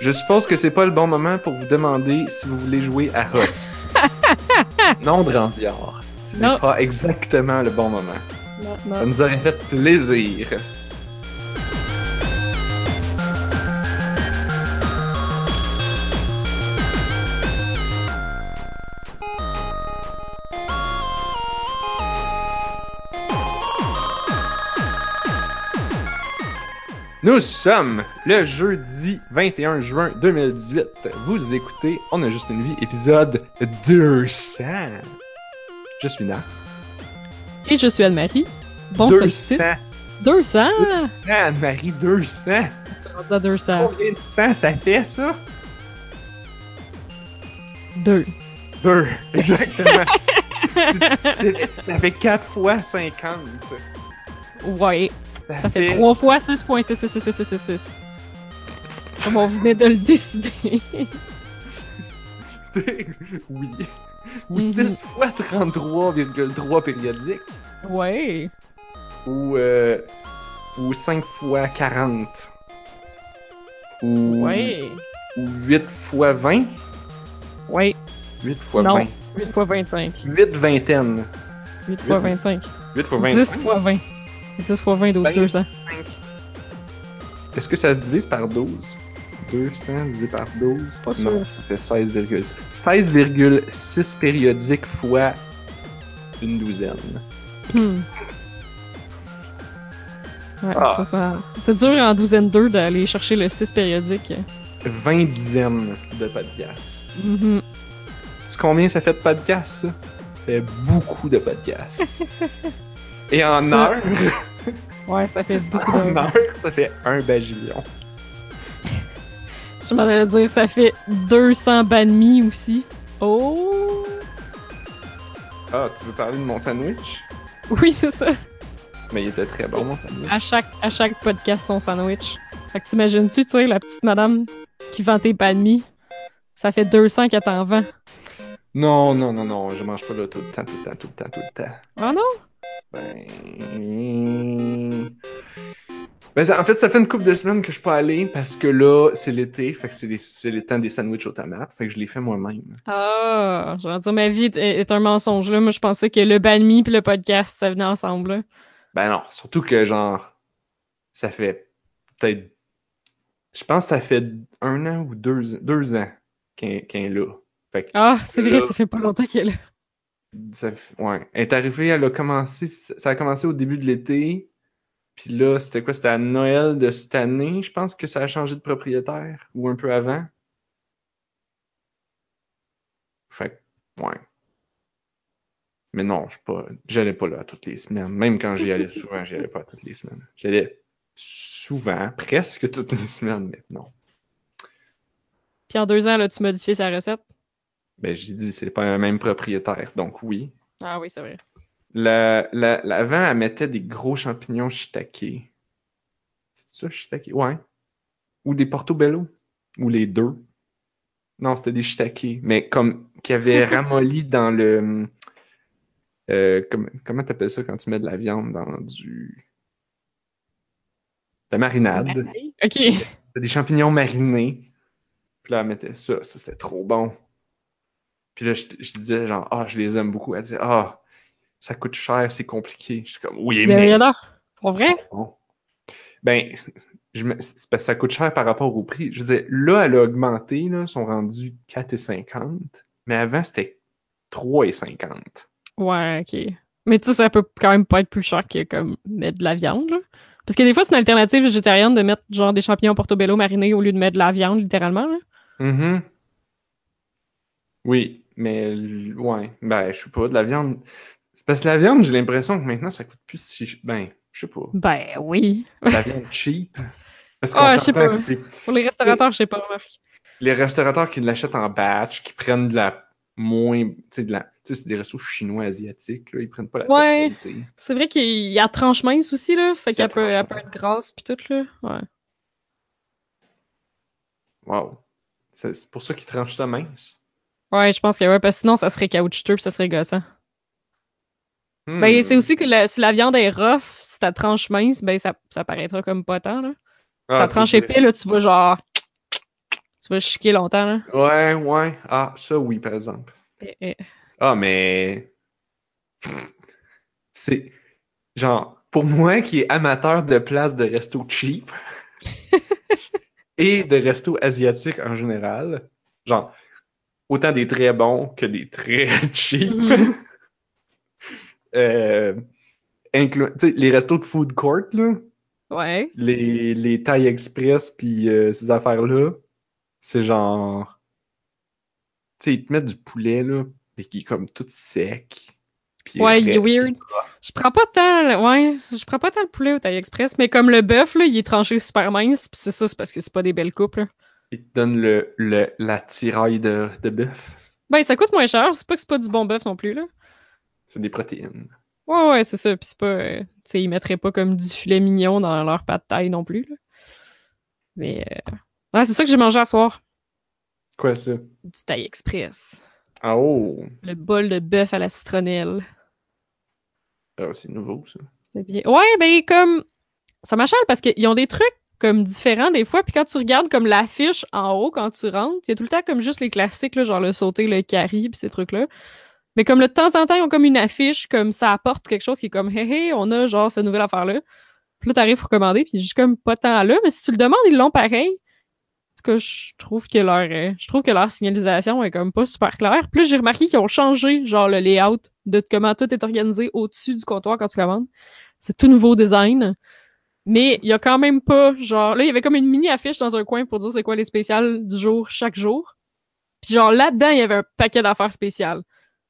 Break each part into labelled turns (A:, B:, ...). A: Je suppose que c'est pas le bon moment pour vous demander si vous voulez jouer à Hots. non, Drandiard. Ce n'est
B: Non.
A: pas exactement le bon moment.
B: Non,
A: Ça
B: non.
A: nous aurait fait plaisir. Nous sommes le jeudi 21 juin 2018. Vous écoutez On a juste une vie, épisode 200. Je suis là.
B: Et je suis Anne-Marie. Bon
A: 200.
B: solstice. 200!
A: Ah, Marie, 200.
B: Rendu à 200.
A: Combien de sang ça fait, ça? Oh.
B: 2.
A: Deux, exactement. C'est- c'est- ça fait 4 fois 50.
B: Ouais. Ça fait 3 fois 6.66666. Comme on venait de le décider.
A: oui. Ou
B: Mhm.
A: 6 fois 33,3 périodiques.
B: Ouais.
A: Ou, euh, ou 5 fois 40. Ou,
B: Ouais.
A: ou 8 fois 20.
B: Ouais.
A: 8 fois
B: Non.
A: 20.
B: 8 fois 25.
A: 8 vingtaines.
B: 8 fois 25.
A: 8 fois
B: 10
A: 25.
B: fois 20. 10 fois 20, donc
A: Ben.
B: 200.
A: Est-ce que ça se divise par 12? 200 divisé par 12?
B: Pas sûr.
A: Non, ça fait 16,6. 16,6 périodiques fois une douzaine.
B: Hmm. Ouais,
A: Ah.
B: ça, ça... C'est dur en douzaine 2 d'aller chercher le 6 périodique.
A: 20 dizaines de podcasts.
B: Mhm.
A: C'est combien ça fait de podcasts, ça? Ça fait beaucoup de podcasts. Et en
B: Ça-
A: heure,
B: Ouais, ça fait beaucoup
A: en
B: de...
A: heure, ça fait un bagillion.
B: Je m'en allais dire, ça fait 200 banmi aussi. Oh!
A: Ah, tu veux parler de mon sandwich?
B: Oui, c'est ça.
A: Mais il était très bon, mon sandwich.
B: À chaque, à chaque podcast, son sandwich. Fait que t'imagines-tu, tu sais, la petite madame qui vend tes banmi? Ça fait 200 qu'elle t'en vend.
A: Non, non, non, non, je mange pas là tout le temps, tout le temps, tout le temps, tout le temps.
B: Oh non?
A: Ben... ben, ça- en fait, ça fait une couple de semaines que je suis pas allé parce que là, c'est l'été, fait que c'est les- c'est le temps des sandwichs aux tomates, fait que je les fais moi-même.
B: Ah! Je vais dire, ma vie est, est un mensonge, là. Moi, je pensais que le banmi puis le podcast, ça venait ensemble, là.
A: Ben non, surtout que genre, ça fait peut-être, je pense que ça fait un an ou deux, deux ans qu'elle qu'elle est là. Fait que
B: Ah, c'est vrai,
A: Là.
B: ça fait pas longtemps qu'elle est là.
A: ça fait- ouais. Elle est arrivée, elle a commencé, ça a commencé au début de l'été, puis là, c'était quoi, c'était à Noël de cette année, je pense que ça a changé de propriétaire, ou un peu avant. Fait que, ouais. Mais non, je suis pas. J'allais pas là toutes les semaines. Même quand j'y allais souvent, j'y allais pas toutes les semaines. J'allais souvent, presque toutes les semaines, mais non.
B: Puis en deux ans, là, tu modifies sa recette.
A: Ben j'ai dit, c'est pas le même propriétaire, donc oui.
B: Ah oui, c'est vrai.
A: La, la, l'avant, elle mettait des gros champignons shiitake. C'est ça, shiitake? Ouais. Ou des portobello. Ou les deux. Non, c'était des shiitake. Mais comme, qui avaient ramolli dans le... euh, comme- comment t'appelles ça quand tu mets de la viande dans du... De la marinade.
B: Ok.
A: C'était des champignons marinés. Puis là, elle mettait ça. Ça, c'était trop bon. Puis là, je, je disais genre, ah, je les aime beaucoup. Elle disait, ah, ça coûte cher, c'est compliqué. Je suis comme, oui,
B: Le
A: mais
B: là. Pour
A: ils
B: vrai?
A: sont bons. Ben, je me- c'est parce que ça coûte cher par rapport au prix. Je disais, là, elle a augmenté, là, ils sont rendus 4,50. Mais avant, c'était 3,50.
B: Ouais, ok. Mais tu sais, ça peut quand même pas être plus cher que comme mettre de la viande, là. Parce que des fois, c'est une alternative végétarienne de mettre genre des champignons portobello marinés au lieu de mettre de la viande, littéralement, là.
A: Mhm. Oui, mais l- ouais, ben je sais pas, de la viande. C'est parce que la viande, j'ai l'impression que maintenant ça coûte plus si ch- ben, je sais pas,
B: Ben oui.
A: de la viande cheap. Parce qu'on
B: Ah, je sais
A: s'entend
B: pas.
A: que c'est
B: Pour les restaurateurs, je sais pas, remarque.
A: les restaurateurs qui l'achètent en batch, qui prennent de la moins, tu sais de la, tu sais c'est des restos chinois asiatiques là, ils prennent pas la top
B: Ouais.
A: qualité.
B: C'est vrai qu'il y a tranche mince aussi, là. Fait
A: C'est
B: qu'elle
A: la
B: peut,
A: tranche
B: elle peut
A: mince.
B: être grasse pis tout, là. Ouais.
A: Wow. C'est c'est pour ça qu'ils tranchent ça mince.
B: Ouais, je pense que ouais, parce que sinon, ça serait caoutchouteux pis ça serait gossant.
A: Hmm.
B: Ben, c'est aussi que la- si la viande est rough, si ta tranche mince, ben, ça, ça paraîtra comme pas tant, là. Si
A: Ah,
B: ta
A: tu
B: tranche
A: sais,
B: épais, là, tu vas genre Tu vas chiquer longtemps, là.
A: Ouais, ouais. Ah, ça, oui, par exemple.
B: Eh, eh.
A: Ah, mais. C'est. Genre, pour moi qui est amateur de places de resto cheap et de resto asiatiques en général, genre, autant des très bons que des très cheap.
B: Mhm.
A: euh, inclu- tu sais, les restos de food court, là,
B: Ouais.
A: les, les Thai Express puis euh, ces affaires-là, c'est genre. Tu sais, ils te mettent du poulet, là, mais qui est comme tout sec. puis
B: Ouais, il
A: frais,
B: est weird. Je prends pas tant, le- ouais, je prends pas tant le poulet au Taille Express, mais comme le bœuf, là, il est tranché super mince, pis c'est ça, c'est parce que c'est pas des belles coupes, là.
A: puis Ils te donnent le, le, la tiraille de, de bœuf.
B: Ben, ça coûte moins cher, c'est pas que c'est pas du bon bœuf non plus, là.
A: C'est des protéines.
B: Ouais, ouais, c'est ça, pis c'est pas, euh, tu sais, ils mettraient pas comme du filet mignon dans leur pâte taille non plus, là. Mais, euh, ah, c'est ça que j'ai mangé à soir,
A: Quoi, ça?
B: du Taille Express.
A: Ah oh!
B: Le bol de bœuf à la citronnelle.
A: Ah, c'est nouveau, ça.
B: C'est bien. Ouais, ben comme ça m'achale parce qu'ils ont des trucs comme différents des fois. Puis quand tu regardes comme l'affiche en haut quand tu rentres, il y a tout le temps comme juste les classiques, là, genre le sauté, le curry, puis ces trucs-là. Mais comme là, de temps en temps, ils ont comme une affiche, comme ça apporte quelque chose qui est comme hé hé, on a genre cette nouvelle affaire-là. Puis là, t'arrives pour commander, puis juste comme pas tant là. Mais si tu le demandes, ils l'ont pareil. En tout cas, je trouve que leur euh, je trouve que leur signalisation est comme pas super claire. Plus j'ai remarqué qu'ils ont changé genre le layout de comment tout est organisé au-dessus du comptoir quand tu commandes. C'est tout nouveau design. Mais il y a quand même pas, genre, là, il y avait comme une mini affiche dans un coin pour dire c'est quoi les spéciales du jour, chaque jour. Puis genre, là-dedans, il y avait un paquet d'affaires spéciales.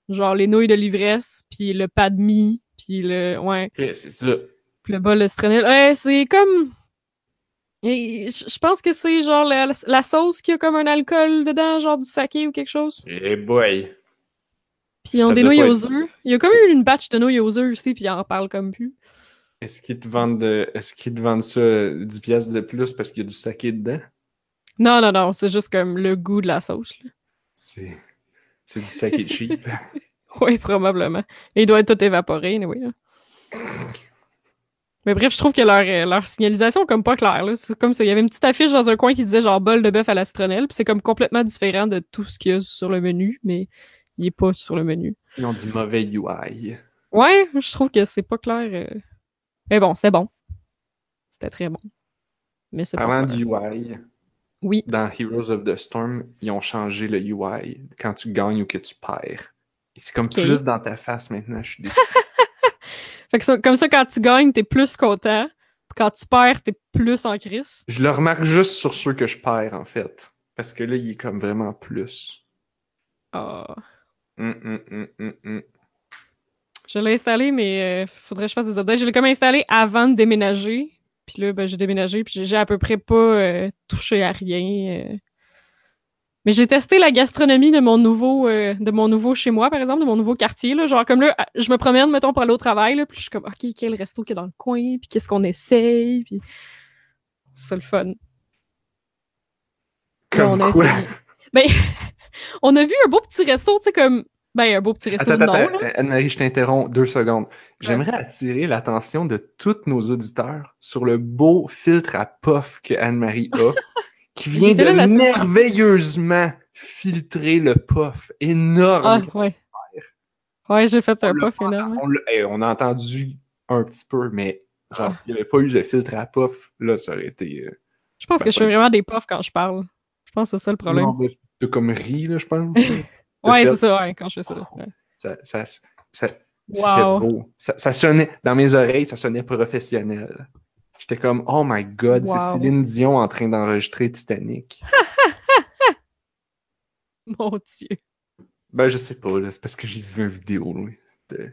B: Genre, les nouilles de l'ivresse, puis le pas de mie, puis le, ouais,
A: Ok, c'est ça.
B: puis le bol de strenelle. Ouais, c'est comme... Et Je je pense que c'est genre la, la sauce qui a comme un alcool dedans, genre du saké ou quelque chose.
A: Eh boy!
B: Puis on
A: Ça
B: des
A: doit
B: nouilles
A: pas
B: aux
A: être-
B: œufs. Il y a comme eu une batch de nouilles aux œufs aussi, puis ils en parlent comme plus.
A: Est-ce qu'ils te vendent de... est-ce qu'ils te vendent ça euh, 10 pièces de plus parce qu'il y a du saké dedans?
B: Non, non, non, c'est juste comme le goût de la sauce. là.
A: C'est c'est du saké cheap.
B: Oui, probablement. Et il doit être tout évaporé, anyway, là. Mais bref, je trouve que leur, euh, leur signalisation est comme pas claire. là. C'est comme ça. Il y avait une petite affiche dans un coin qui disait genre bol de bœuf à la citronnelle, puis c'est comme complètement différent de tout ce qu'il y a sur le menu, mais il est pas sur le menu.
A: Ils ont du mauvais UI.
B: Ouais, je trouve que c'est pas clair. euh. Mais bon, c'était bon. C'était très bon. Mais c'est pas
A: Parlant
B: clair.
A: du UI,
B: Oui.
A: dans Heroes of the Storm, ils ont changé le UI quand tu gagnes ou que tu perds. Et C'est comme
B: Ok.
A: plus dans ta face maintenant, je suis déçu.
B: Fait que ça- comme ça, quand tu gagnes, t'es plus content. puis Quand tu perds, t'es plus en crise.
A: je le remarque juste sur ceux que je perds, en fait. Parce que là, il est comme vraiment plus.
B: Ah.
A: Hum, hum, hum, hum, hum.
B: Je l'ai installé, mais euh, faudrait que je fasse des updates. Je l'ai comme installé avant de déménager. Puis là, ben, j'ai déménagé, puis j'ai- j'ai à peu près pas euh, touché à rien. euh. Mais j'ai testé la gastronomie de mon nouveau euh, de mon nouveau chez moi, par exemple, de mon nouveau quartier. Là. Genre comme là, à- je me promène, mettons, pour aller au travail, là, puis je suis comme OK, quel resto qui est dans le coin, puis qu'est-ce qu'on essaye, puis c'est le fun. Là,
A: Comme
B: on a
A: quoi?
B: essayé. Ben, on a vu un beau petit resto, tu sais, comme. Ben, un beau petit resto,
A: Attends,
B: non,
A: attends,
B: là.
A: attends, Anne-Marie, je t'interromps deux secondes. J'aimerais attirer l'attention de tous nos auditeurs sur le beau filtre à puff que Anne-Marie a, qui vient
B: était là la
A: de
B: semaine
A: merveilleusement filtrer le puff
B: Ah,
A: énorme.
B: ouais. Ouais, j'ai fait un
A: On l'a
B: puff énorme. hein.
A: On, l'a- hey, on a entendu un petit peu, mais genre,
B: Ah.
A: s'il n'y avait pas eu le filtre à puff, là, ça aurait été. euh,
B: Je pense
A: Ben,
B: que je fais
A: pas-
B: vraiment des puffs quand je parle. Je pense que c'est ça le problème.
A: non, mais T'as comme ri, là, je pense. t'as
B: ouais,
A: fait-
B: c'est ça, ouais, quand je fais ça.
A: Oh,
B: ouais.
A: ça, ça, ça- C'était
B: Wow.
A: beau. Ça, ça sonnait, dans mes oreilles, ça sonnait professionnel. J'étais comme, oh my god, c'est
B: Wow.
A: Céline Dion en train d'enregistrer Titanic.
B: Mon Dieu.
A: ben, je sais pas, là, c'est parce que j'ai vu une vidéo. là, de-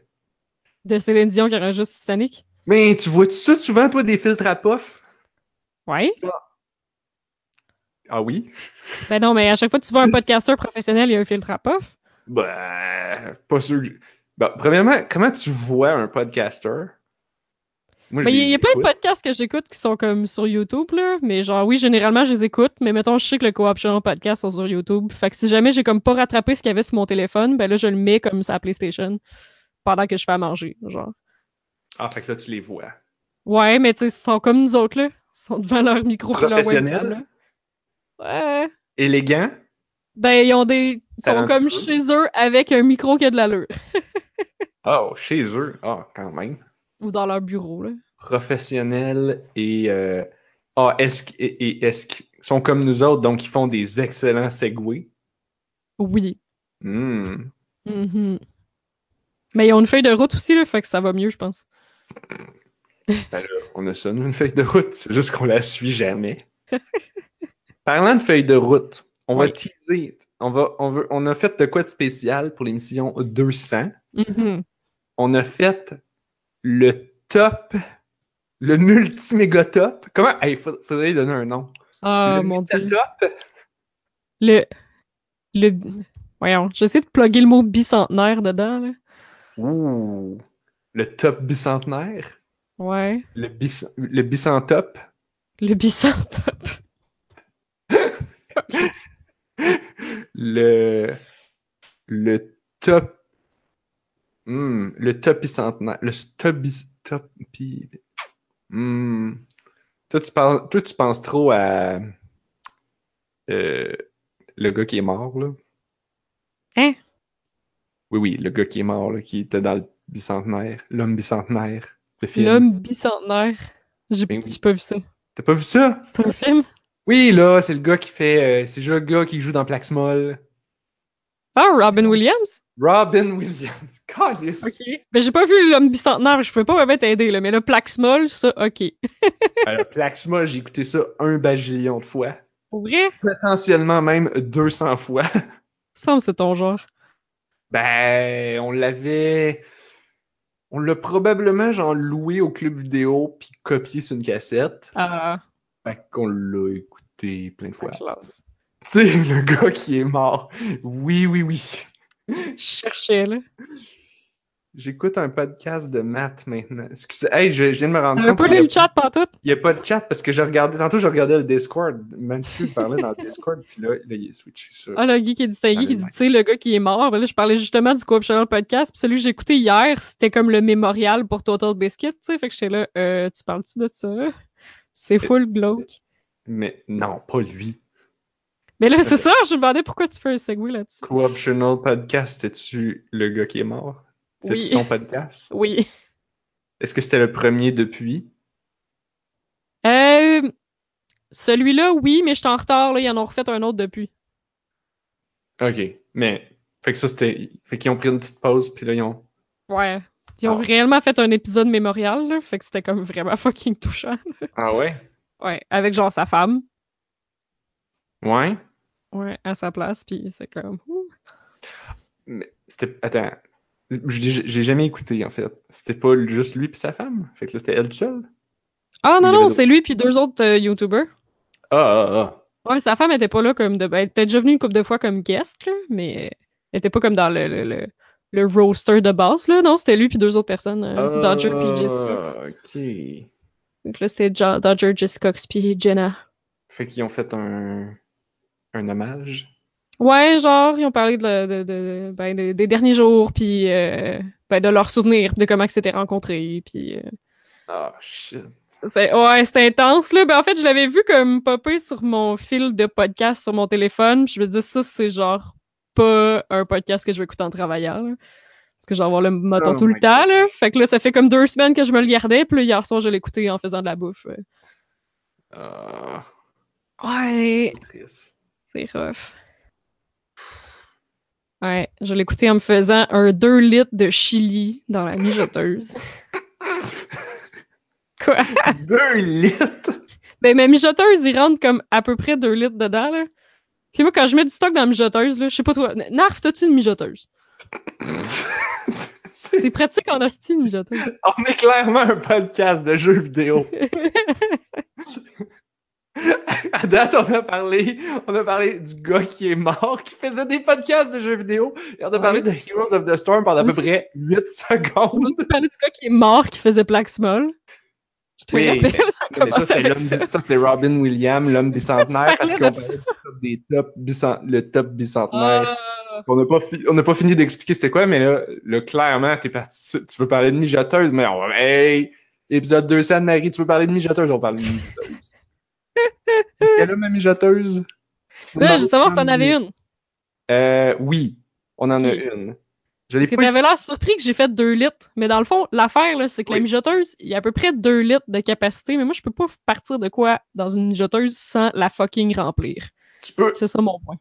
B: De Céline Dion qui enregistre Titanic.
A: Mais tu vois-tu ça souvent, toi, des filtres à puff?
B: Ouais.
A: Ah oui?
B: Ben non, mais à chaque fois que tu vois un podcasteur professionnel, il y a un filtre à puff.
A: Ben, pas sûr que. Ben, premièrement, comment tu vois un podcaster? Moi,
B: Ben, il y a- il y a plein de
A: podcasts.
B: podcasts que j'écoute qui sont comme sur YouTube, là. Mais genre, oui, généralement, je les écoute. Mais mettons, je sais que le Co-option podcast sont sur YouTube. Fait que si jamais j'ai comme pas rattrapé ce qu'il y avait sur mon téléphone, ben là, je le mets comme sur la PlayStation pendant que je fais à manger, genre.
A: Ah, fait que là, tu les vois.
B: Ouais, mais tu sais, ils sont comme nous autres, là. Ils sont devant leur micro. puis leur webcam, là.
A: Professionnel?
B: Ouais.
A: Élégant?
B: Ben, ils ont des. Ils sont comme
A: Talentueux.
B: chez eux avec un micro qui a de l'allure.
A: Oh, chez eux. Ah, quand même.
B: Ou dans leur bureau, là.
A: Professionnels et. euh, Ah, est-ce qu'- et- et est-ce qu'ils sont comme nous autres, donc ils font des excellents segways?
B: Oui.
A: Hmm.
B: Mhm. Mais ils ont une feuille de route aussi, là, fait que ça va mieux, je pense.
A: On a ça, nous, une feuille de route. C'est juste qu'on la suit jamais. Parlant de feuille de route, on va
B: Oui.
A: teaser. On, va, on, veut, on a fait de quoi de spécial pour l'émission 200?
B: Mhm.
A: On a fait le top, le multi-méga top. Comment? Il faudrait lui donner un nom.
B: Ah,
A: le
B: mon dieu.
A: méga-top?
B: Le. Le. Voyons, j'essaie de plugger le mot bicentenaire dedans, là.
A: Ouh! Le top bicentenaire?
B: Ouais.
A: Le, bis, le bicentop?
B: Le bicentenaire.
A: Le. Le top. Hmm, le top bicentenaire. Le top Top hmm. Toi, tu penses, toi, tu penses trop à. euh, le gars qui est mort, là.
B: Hein?
A: Oui, oui, le gars qui est mort, là, qui était dans le bicentenaire. L'homme bicentenaire. Le film.
B: L'homme bicentenaire. J'ai
A: Ben oui.
B: j'ai pas vu ça.
A: T'as pas vu ça?
B: C'est un film?
A: Oui, là, c'est le gars qui fait. euh, c'est le gars qui joue dans Plaxmol.
B: Ah, Robin Williams?
A: Robin Williams. Calice.
B: OK. Ben, j'ai pas vu l'homme bicentenaire, je peux pas vraiment t'aider, là, mais le Plaxmol, ça, OK.
A: Alors, Plaxmol, j'ai écouté ça un bajillion de fois.
B: Pour vrai,
A: Potentiellement même 200 fois.
B: ça me semble que c'est ton genre.
A: Ben, on l'avait. On l'a probablement, genre, loué au club vidéo puis copié sur une cassette.
B: Ah,
A: Fait qu'on l'a écouté plein de
B: c'est
A: fois.
B: classe.
A: Tu sais, le gars qui est mort. Oui, oui, oui.
B: Je cherchais, là.
A: J'écoute un podcast de maths maintenant. Excusez, hey, je, je viens de me rendre
B: T'avais
A: compte.
B: pas
A: qu'il y
B: lu
A: a-
B: le chat pantoute?
A: Il n'y a pas de chat parce que je regardais. Tantôt, je regardais le Discord. Mathieu parlait dans le Discord, puis là, là, il est switché sur.
B: Ah, le gars qui dit, t'as un gars qui dit, tu sais, le gars qui est mort. Ben là, je parlais justement du Coop Channel Podcast, puis celui que j'ai écouté hier, c'était comme le mémorial pour Total Biscuit, tu sais. Fait que j'étais là, euh, tu parles-tu de ça? C'est full glauque.
A: Mais non, pas lui.
B: Mais là, c'est ça, je me demandais pourquoi tu fais un segway là-dessus.
A: Co-optional podcast, c'était-tu le gars qui est mort? C'était-tu
B: Oui.
A: son podcast?
B: Oui.
A: Est-ce que c'était le premier depuis?
B: Euh, celui-là, oui, mais je suis en retard. Là. Ils en ont refait un autre depuis.
A: Ok, mais. Fait que ça, c'était. Fait qu'ils ont pris une petite pause, puis là, ils ont.
B: Ouais. Ils ont
A: Ah.
B: réellement fait un épisode mémorial, là, fait que c'était comme vraiment fucking touchant.
A: Ah ouais?
B: Ouais, avec genre sa femme,
A: Ouais?
B: ouais, à sa place, puis c'est comme... ouh.
A: C'était. Attends. Je dis- J'ai jamais écouté, en fait. C'était pas juste lui puis sa femme? Fait que là, c'était elle seule?
B: Ah
A: Il y avait
B: non, non,
A: d'autres-
B: c'est lui puis deux autres euh, YouTubers.
A: Ah, ah, ah.
B: Ouais, sa femme était pas là comme... De... ben, Elle était déjà venue une couple de fois comme guest, là, mais elle était pas comme dans le, le, le, le roster de base, là. Non, c'était lui puis deux autres personnes, euh, Dodger puis Jess Cox.
A: Ah, Ok.
B: Donc là, c'était Jo- Dodger, Jess Cox puis Jenna.
A: Fait qu'ils ont fait un, un hommage.
B: Ouais, genre, ils ont parlé de, le- de- de- ben, de- des derniers jours, puis euh, ben, de leurs souvenirs, de comment ils s'étaient rencontrés, puis... euh,
A: Ah, shit.
B: c'est- ouais, c'était intense, là. Ben, en fait, je l'avais vu comme popper sur mon fil de podcast sur mon téléphone, puis je me disais, ça, c'est genre pas un podcast que je vais écouter en travaillant, là. Parce que je vais avoir le moton
A: Oh
B: tout le
A: my
B: temps, là. Fait que là, ça fait comme deux semaines que je me le gardais, puis là, hier soir, je l'écoutais en faisant de la bouffe. ouais.
A: Ah,
B: Ouais,
A: c'est triste.
B: C'est rough. Ouais, je l'écoutais en me faisant un 2 litres de chili dans la mijoteuse. Quoi?
A: Deux litres!
B: Ben, ma mijoteuse, il rentre comme à peu près 2 litres dedans, là. Puis moi, quand je mets du stock dans la mijoteuse, là, je sais pas toi. N- Narf, t'as-tu une mijoteuse?
A: C'est-
B: C'est pratique en hostie, une mijoteuse.
A: On est clairement un podcast de jeux vidéo. À date, on a parlé, on a parlé du gars qui est mort, qui faisait des podcasts de jeux vidéo, et on a
B: Ouais.
A: parlé de Heroes of the Storm pendant à peu
B: Oui.
A: près 8
B: On
A: secondes.
B: a parlé du gars qui est mort, qui faisait Plaxmol. Je te
A: Oui,
B: rappelle, ça
A: Mais ça,
B: commence
A: c'était
B: avec
A: l'homme
B: ça.
A: bi- ça, c'était Robin Williams, l'homme bicentenaire, parce
B: parlais
A: qu'on
B: de ça.
A: parlait du top des top bicent- le top bicentenaire.
B: Ah,
A: On n'a pas, fi- on n'a pas fini d'expliquer c'était quoi, mais là, là clairement, t'es parti. sur- Tu veux parler de mijoteuse, mais on va. Hey! Épisode 200 de Marie, tu veux parler de mijoteuse? On parle de mijoteuse. Quelle est ma mijoteuse?
B: Là, justement, t'en avais une.
A: Euh, oui, on en a une. Je l'ai
B: Parce que
A: pas
B: t'avais
A: utilisée.
B: l'air surpris que j'ai fait 2 litres. Mais dans le fond, l'affaire, là, c'est que la
A: Oui.
B: mijoteuse, il y a à peu près 2 litres de capacité. Mais moi, je peux pas partir de quoi dans une mijoteuse sans la fucking remplir.
A: Tu peux.
B: C'est ça mon point.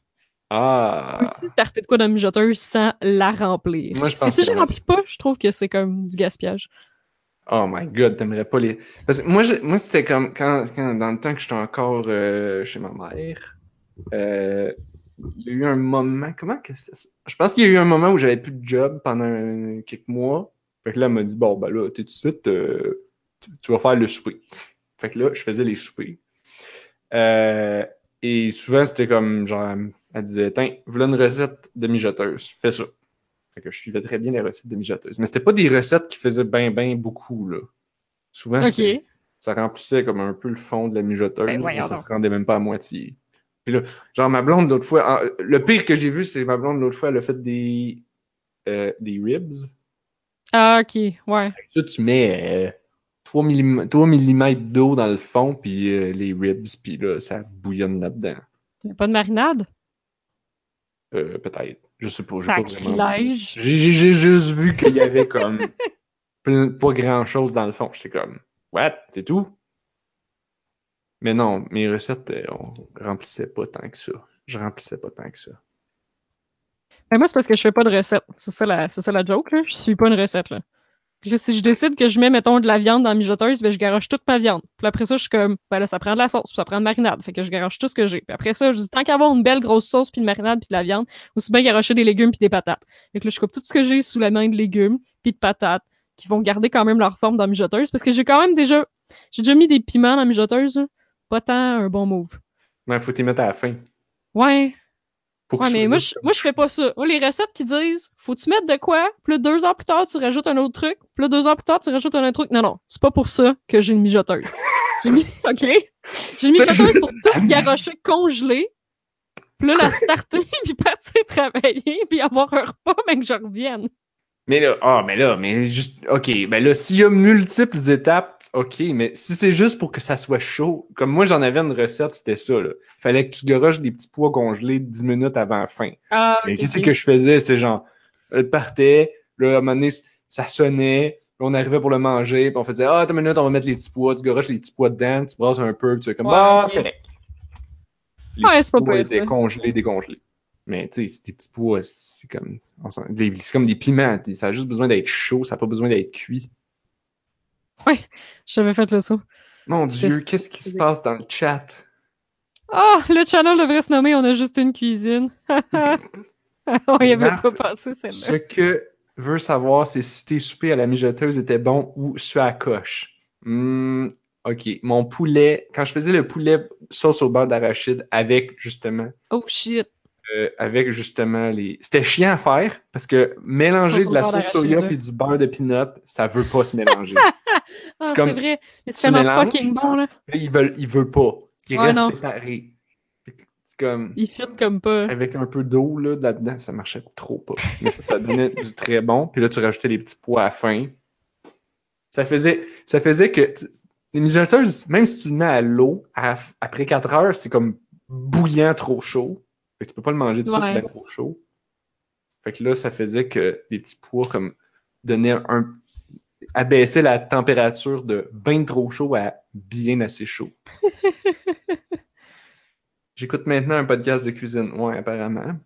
A: Ah.
B: Peux-tu starter de quoi dans une mijoteuse sans la remplir?
A: Moi, je
B: Parce
A: pense
B: que si je
A: que-
B: remplis pas, je trouve que c'est comme du gaspillage.
A: Oh my god, t'aimerais pas les. Parce que moi, je- moi c'était comme quand, quand- dans le temps que j'étais encore euh, chez ma mère. euh, il y a eu un moment. Comment que c'était ça? Je pense qu'il y a eu un moment où j'avais plus de job pendant euh, quelques mois. Fait que là, elle m'a dit Bon, ben là, t'es tout de suite, euh, tu, tu vas faire le souper. Fait que là, je faisais les soupers. Euh, et souvent, c'était comme genre, elle me- elle disait Tiens, voilà une recette de mijoteuse, fais ça. Fait que je suivais très bien les recettes de mijoteuses. Mais c'était pas des recettes qui faisaient ben, ben beaucoup, là. Souvent,
B: Ok.
A: c'était- ça remplissait comme un peu le fond de la mijoteuse,
B: Ben, voyons
A: mais ça
B: donc.
A: se rendait même pas à moitié. Puis là, genre ma blonde l'autre fois, en- le pire que j'ai vu, c'est ma blonde l'autre fois, elle a fait des, euh, des ribs.
B: Ah, ok. Ouais.
A: Là, tu mets euh, 3, mm, d'eau dans le fond, puis euh, les ribs, puis là, ça bouillonne là-dedans.
B: T'as pas de marinade?
A: Euh, Peut-être. Je sais pas. j'ai pas vraiment-
B: Sacrilège.
A: J'ai j'ai- j'ai juste vu qu'il y avait comme plein- pas grand-chose dans le fond. J'étais comme, what? C'est tout? Mais non, mes recettes, euh, on remplissait pas tant que ça. Je remplissais pas tant que ça.
B: Ben, moi, c'est parce que je fais pas de recette. C'est ça la, c'est ça la joke, là. Je suis pas une recette, là. Puis là, si je décide que je mets, mettons, de la viande dans la mijoteuse, ben, je garoche toute ma viande. Puis après ça, je suis comme, ben là, ça prend de la sauce, puis ça prend de marinade. Fait que je garoche tout ce que j'ai. Puis après ça, je dis, tant qu'avoir une belle grosse sauce, puis de marinade, puis de la viande, aussi bien garocher des légumes, puis des patates. Fait que là, je coupe tout ce que j'ai sous la main de légumes, puis de patates, qui vont garder quand même leur forme dans la mijoteuse. Parce que j'ai quand même déjà, j'ai déjà mis des piments dans la mijoteuse, là. Pas tant un bon move.
A: Mais faut t'y mettre à la fin.
B: Ouais.
A: Pour
B: Ouais,
A: que
B: mais
A: tu-
B: moi je, moi, je fais pas ça. Moi, les recettes qui disent, faut-tu mettre de quoi? Puis là, deux heures plus tard, tu rajoutes un autre truc. Puis là, deux heures plus tard, tu rajoutes un autre truc. Non, non, c'est pas pour ça que j'ai une mijoteuse. J'ai mis- OK? J'ai une mijoteuse pour tout garocher congelé. Puis là, la starter, puis partir travailler, puis avoir un repas, mais que je revienne.
A: Mais là, ah, mais là, mais juste, ok, ben là, s'il y a multiples étapes, ok, mais si c'est juste pour que ça soit chaud, comme moi j'en avais une recette, c'était ça, là. Fallait que tu garoches des petits pois congelés 10 minutes avant la fin.
B: Ah,
A: Mais qu'est-ce que je faisais? C'est genre, elle partait, là, à un moment donné, ça sonnait, puis on arrivait pour le manger, puis on faisait, ah, t'as une minute, on va mettre les petits pois, tu garoches les petits pois dedans, tu brasses un peu, puis tu fais comme,
B: Ouais,
A: bah,
B: ok.
A: c'est correct. Les
B: Ouais,
A: petits
B: c'est pas
A: pois
B: pire,
A: étaient
B: ça.
A: congelés, décongelés. Mais tu sais, c'est des petits pois, c'est comme, on s'en- des- c'est comme des piments, tu sais, ça a juste besoin d'être chaud, ça n'a pas besoin d'être cuit.
B: J'avais fait le saut.
A: Mon
B: C'est-
A: Dieu, qu'est-ce qui se passe dans le chat?
B: Ah, le channel devrait se nommer On a juste une cuisine. On y avait
A: Marc,
B: pas pensé, celle-là.
A: Ce que veut savoir, c'est si tes soupers à la mijoteuse étaient bons ou ceux à la coche. Hmm, ok. Mon poulet, quand je faisais le poulet sauce au beurre d'arachide avec justement,
B: Oh shit.
A: euh, avec justement les. C'était chiant à faire parce que mélanger
B: Sauce au
A: de la
B: beurre
A: sauce soya
B: d'arachide. hein.
A: puis du beurre de peanut, ça veut pas se mélanger.
B: Ah,
A: C'est
B: c'est
A: comme-
B: vrai. Mais C'est
A: tu
B: tellement
A: mélanges.
B: fucking bon, là.
A: Là, il veut, il veut pas. Il
B: Ouais,
A: reste
B: non.
A: séparé. C'est comme.
B: Il fit comme pas.
A: Avec un peu d'eau là, là-dedans, ça marchait trop pas. Mais ça, ça donnait du très bon. Puis là, tu rajoutais les petits pois à la fin. Ça faisait, ça faisait que tu- les mijoteuses, même si tu le mets à l'eau, à- après 4 heures, c'est comme bouillant trop chaud. Fait que tu peux pas le manger tout de
B: Ouais.
A: suite, c'est bien trop chaud. Fait que là, ça faisait que les petits pois comme donnaient un. abaissaient la température de bien trop chaud à bien assez chaud. J'écoute maintenant un podcast de cuisine. Ouais, apparemment.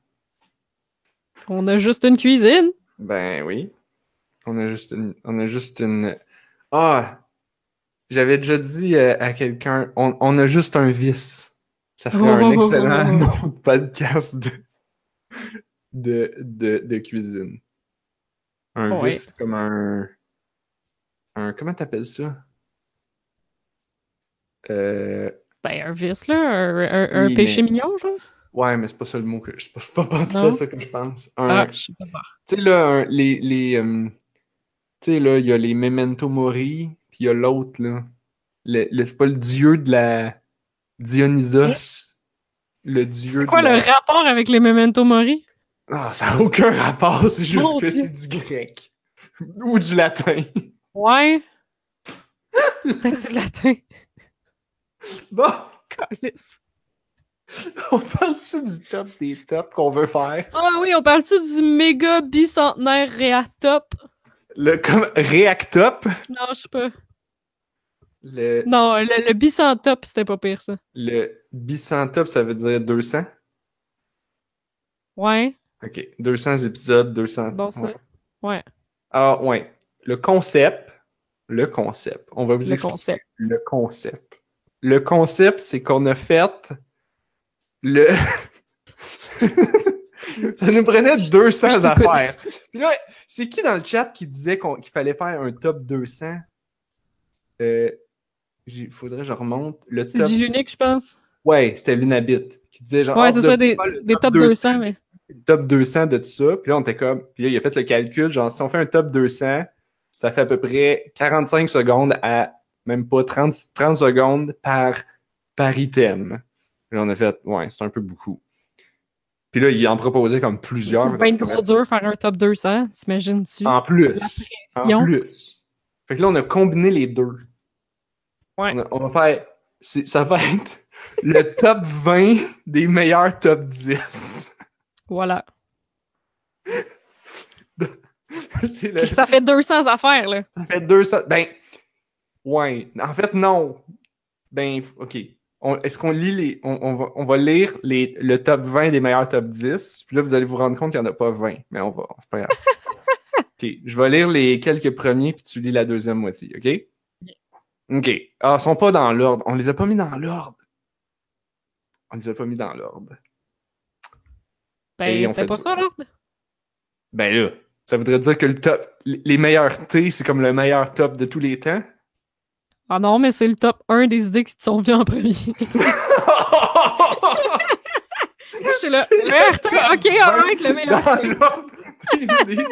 B: On a juste une cuisine.
A: Ben oui. On a juste une. On a juste une. Ah! J'avais déjà dit euh, à quelqu'un, on, on a juste un vice. Ça ferait
B: Oh,
A: un
B: oh, oh,
A: excellent
B: oh,
A: nom de podcast de, de, de, de cuisine. Un
B: Ouais.
A: vice comme un. Un. Comment t'appelles ça? Euh,
B: Ben, un vice, là. Un, un- un
A: Oui,
B: péché
A: mais-
B: mignon, genre.
A: ouais, mais c'est pas ça le mot que. C'est pas, c'est pas pas tout
B: Non?
A: à ça que je pense. Un,
B: Ah, je sais pas.
A: Tu sais, là, un- les. les euh, tu sais, là, il y a les Memento Mori, puis il y a l'autre, là. Le, le- c'est pas le dieu de la. Dionysos. Le dieu.
B: C'est quoi
A: de la-
B: le rapport avec les Memento Mori?
A: Ah, ça n'a aucun rapport, c'est juste
B: Mon
A: que
B: Dieu.
A: c'est du grec. Ou du latin.
B: Ouais. C'est du latin.
A: Bon!
B: Calisse.
A: On parle-tu du top des tops qu'on veut faire?
B: Ah oui, on parle-tu du méga bicentenaire Réatop?
A: Le comme Réactop?
B: Non, je sais pas.
A: Le,
B: Non, le, le bicentop, c'était pas pire, ça.
A: le bicentop, ça veut dire 200?
B: Ouais.
A: OK. 200 épisodes, 200...
B: Bon, ça.
A: Ouais.
B: Ouais.
A: Alors, ouais. Le concept, le concept. On va vous
B: le
A: expliquer
B: concept.
A: le concept. Le concept, c'est qu'on a fait le... ça nous prenait 200
B: je t'écoute.
A: affaires. Puis là, c'est qui dans le chat qui disait qu'on- qu'il fallait faire un top 200? Euh, Il faudrait que je remonte. Le
B: C'est
A: top...
B: du l'unique, je pense.
A: Ouais, c'était Lunabit qui disait genre...
B: Ouais,
A: oh,
B: c'est
A: vous
B: ça,
A: avez
B: des,
A: pas le
B: des top 200, mais.
A: top 200 de tout ça. Puis là, on était comme. Puis là, il a fait le calcul. Genre, si on fait un top 200, ça fait à peu près 45 secondes à même pas 30, 30 secondes par, par item. Puis là, on a fait, ouais, c'est un peu beaucoup. Puis là, il en proposait comme plusieurs. Ah.
B: C'est bien trop dur faire un top 200, t'imagines-tu?
A: En plus. En
B: pression.
A: plus. Fait que là, on a combiné les deux.
B: Ouais.
A: On, a- on va faire. c'est- Ça va être le top 20 des meilleurs top 10.
B: Voilà.
A: C'est le-
B: Puis ça fait 200 affaires, là.
A: Ça fait 200. Ben, ouais. En fait, non. Ben, f- OK. On- Est-ce qu'on lit les. On, on va, on va lire les, le top 20 des meilleurs top 10. Puis là, vous allez vous rendre compte qu'il n'y en a pas 20. Mais on va. C'est pas grave. OK. Je vais lire les quelques premiers, puis tu lis la deuxième moitié. OK? OK. Ah, ils sont pas dans l'ordre. On les a pas mis dans l'ordre. On les a pas mis dans l'ordre. Et
B: Ben,
A: on fait
B: c'était pas
A: du-
B: ça, l'ordre.
A: Ben là. Ça voudrait dire que le top. Les les meilleurs T, c'est comme le meilleur top de tous les temps.
B: Ah non, mais c'est le top 1 des idées qui te sont venues en premier. Je suis là. Le RT, ok, alright, le meilleur.
A: dans l'ordre des idées,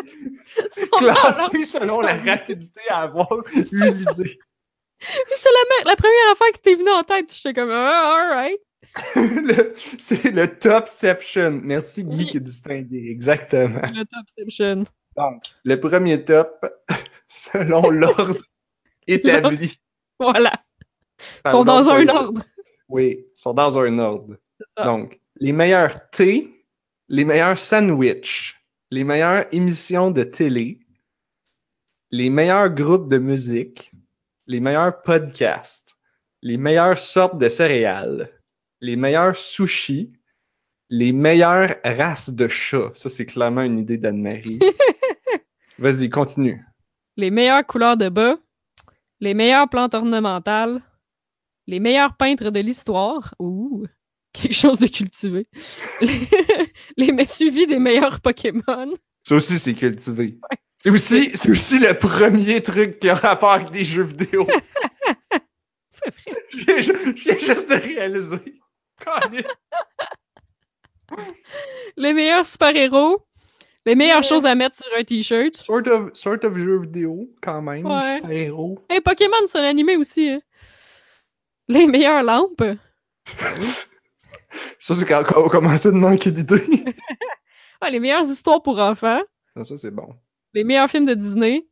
A: classées selon la rapidité à avoir eu l'idée.
B: C'est la, me- la première affaire qui t'est venue en tête. J'étais comme, ah, alright.
A: Le- C'est le topception. Merci Guy
B: Oui.
A: qui est distingué. Exactement.
B: Le topception.
A: Donc, le premier top, selon l'ordre établi.
B: Voilà. Ils
A: par
B: sont dans
A: l'ordre
B: un
A: politique.
B: ordre.
A: Oui, ils sont dans un ordre.
B: ça.
A: Donc, les meilleurs thés, les meilleurs sandwichs, les meilleures émissions de télé, les meilleurs groupes de musique, les meilleurs podcasts, les meilleures sortes de céréales, les meilleurs sushis, les meilleures races de chats. Ça, c'est clairement une idée d'Anne-Marie. Vas-y, continue.
B: Les meilleures couleurs de bas. Les meilleures plantes ornementales. Les meilleurs peintres de l'histoire. Ouh. Quelque chose de cultivé. Les, les me- suivis des meilleurs Pokémon.
A: Ça aussi, c'est cultivé. C'est aussi, c'est aussi le premier truc qui a rapport avec des jeux vidéo.
B: C'est
A: J'ai
B: vrai.
A: ju- j'ai juste réalisé. Colin.
B: Les meilleurs super-héros. Les meilleures choses à mettre sur un t-shirt.
A: sort, of, sort of jeu vidéo, quand même.
B: Ouais.
A: super héros.
B: Hey, Pokémon, c'est un animé aussi. hein. Les meilleures lampes.
A: Ça, c'est quand on commençait de manquer d'idées.
B: Ah, les meilleures histoires pour enfants.
A: Non, ça, c'est bon.
B: Les meilleurs films de Disney.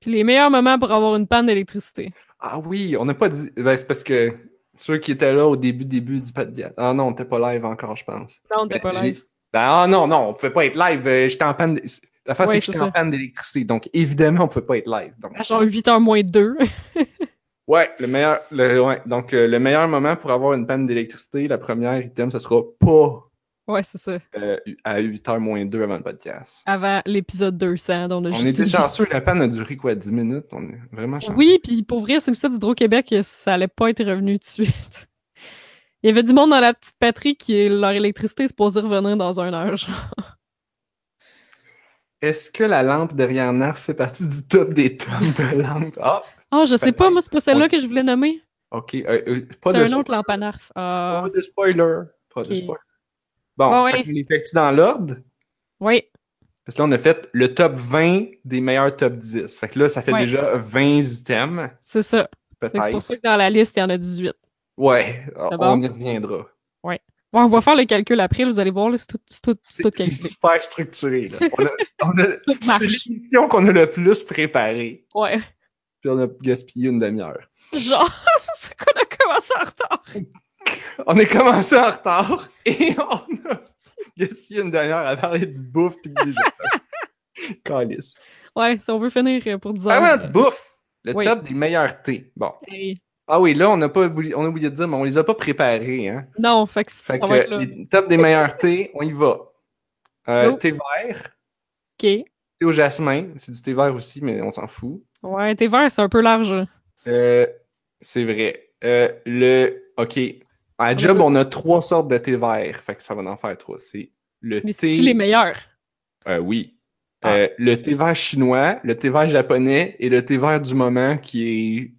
B: Puis les meilleurs moments pour avoir une panne d'électricité.
A: Ah oui, on n'a pas dit. Ben, c'est parce que ceux qui étaient là au début, début du podcast. Ah non, on n'était pas live encore, je pense.
B: Non, t'es pas
A: Ben,
B: live.
A: j'ai- Ben, ah non, non, on pouvait pas être live. euh, J'étais en panne. d- La face,
B: Ouais,
A: c'est que
B: c'est
A: j'étais en
B: ça.
A: panne d'électricité. Donc, évidemment, on pouvait pas être live. Donc,
B: À Genre 8h moins 2.
A: Ouais, le meilleur, le- ouais, donc euh, le meilleur moment pour avoir une panne d'électricité, la première item, ça sera pas
B: ouais, c'est ça.
A: euh, à 8h moins 2 avant le podcast.
B: Avant l'épisode 200. dont on a
A: On
B: juste
A: était
B: eu-
A: chanceux, la panne a duré quoi, 10 minutes? On est vraiment chanceux.
B: Oui, puis pour vrai, sur le site d'Hydro-Québec, ça allait pas être revenu tout de suite. Il y avait du monde dans la petite patrie qui leur électricité est supposée revenir dans un heure. genre.
A: Est-ce que la lampe derrière Narf fait partie du top des tops de lampes? Ah,
B: Ah, je sais
A: Ben,
B: pas, moi, c'est pas celle-là
A: on-
B: que je voulais nommer.
A: ok. euh, euh, pas,
B: C'est
A: de
B: un
A: spo-
B: autre lampanarf. Ah,
A: pas de spoiler. Pas de
B: Ok.
A: spoiler. Bon,
B: Ah ouais.
A: fait qu'on les fait-tu dans l'ordre?
B: oui.
A: Parce que là, on a fait le top 20 des meilleurs top 10. Fait que là, ça fait
B: Ouais.
A: déjà 20 items,
B: C'est ça. Fait que C'est pour
A: peut-être.
B: ça que dans la liste, il y en a 18.
A: Ouais,
B: D'abord.
A: on y reviendra.
B: Bon, on va faire le calcul après, vous allez voir, là, c'est tout, c'est tout, c'est
A: C'est
B: tout
A: c'est
B: calculé.
A: super structuré. Là. On a- on a- c'est
B: marche.
A: l'émission qu'on a le plus préparée.
B: Ouais.
A: Puis on a gaspillé une demi-heure.
B: Genre, c'est pour ça qu'on a commencé en retard.
A: on est commencé en retard et on a gaspillé une dernière à parler de bouffe pis de déjeuner. Calice.
B: Ouais, si on veut finir euh, pour 10 heures.
A: Parlant de bouffe, le
B: Oui.
A: top des meilleurs thés. Bon.
B: hey.
A: Ah oui, là, on a, pas oublié, on a oublié de dire, mais on les a pas préparés. Hein?
B: Non, fait que
A: Fait
B: ça
A: que
B: va être là.
A: les top des meilleurs thés, on y va. Euh,
B: Go.
A: thé vert,
B: OK.
A: thé au jasmin. C'est du thé vert aussi, mais on s'en fout.
B: Ouais, t'es vert, c'est un peu large. là.
A: Euh, c'est vrai. Euh, le. OK. À Job, on a trois sortes de thé vert. Fait que ça va en faire trois. C'est le
B: Mais
A: thé.
B: c'est-tu les meilleurs?
A: Euh, oui.
B: Ah.
A: Euh, le thé vert chinois, le thé vert japonais et le thé vert du moment qui est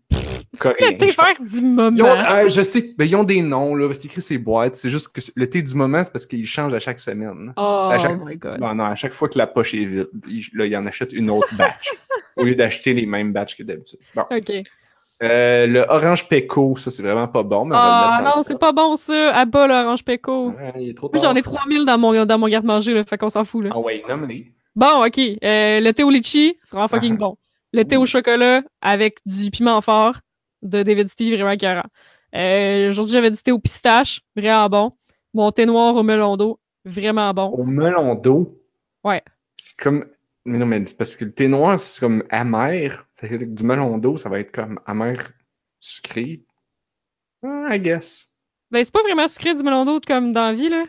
A: coréen.
B: Le thé
A: je pense.
B: vert du moment.
A: Ils ont- euh, je sais, mais ils ont des noms, là, parce qu'ils écrivent ces boîtes. C'est juste que le thé du moment, c'est parce qu'ils changent à chaque semaine.
B: Oh
A: à chaque-
B: my god.
A: Non, non, à chaque fois que la poche est vide, ils, là, ils en achètent une autre batch, au lieu d'acheter les mêmes batchs que d'habitude. Bon.
B: OK.
A: Euh, le orange péco, ça, c'est vraiment pas bon, mais on va
B: Ah
A: le mettre dans
B: non,
A: le
B: c'est
A: top.
B: pas bon ça. À bas l'orange péco.
A: Ah, il est trop
B: Moi, J'en ai
A: tard.
B: 3000 dans mon, dans mon garde-manger, là, fait qu'on s'en fout. Là.
A: Ah ouais, nomme-les.
B: Bon, OK. Euh, le thé au litchi, c'est vraiment fucking bon. Le thé au chocolat avec du piment fort de David Steve, vraiment écœurant. Euh, Aujourd'hui, j'avais du thé au pistache, vraiment bon. Mon thé noir au melon d'eau, vraiment bon.
A: Au melon d'eau.
B: Ouais.
A: C'est comme. Mais non, mais parce que le thé noir, c'est comme amer. Fait que avec du melon d'eau, ça va être comme amer sucré. Ah, I guess.
B: Ben, c'est pas vraiment sucré du melon d'eau comme dans la vie, là.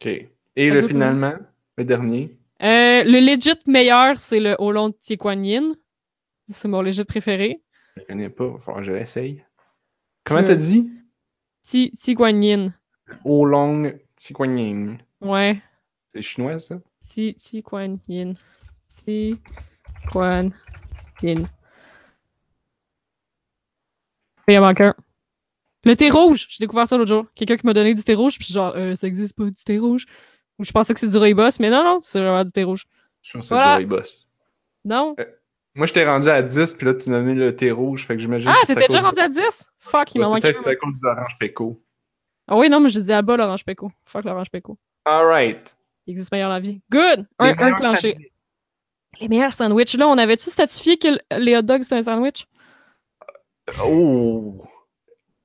A: OK. Et
B: Ça
A: le
B: goûte-
A: finalement, le dernier.
B: Euh, le legit meilleur, c'est le Hollande de Tiquan Yin. C'est mon legit préféré.
A: Je ne connais pas, il va falloir que je l'essaye. Comment
B: Je-
A: t'as dit?
B: Ti- Tiquan Yin.
A: Oolong Tikuanying.
B: Ouais.
A: C'est chinois, ça?
B: Si, si, Quan Yin. Si, Quan Yin. Il y en manque un. Le thé rouge, j'ai découvert ça l'autre jour. Quelqu'un qui m'a donné du thé rouge, puis genre, euh, ça existe pas du thé rouge. Ou je pensais que c'est du rooibos, mais non, non, c'est vraiment du thé rouge.
A: Je suis sûr que c'est
B: Voilà.
A: du rooibos.
B: Non.
A: Moi, je t'ai rendu à 10, puis là, tu nommais le thé rouge, fait que j'imagine
B: Ah,
A: que c'est à
B: t'étais déjà
A: cause
B: rendu
A: de-
B: à 10? Fuck, il
A: Ouais,
B: m'en
A: C'est
B: manque un.
A: peut-être à cause de l'orange péco.
B: Ah oui, non, mais je disais à bas l'orange péco. Fuck l'orange péco.
A: All right.
B: Il existe meilleur dans la vie. Good!
A: Les
B: Un, un
A: meilleurs
B: clenché.
A: sandwichs.
B: Les meilleurs sandwichs. Là, on avait-tu statifié que l- les hot dogs c'était un sandwich?
A: Oh!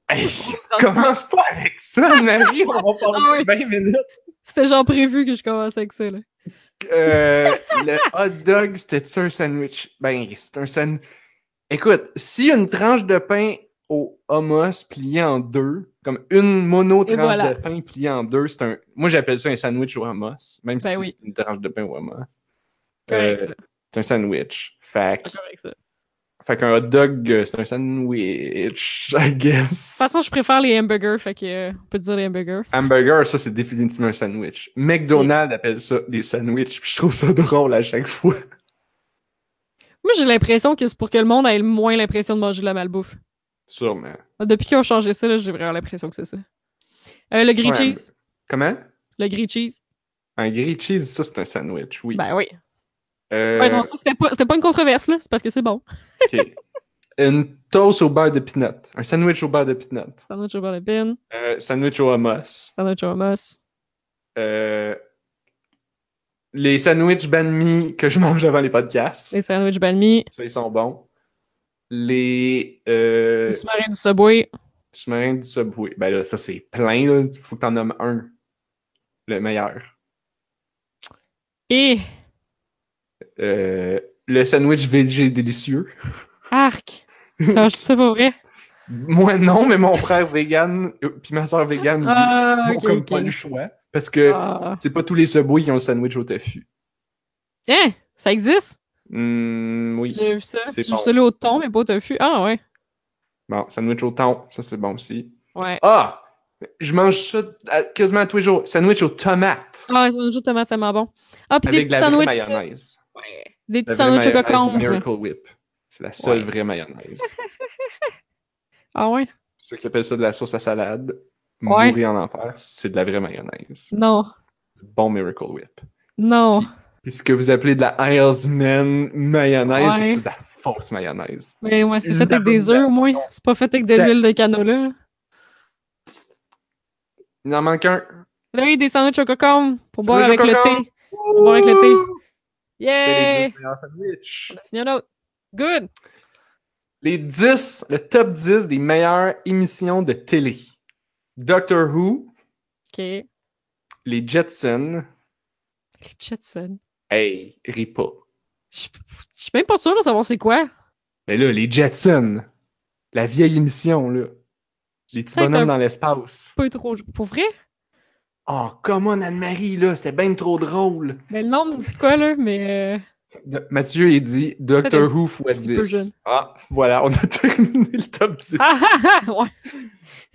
A: Hey, commence pas avec ça, Marie, on va
B: Ah oui.
A: passer 20 minutes.
B: C'était genre prévu que je commence avec ça, là.
A: Euh, le hot dog, c'était-tu un sandwich? Ben, c'est un sandwich. Écoute, si une tranche de pain au hummus pliée en deux, comme une mono-tranche
B: Et voilà.
A: de pain pliée en deux, c'est un. Moi, j'appelle ça un sandwich au hummus, même
B: Ben
A: si
B: oui.
A: c'est une tranche de pain au hummus.
B: Correct,
A: Euh,
B: ça.
A: c'est un sandwich. Fait,
B: C'est
A: que-
B: correct, ça. De
A: fait qu'un hot dog, euh, c'est un sandwich, I guess.
B: toute façon, je préfère les hamburgers, fait que euh, on peut dire les hamburgers.
A: Hamburger, ça, c'est définitivement un sandwich. McDonald's appelle ça des sandwichs, puis je trouve ça drôle à chaque fois.
B: Moi, j'ai l'impression que c'est pour que le monde ait le moins l'impression de manger de la malbouffe.
A: Sûrement.
B: Depuis qu'ils ont changé ça, là, j'ai vraiment l'impression que c'est ça. Euh, le grilled
A: Ouais,
B: cheese.
A: Comment?
B: Le grilled cheese.
A: Un grilled cheese, ça, c'est un sandwich, oui.
B: Ben oui.
A: Euh,
B: Ouais, non, ça, c'était pas, c'était pas une controverse, là. C'est parce que c'est bon.
A: ok. Une toast au beurre de peanut. Un sandwich au beurre de peanut.
B: Sandwich au beurre de pin,
A: Euh, sandwich au hummus.
B: sandwich au hummus.
A: Euh, les sandwichs banh mi que je mange avant les podcasts.
B: Les sandwichs balmi,
A: Ça, ils sont bons. Les euh,
B: du sous-marin du Subway.
A: sous-marins du Subway. Ben là, ça, c'est plein. Là. Faut que t'en nommes un. Le meilleur.
B: Et...
A: Euh, le sandwich végé délicieux.
B: Arc! Ça, je- c'est pas vrai.
A: Moi non, mais mon frère vegan euh, puis ma soeur vegan oui,
B: Ah,
A: ont
B: ok,
A: comme
B: ok.
A: pas le choix hein, parce que
B: Ah.
A: c'est pas tous les Subway qui ont le sandwich au tofu.
B: Hein? Ça existe?
A: Hmm, oui.
B: J'ai vu ça. J'ai
A: C'est
B: vu
A: bon.
B: ça là au thon, mais pas au tofu. Ah, ouais.
A: Bon, sandwich au thon, ça c'est bon aussi.
B: Ouais.
A: Ah, je mange ça à- quasiment tous les jours. Sandwich aux tomates
B: Ah, sandwich de tomate, c'est tellement bon. Ah, puis des
A: avec de
B: petits
A: la vraie
B: sandwichs.
A: mayonnaise.
B: Ouais. Des
A: La vraie
B: petits sandwichs au
A: mayonnaise
B: cocombe.
A: Miracle Whip. C'est la seule
B: Ouais.
A: vraie mayonnaise.
B: Ah ouais?
A: Ceux qui appellent ça de la sauce à salade,
B: Ouais.
A: mourir en enfer, c'est de la vraie mayonnaise.
B: Non.
A: Du Bon Miracle Whip.
B: Non.
A: Puis- Puis ce que vous appelez de la Heilsman mayonnaise,
B: Ouais.
A: c'est de la fausse mayonnaise.
B: Mais ouais, c'est
A: une
B: fait avec des œufs au moins.
A: abomination.
B: C'est pas fait avec de
A: Ben-
B: l'huile de canola.
A: Il en manque un.
B: Là, il y a des sandwichs au cocombe pour boire
A: Sandwich
B: avec
A: au
B: le
A: cocombe.
B: thé. Pour boire avec le thé.
A: Et Les 10
B: Yay!
A: meilleurs sandwichs.
B: On a fini un autre. Good!
A: Les 10, le top 10 des meilleures émissions de télé. Doctor Who,
B: OK.
A: les Jetsons.
B: Jetson.
A: Hey, ris pas.
B: Je je suis même pas sûre de savoir c'est quoi.
A: Mais là, les Jetsons, la vieille émission, là. Les petits
B: Ça, c'est un-
A: bonhommes dans l'espace.
B: Pas trop. Pour vrai?
A: Oh, comment Anne-Marie, là, c'était bien trop drôle.
B: Mais le nom me dit de quoi, là? Mais. euh,
A: De- Mathieu, il dit Doctor Who x
B: petit peu jeune.
A: 10. Ah, voilà, on a terminé le top 10.
B: Ah ah ah!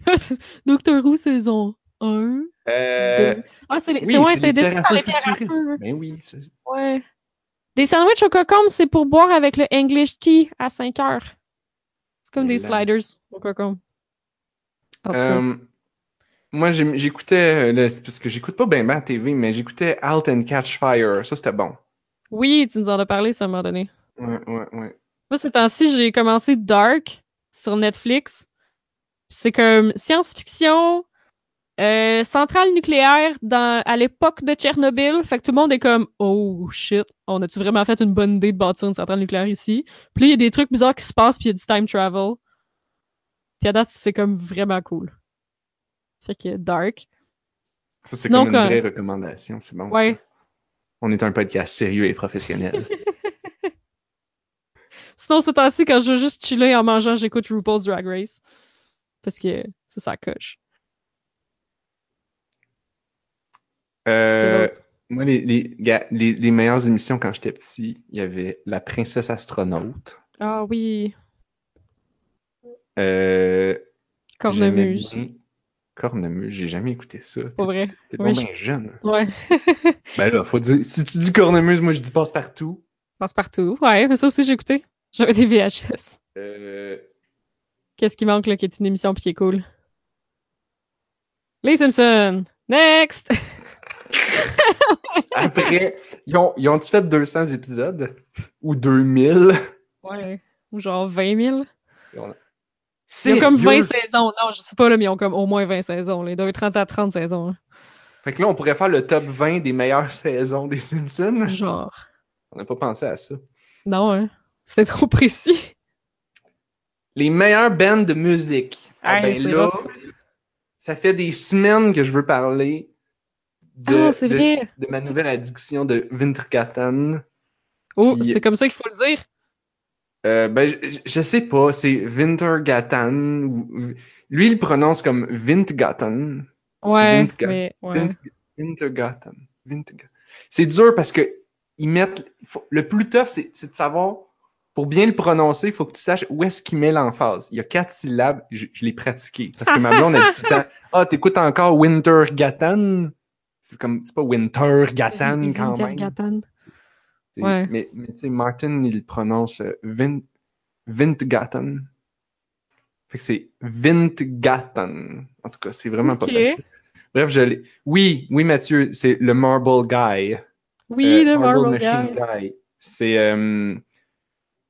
B: Ouais. Doctor Who saison 1.
A: Euh,
B: Ah, c'est les.
A: oui,
B: c'est ouais,
A: c'est
B: c'est
A: les
B: des
A: pierres à
B: dessins par
A: feu
B: les pierres à
A: futuristes.
B: feu.
A: Ben oui, c'est-
B: Ouais. Des sandwichs au cocombe, c'est pour boire avec le English tea à 5 heures. C'est comme des
A: Là.
B: sliders au cocombe. En tout cas,
A: Euh, moi, j'aim- j'écoutais, euh, le- c'est parce que j'écoute pas bien ben TV, mais j'écoutais Out and Catch Fire. Ça, c'était bon.
B: Oui, tu nous en as parlé, ça, à un moment donné.
A: Ouais, ouais, ouais.
B: Moi, ces temps-ci, j'ai commencé Dark sur Netflix. Puis C'est comme science-fiction, euh, centrale nucléaire dans, à l'époque de Tchernobyl. Fait que tout le monde est comme « Oh shit, on a-tu vraiment fait une bonne idée de bâtir une centrale nucléaire ici? » Puis là, il y a des trucs bizarres qui se passent, puis il y a du time travel. Puis à date, c'est comme vraiment cool. Fait que Dark.
A: Ça, c'est
B: Sinon,
A: comme une
B: quand-
A: vraie recommandation. C'est bon.
B: euh, Ouais.
A: ça. On est un podcast sérieux et professionnel.
B: Sinon, ces temps-ci, quand je veux juste chiller en mangeant, j'écoute RuPaul's Drag Race. Parce que c'est ça coche.
A: Euh,
B: Qu'est-ce
A: moi, les, les, gars, les, les meilleures émissions quand j'étais petit, il y avait La Princesse Astronaute.
B: Ah oui,
A: Euh, j'aimais
B: cornemuse.
A: bien- Cornemuse, j'ai jamais écouté ça.
B: Pour vrai.
A: T'es
B: Oui,
A: donc bien jeune.
B: Ouais.
A: Ben là, faut dire, si tu dis Cornemuse, moi je dis passe-partout.
B: Passe-partout. Ouais, mais ça aussi, j'ai écouté. J'avais des VHS.
A: Euh,
B: Qu'est-ce qui manque, là, qui est une émission puis qui est cool? Les Simpsons! Next!
A: Après, ils ont, ils ont-tu fait 200 épisodes? Ou 2000?
B: Ouais. Ou genre 20 000. Ils
A: C'est
B: ont comme 20 saisons. Non, je sais pas, là, mais ils ont comme au moins 20 saisons. Là. Ils doivent être 30 à 30 saisons. là.
A: Fait que là, on pourrait faire le top 20 des meilleures saisons des Simpsons.
B: Genre.
A: On n'a pas pensé à ça.
B: Non, hein. C'est trop précis.
A: Les meilleures bands de musique. Ah
B: Hey,
A: ben
B: c'est
A: là,
B: rough, ça.
A: ça fait des semaines que je veux parler de,
B: Ah, c'est
A: de-
B: vrai.
A: de ma nouvelle addiction de Wintergatan.
B: Oh,
A: Puis-
B: c'est comme ça qu'il faut le dire.
A: Euh, ben, je- je, je sais pas, c'est Wintergatan. ou- Lui, il prononce comme Vintgatan.
B: Ouais.
A: Vingt-quatre.
B: Mais, ouais.
A: Vint- Wintergarten. Wintergarten. C'est dur parce que ils mettent. il faut- le plus tough, c'est c'est de savoir. Pour bien le prononcer, il faut que tu saches où est-ce qu'il met l'emphase. Il y a quatre syllabes, je, je l'ai pratiqué. Parce que ma blonde a dit tout le temps Ah, t'écoutes encore Wintergatan C'est comme, c'est pas Wintergatan quand même.
B: Gatane.
A: C'est-
B: ouais.
A: Mais, mais tu sais, Martin, il le prononce euh, Vin, Vintgatan. Fait que c'est Vintgatan. En tout cas, c'est vraiment
B: Ok.
A: pas facile. Bref, je l'ai. Oui, oui, Mathieu, c'est le Marble Guy.
B: Oui,
A: Euh,
B: le Marvel
A: Machine
B: Guy.
A: Guy. C'est. euh,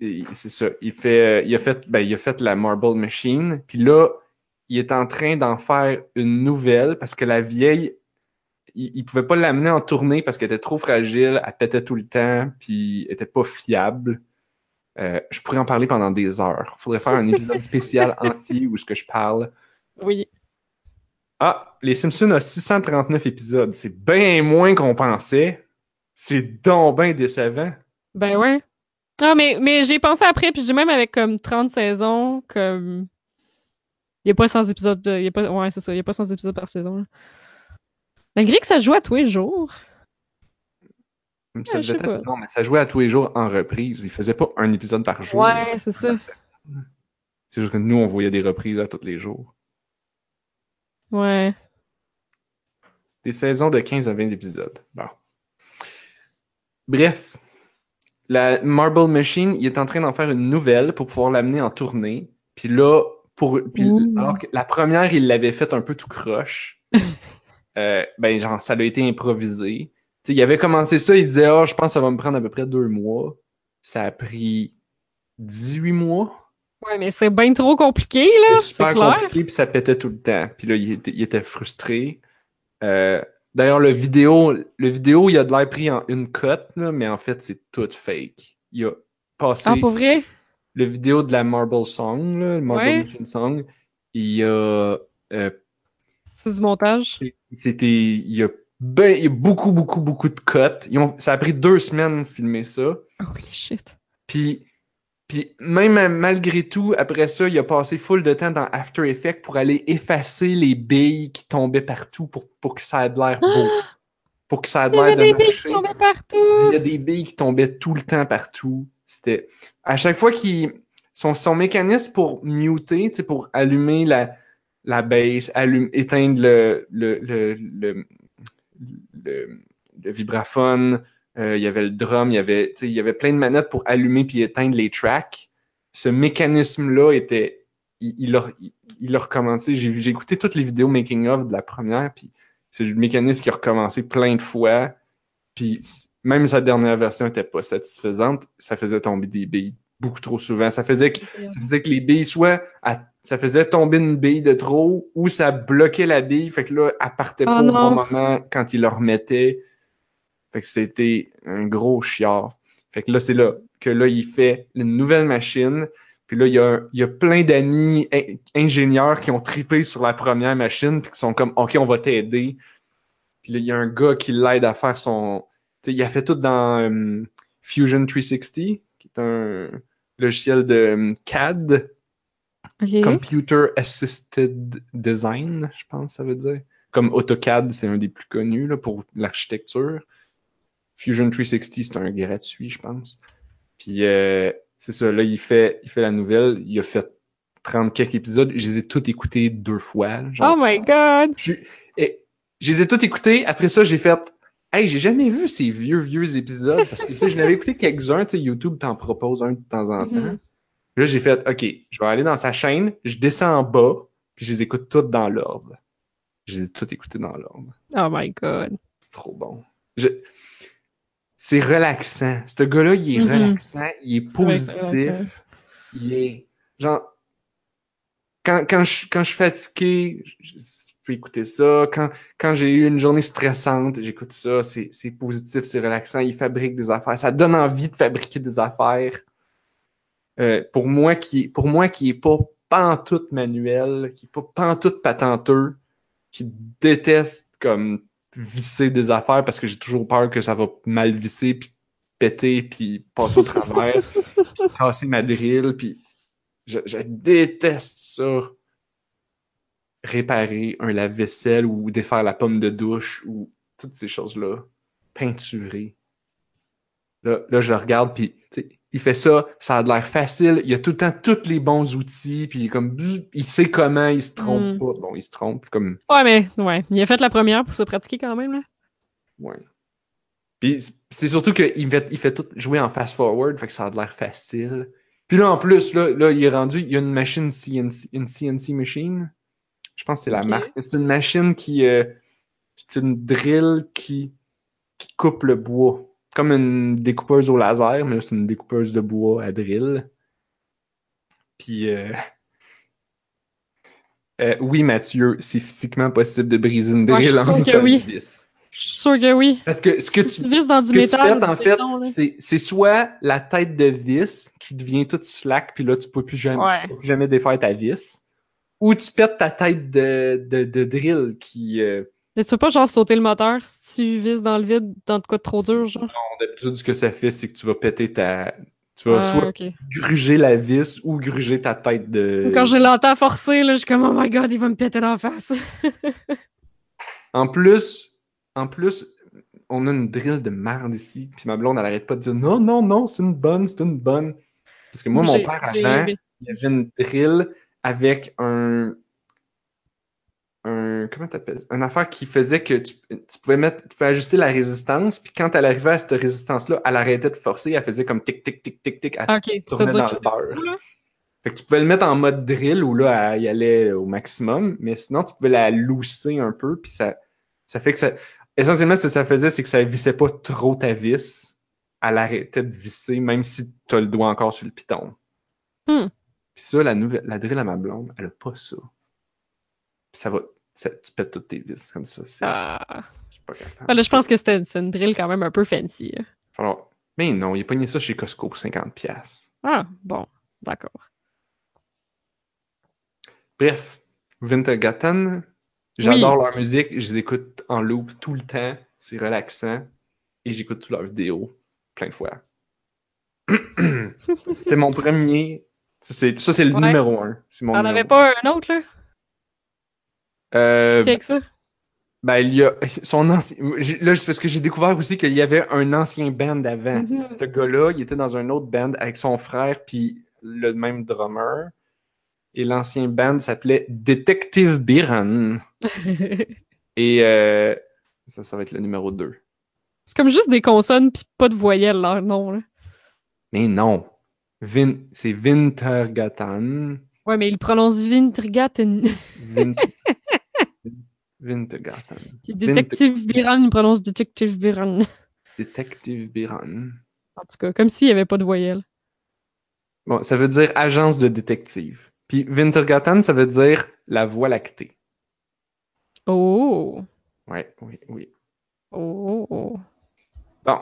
A: il- c'est ça. Il, fait, euh, il, a fait, ben, il a fait la Marble Machine. Puis là, il est en train d'en faire une nouvelle parce que la vieille, il, il pouvait pas l'amener en tournée parce qu'elle était trop fragile, elle pétait tout le temps, puis elle était pas fiable. Euh, je pourrais en parler pendant des heures. Faudrait faire un épisode spécial entier où ce que je parle.
B: Oui.
A: Ah, les Simpsons a 639 épisodes. C'est bien moins qu'on pensait. C'est donc bien décevant.
B: Ben ouais. Ah, mais, mais j'ai pensé après, puis j'ai même avec comme 30 saisons, comme. Il n'y a pas 100 épisodes. De... il Y a pas... Ouais, c'est ça. Il n'y a pas 100 épisodes par saison. là. Malgré que ça joue à tous les jours.
A: Ça
B: Ouais, Ah, je
A: devait
B: sais
A: être- Non, mais ça jouait à tous les jours en reprise. Ils faisaient pas un épisode par jour.
B: Ouais, c'est ça.
A: C'est juste que nous, on voyait des reprises à tous les jours.
B: Ouais.
A: Des saisons de 15 à 20 épisodes. Bon. Bref, la Marble Machine, il est en train d'en faire une nouvelle pour pouvoir l'amener en tournée. Puis là, pour, puis-
B: Ouh.
A: alors que la première, il l'avait faite un peu tout croche. Euh, ben, genre, ça a été improvisé. Tu sais, il avait commencé ça, il disait, oh, je pense que ça va me prendre à peu près deux mois. Ça a pris 18 mois.
B: Ouais, mais c'est bien trop compliqué, là.
A: C'était
B: C'est
A: super
B: clair.
A: compliqué, puis ça pétait tout le temps. Puis là, il était, il était frustré. Euh, D'ailleurs, le vidéo, le vidéo, il a de l'air pris en une cote, là, mais en fait, c'est tout fake. Il a passé
B: Ah, pour vrai?
A: le vidéo de la Marble Song, là, le Marble
B: Ouais.
A: Machine Song. Il a euh,
B: C'est du montage.
A: C'était. Il y a, ben- il y a beaucoup, beaucoup, beaucoup de cotes. Ils ont- Ça a pris deux semaines de filmer ça.
B: Holy shit.
A: Puis, puis même euh, malgré tout, après ça, il a passé full de temps dans After Effects pour aller effacer les billes qui tombaient partout pour, pour que ça ait de l'air beau. Pour que ça ait de
B: Ah! Il y avait
A: l'air
B: des
A: de
B: billes qui
A: marcher.
B: tombaient partout.
A: Il y a des billes qui tombaient tout le temps partout. C'était à chaque fois qu'il son, son mécanisme pour muter, tu sais, pour allumer la la bass, allume, éteindre le le le le, le- le vibraphone, euh, il y avait le drum, il y avait tu sais, il y avait plein de manettes pour allumer puis éteindre les tracks. Ce mécanisme là était il, il a il, il a recommencé. J'ai vu- j'ai écouté toutes les vidéos making of de la première puis c'est le mécanisme qui a recommencé plein de fois. Puis s- même sa dernière version n'était pas satisfaisante. Ça faisait tomber des billes beaucoup trop souvent. Ça faisait que, ça faisait que les billes, soit à- ça faisait tomber une bille de trop ou ça bloquait la bille. Fait que là, elle partait pas
B: Oh
A: au bon
B: non.
A: moment quand il la remettait. Fait que c'était un gros chiard. Fait que là, c'est là que là, il fait une nouvelle machine. Puis là, il y a, il y a plein d'amis in- ingénieurs qui ont tripé sur la première machine puis qui sont comme « OK, on va t'aider ». Puis là, il y a un gars qui l'aide à faire son... tu sais, il a fait tout dans euh, Fusion 360, qui est un logiciel de euh, CAD,
B: Ok.
A: Computer Assisted Design, je pense ça veut dire. Comme AutoCAD, c'est un des plus connus là, pour l'architecture. Fusion 360, c'est un gratuit, je pense. Puis euh, c'est ça, là, il fait, il fait la nouvelle. Il a fait 30 quelques épisodes. Je les ai tous écoutés deux fois. là, genre.
B: Oh my god.
A: Je, et, je les ai tous écoutés. Après ça, j'ai fait Hey, j'ai jamais vu ces vieux, vieux épisodes parce que tu sais, je n'avais écouté quelques-uns. Tu sais, YouTube t'en propose un de temps en temps.
B: Mhm.
A: Là, j'ai fait OK, je vais aller dans sa chaîne, je descends en bas, puis je les écoute toutes dans l'ordre. Je les ai toutes écoutées dans l'ordre.
B: Oh my god.
A: C'est trop bon. Je... C'est relaxant. Ce gars-là, il est
B: Mhm.
A: relaxant, il est
B: vrai que c'est relaxant.
A: positif. Il est. Genre. Quand, quand, je, quand je suis fatigué, je, je peux écouter ça. Quand, quand j'ai eu une journée stressante, j'écoute ça. C'est c'est positif, c'est relaxant. Il fabrique des affaires. Ça donne envie de fabriquer des affaires. Euh, pour moi qui pour moi qui est pas pantoute manuel, qui est pas pantoute patenteux, qui déteste comme visser des affaires parce que j'ai toujours peur que ça va mal visser puis péter puis passer au travers, puis casser ma drill puis je, je déteste ça. Réparer un lave-vaisselle ou défaire la pomme de douche ou toutes ces choses-là. Peinturer. Là, là, je le regarde, puis tu sais, il fait ça, ça a de l'air facile, il a tout le temps tous les bons outils, puis il est comme bzz, il sait comment, il se trompe
B: Mm.
A: pas. Bon, il se trompe comme
B: Ouais, mais ouais. Il a fait la première pour se pratiquer quand même, là.
A: ouais. Puis c'est- c'est surtout qu'il fait, il fait tout jouer en fast forward, fait que ça a de l'air facile. Puis là, en plus, là, là, il est rendu, il y a une machine CNC, une CNC machine. Je pense que c'est la
B: Ok.
A: marque. C'est une machine qui. euh, c'est une drill qui, qui coupe le bois. Comme une découpeuse au laser, mais là, c'est une découpeuse de bois à drill. Puis. euh, euh, oui, Mathieu, c'est physiquement possible de briser une
B: Ouais, je suis
A: drill en
B: sûre
A: une
B: que
A: seule
B: oui.
A: vis.
B: Je suis sûre que oui.
A: Parce que ce que
B: Si
A: tu
B: tu vises dans
A: ce
B: du
A: que
B: métal.
A: tu
B: du
A: fais, en
B: béton,
A: fait,
B: là.
A: c'est- c'est soit la tête de vis qui devient toute slack, puis là, tu peux plus jamais, tu
B: Ouais.
A: peux plus jamais défaire ta vis, ou tu pètes ta tête de, de, de drill qui, euh,
B: Mais tu peux pas, genre, sauter le moteur si tu vises dans le vide, dans de quoi de trop dur, genre.
A: bon, d'habitude, ce que ça fait, c'est que tu vas péter ta... Tu vas
B: Ah,
A: soit
B: ok.
A: gruger la vis ou gruger ta tête de...
B: Quand je l'entends forcer, là, je suis comme, oh my god, il va me péter dans la face.
A: En plus, en plus, on a une drill de merde ici, puis ma blonde, elle arrête pas de dire « Non, non, non, c'est une bonne, c'est une bonne. » Parce que moi, mon
B: J'ai-
A: père,
B: j'ai
A: avant...
B: aimé.
A: il y avait une drill avec un un comment t'appelles une affaire qui faisait que tu, tu pouvais mettre tu pouvais ajuster la résistance puis quand elle arrivait à cette résistance là elle arrêtait de forcer elle faisait comme tic tic tic tic tic elle
B: Ah, Ok, tu
A: tournait dans le beurre fait que tu pouvais le mettre en mode drill où là elle y allait au maximum mais sinon tu pouvais la lousser un peu puis ça ça fait que ça essentiellement ce que ça faisait c'est que ça vissait pas trop ta vis elle arrêtait de visser même si tu as le doigt encore sur le piton puis ça, la, nouvelle, la drill à ma blonde, elle a pas ça. Puis ça va. ça- tu pètes toutes tes vis comme ça. C'est
B: Ah.
A: je suis pas capable.
B: là, je pense que c'était c'est une drill quand même un peu fancy. hein.
A: Alors, mais non, il a pogné ça chez Costco pour 50$.
B: Ah, bon, d'accord.
A: Bref, Wintergatan, J'adore leur musique, je les écoute en loop tout le temps, c'est relaxant, et j'écoute toutes leurs vidéos plein de fois. C'était mon premier. Ça, c'est, ça, c'est le
B: Ouais.
A: numéro un. C'est mon
B: T'en
A: numéro
B: avais pas un autre, là?
A: un. Euh,
B: C'était avec ça.
A: ben, il y a son ancien. j'ai- Là, c'est parce que j'ai découvert aussi qu'il y avait un ancien band avant.
B: Mhm.
A: Ce gars-là, il était dans un autre band avec son frère, puis le même drummer. Et l'ancien band s'appelait Detective Biran.
B: c'est
A: Et euh, ça, ça va être le numéro 2.
B: comme juste des consonnes pis pas de voyelles, leur nom, là.
A: Mais non. Vin... C'est Wintergatan.
B: Ouais, mais ils prononcent Vintergatten.
A: Vint... Wintergatan.
B: Puis Détective Biran, ils prononcent Détective Biran.
A: Detective Biran.
B: En tout cas, comme s'il y avait pas de voyelles.
A: Bon, ça veut dire agence de détective. Puis Wintergatan, ça veut dire la voie lactée.
B: Oh!
A: Ouais, oui, oui.
B: Oh! oh.
A: Bon.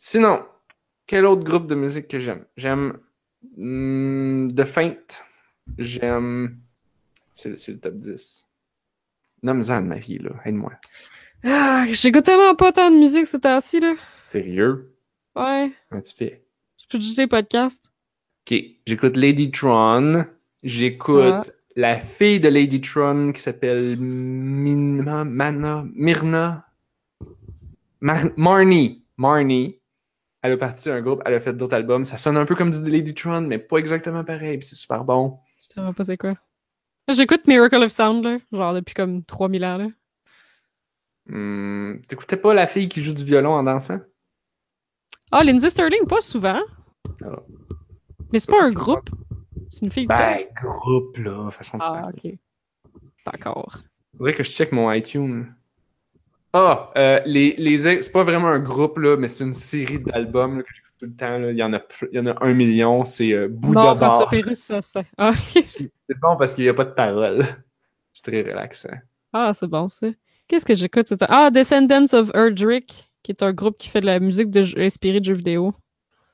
A: Sinon, quel autre groupe de musique que j'aime? J'aime hmm, The Feint. J'aime. C'est le, c'est le top 10. Nomme-en de ma vie, là. Aide-moi.
B: Ah, j'écoute tellement pas tant de musique ces temps-ci, là.
A: Sérieux?
B: Ouais.
A: Comment tu fais?
B: J'écoute juste des podcasts.
A: Ok, j'écoute Lady Tron. J'écoute
B: Ah.
A: la fille de Lady Tron qui s'appelle Mina, Mana, Myrna. Mar- Marnie. Marnie. Elle a parti d'un groupe, elle a fait d'autres albums. Ça sonne un peu comme du Lady Tron, mais pas exactement pareil. puis c'est super bon.
B: Je sais vraiment pas c'est quoi. J'écoute Miracle of Sound, là. Genre depuis comme 3000 ans, là.
A: Hmm, T'écoutais pas la fille qui joue du violon en dansant?
B: Ah, Lindsay Sterling, pas souvent.
A: Ah.
B: Mais c'est pas un groupe. C'est une fille. qui chante.
A: Ben, groupe, là, façon de
B: Ah,
A: parler.
B: ok. D'accord.
A: Faudrait que je check mon iTunes. Ah, euh, les, les ex- c'est pas vraiment un groupe, là, mais c'est une série d'albums là, que j'écoute tout le temps. là. Il, y en a, pl- il y en a un million, c'est euh, Bouddha
B: Non, François
A: Bar.
B: Pérus, ça, ça. Ah,
A: C'est c'est bon parce qu'il n'y a pas de parole. C'est très relaxant.
B: ah, c'est bon, ça. Qu'est-ce que j'écoute? c'est un- Ah, Descendants of Erdrick, qui est un groupe qui fait de la musique de jeux- inspirée de jeux vidéo.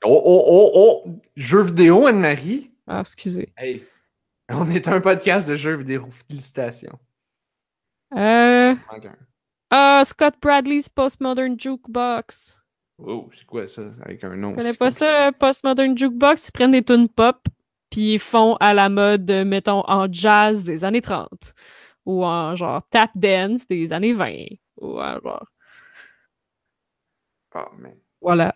A: Oh, oh, oh, oh! Jeux vidéo, Anne-Marie?
B: Ah, excusez.
A: Hey! On est un podcast de jeux vidéo. Félicitations.
B: Euh...
A: Il manque un.
B: Ah, Scott Bradley's Postmodern Jukebox.
A: Oh, c'est quoi ça? Avec un nom.
B: Tu connais
A: aussi
B: pas
A: compliqué.
B: ça, le Postmodern Jukebox? Ils prennent des tunes pop, puis ils font à la mode, euh, mettons, en jazz des années 30, ou en genre tap dance des années 20, ou en genre.
A: Ah, mais
B: Voilà.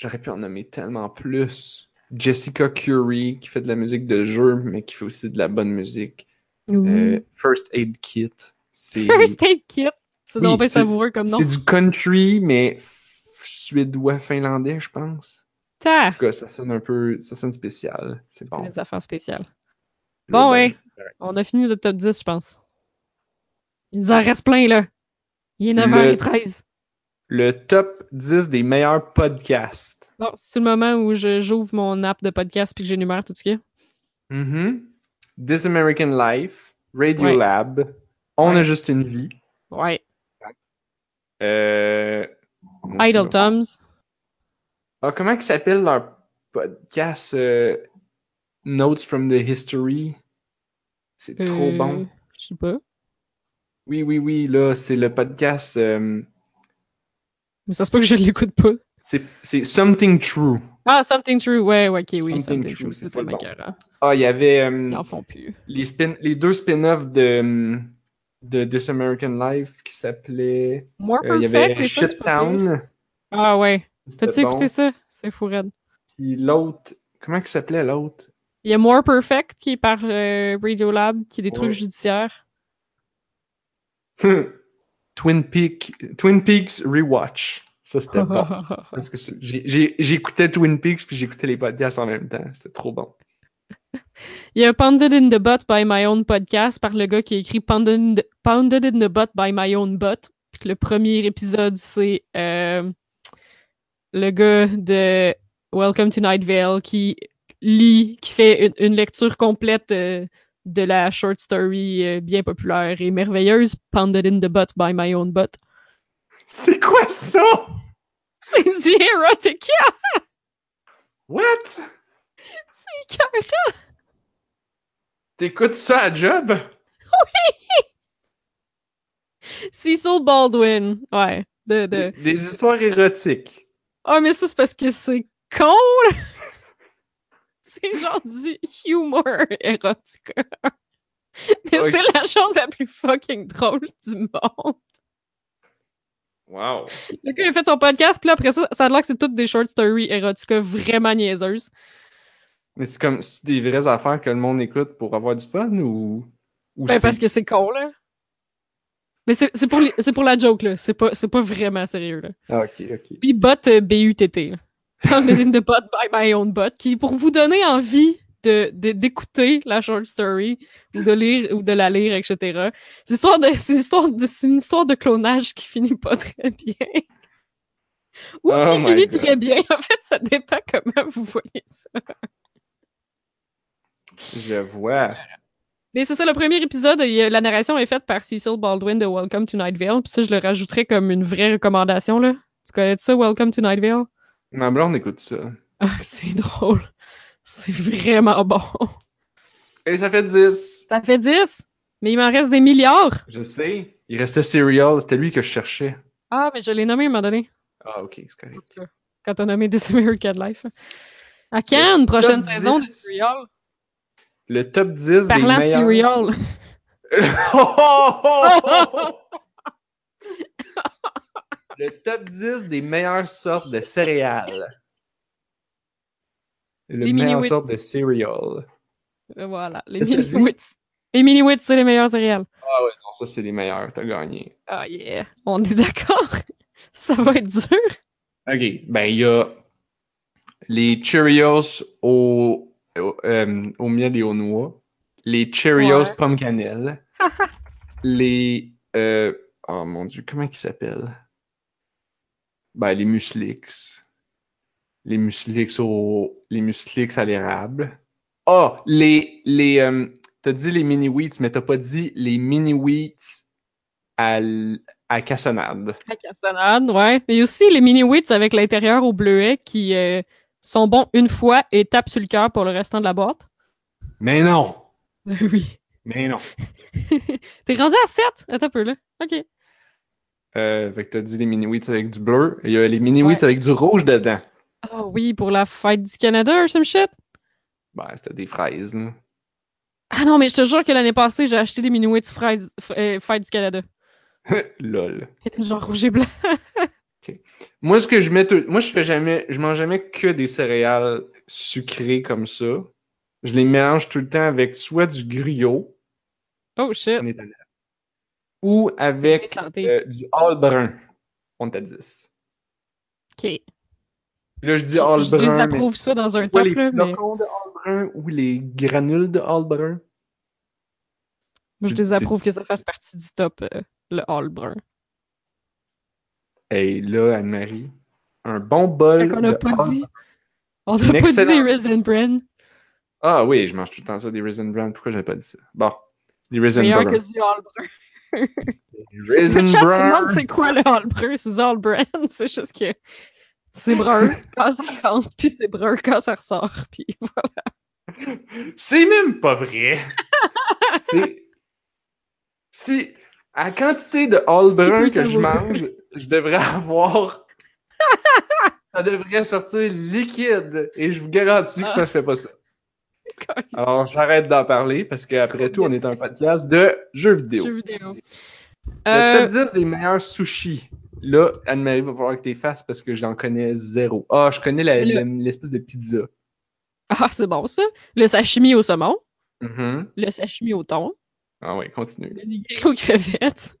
A: J'aurais pu en nommer tellement plus. Jessica Curie, qui fait de la musique de jeu, mais qui fait aussi de la bonne musique. Euh, First Aid Kit. C'est
B: Mm-hmm. First Aid Kit. C'est
A: Oui,
B: donc bien
A: c'est-
B: savoureux comme nom.
A: c'est du country, mais f- suédois, finlandais, je pense.
B: Ta!
A: En tout cas, ça sonne un peu. Ça sonne spécial. C'est bon.
B: Les affaires spéciales. Bon,
A: ouais.
B: ouais. On a fini le top 10, je pense. Il nous en reste plein, là. Il est
A: Le-
B: 9h13.
A: Le top 10 des meilleurs podcasts.
B: Bon, c'est le moment où je- j'ouvre mon app de podcast puis que j'énumère tout ce qu'il y a.
A: Mhm. This American Life, Radio
B: Ouais.
A: Lab, On a
B: Ouais.
A: juste une vie.
B: Ouais.
A: Euh... mon Dieu,
B: Idle Thumbs.
A: Ah, comment ils s'appelle leur podcast euh, Notes from the History? C'est trop
B: Euh,
A: bon.
B: Je sais pas.
A: Oui, oui, oui, là, c'est le podcast. euh,
B: Mais ça se peut que je l'écoute pas.
A: c'est c'est Something True.
B: Ah, Something True. Ouais, ouais, ok,
A: Something
B: oui. Something,
A: True,
B: True.
A: c'est
B: C'est
A: full
B: tellement
A: bon.
B: écœurant.
A: Ah, il y avait euh,
B: hein. Ils en font plus.
A: les, spin- les deux spin-offs de, euh, de This American Life qui s'appelaient.
B: More
A: euh, il y
B: Perfect.
A: avait
B: des fois, Ah, c'est pas pire.
A: Shittown.
B: Ah, ouais.
A: c'était
B: T'as-tu
A: bon.
B: écouté ça? C'est fou, raide.
A: Puis l'autre. Comment il s'appelait l'autre?
B: Il y a More Perfect qui est par euh, Radio Lab, qui est des
A: Ouais.
B: trucs judiciaires.
A: Twin, Peak- Twin Peaks Rewatch. Ça, c'était bon. Parce que c'est- j'ai- j'ai- j'écoutais Twin Peaks puis j'écoutais les podcasts en même temps. C'était trop bon.
B: Il y a Pounded in the Butt by My Own Podcast par le gars qui a écrit Pounded in the, Pounded in the Butt by My Own Butt. Puis que le premier épisode, c'est euh, le gars de Welcome to Night Vale qui lit, qui fait une, une lecture complète euh, de la short story euh, bien populaire et merveilleuse Pounded in the Butt by My Own Butt.
A: C'est quoi ça?
B: C'est du érotique!
A: What?
B: C'est
A: T'écoutes ça à job?
B: Cecil Baldwin. Ouais. De, de...
A: Des, des histoires érotiques.
B: Ah, mais ça, c'est parce que c'est con, là. C'est genre du humour érotique. Mais
A: Ok.
B: c'est la chose la plus fucking drôle du monde.
A: Wow.
B: Le gars, il a fait son podcast, puis là, après ça, ça a l'air que c'est toutes des short stories érotiques vraiment niaiseuses.
A: Mais c'est comme c'est des vraies affaires que le monde écoute pour avoir du fun ou. ou
B: Ben,
A: c'est-
B: parce que c'est con, là. Mais c'est c'est pour, les- c'est pour la joke, là. C'est pas, c'est pas vraiment sérieux, là.
A: Ah, ok, ok.
B: Puis bot euh, B-U-T-T, là. Transmission de bot by my own bot, qui est pour vous donner envie de- de- d'écouter la short story ou de lire ou de la lire, etc. C'est histoire de- c'est histoire de- c'est une histoire de clonage qui finit pas très bien. Ou
A: Oh
B: qui
A: my
B: finit
A: God.
B: très bien. En fait, ça dépend comment vous voyez ça.
A: Je vois.
B: Mais c'est ça, le premier épisode, il y a- la narration est faite par Cecil Baldwin de Welcome to Night Vale. Puis ça, je le rajouterais comme une vraie recommandation, là. Tu connais ça, Welcome to Night Vale?
A: Ma blonde écoute ça.
B: Ah, c'est drôle. C'est vraiment bon.
A: Et ça fait 10.
B: Ça fait 10, mais il m'en reste des milliards.
A: Je sais. Il restait Serial, c'était lui que je cherchais.
B: Ah, mais je l'ai nommé à un moment donné.
A: Ah, ok, c'est correct.
B: En tout cas, quand on a nommé This American Life. À quand une prochaine
A: top
B: saison de
A: 10.
B: Serial?
A: Le top 10
B: Parlant
A: des
B: de
A: meilleurs.
B: Serial.
A: Oh, oh, oh, oh, oh. Le top 10 des meilleures sortes de céréales. Le
B: Les mini
A: meilleures
B: wheats.
A: sortes de cereal.
B: Voilà, les
A: Qu'est-ce que t'as dit?
B: mini-wits. Les mini-wits, c'est les meilleurs céréales.
A: Ah ouais, non, ça c'est les meilleurs, t'as gagné.
B: Ah yeah, on est d'accord. Ça va être dur.
A: Ok, ben il y a les Cheerios au, au, euh, au miel et aux noix, les Cheerios
B: Ouais.
A: pomme cannelle, les... euh, oh mon dieu, comment ils s'appellent? Ben les Muslix. Les Muslix au... Les Muslix à l'érable. Ah, les... les euh, t'as dit les mini-wheats, mais t'as pas dit les mini-wheats à, l- à cassonade.
B: La cassonade, ouais. Mais il y a aussi les mini-wits avec l'intérieur au bleuet qui euh, sont bons une fois et tapent sur le cœur pour le restant de la boîte.
A: Mais non!
B: Ben Oui.
A: Mais non!
B: T'es rendu à 7? Attends un peu, là. OK.
A: Euh, fait que t'as dit les mini-wheats avec du bleu. Il y a les mini-wheats
B: Ouais.
A: avec du rouge dedans.
B: Ah oui, pour la fête du Canada or some shit.
A: Ben, c'était des fraises, là.
B: Ah non, mais je te jure que l'année passée, j'ai acheté des mini-wits frais- f- euh, fête du Canada.
A: Lol.
B: Qui étaient genre rouge et blanc.
A: Moi, ce que je mets tout- Moi, je fais jamais... Je mange jamais que des céréales sucrées comme ça. Je les mélange tout le temps avec soit du griot,
B: Oh shit.
A: on est à neuf, ou avec
B: Santé.
A: euh, du hall brun, on est à 10.
B: OK.
A: Puis là, je dis hall
B: Je
A: brun, mais
B: désapprouve ça dans un
A: c'est soit
B: top,
A: les
B: là, mais
A: flocons de hall brun ou les granules de hall brun.
B: moi,
A: C'est-
B: je
A: c'est-
B: désapprouve que ça fasse partie du top, euh, le hall brun.
A: Hey, là, Anne-Marie, un bon bol
B: qu'on n'a
A: de
B: pas
A: Hall
B: dit. On n'a
A: Une
B: pas dit des
A: excellente-
B: Raisin Bran.
A: Ah oui, je mange tout le temps ça, des Raisin Bran. Pourquoi j'avais pas dit ça? Bon, des Raisin
B: Meilleur
A: Bran.
B: que du All Brun.
A: Des
B: Le chat
A: Raisin
B: se demande
A: Bran!
B: c'est quoi le All Brun. C'est du All Brun. C'est juste que c'est brun quand ça rentre, puis c'est brun quand ça ressort. Puis voilà.
A: C'est même pas vrai! C'est... Si... À quantité de All
B: C'est
A: Brun
B: plus
A: que je
B: savoureux.
A: mange, je devrais avoir... ça devrait sortir liquide. Et je vous garantis que ça se fait pas ça.
B: Ah.
A: Alors, j'arrête d'en parler parce qu'après tout, on est un podcast de jeux vidéo.
B: Jeux vidéo.
A: Le
B: Euh,
A: top 10 des meilleurs sushis. Là, Anne-Marie va falloir que tu fasses parce que j'en connais zéro. Ah, je connais la-
B: Le-
A: la- l'espèce de pizza.
B: Ah, c'est bon ça. Le sashimi au saumon.
A: Mhm.
B: Le sashimi au thon.
A: Ah oui, continue.
B: Le nigiri aux crevettes.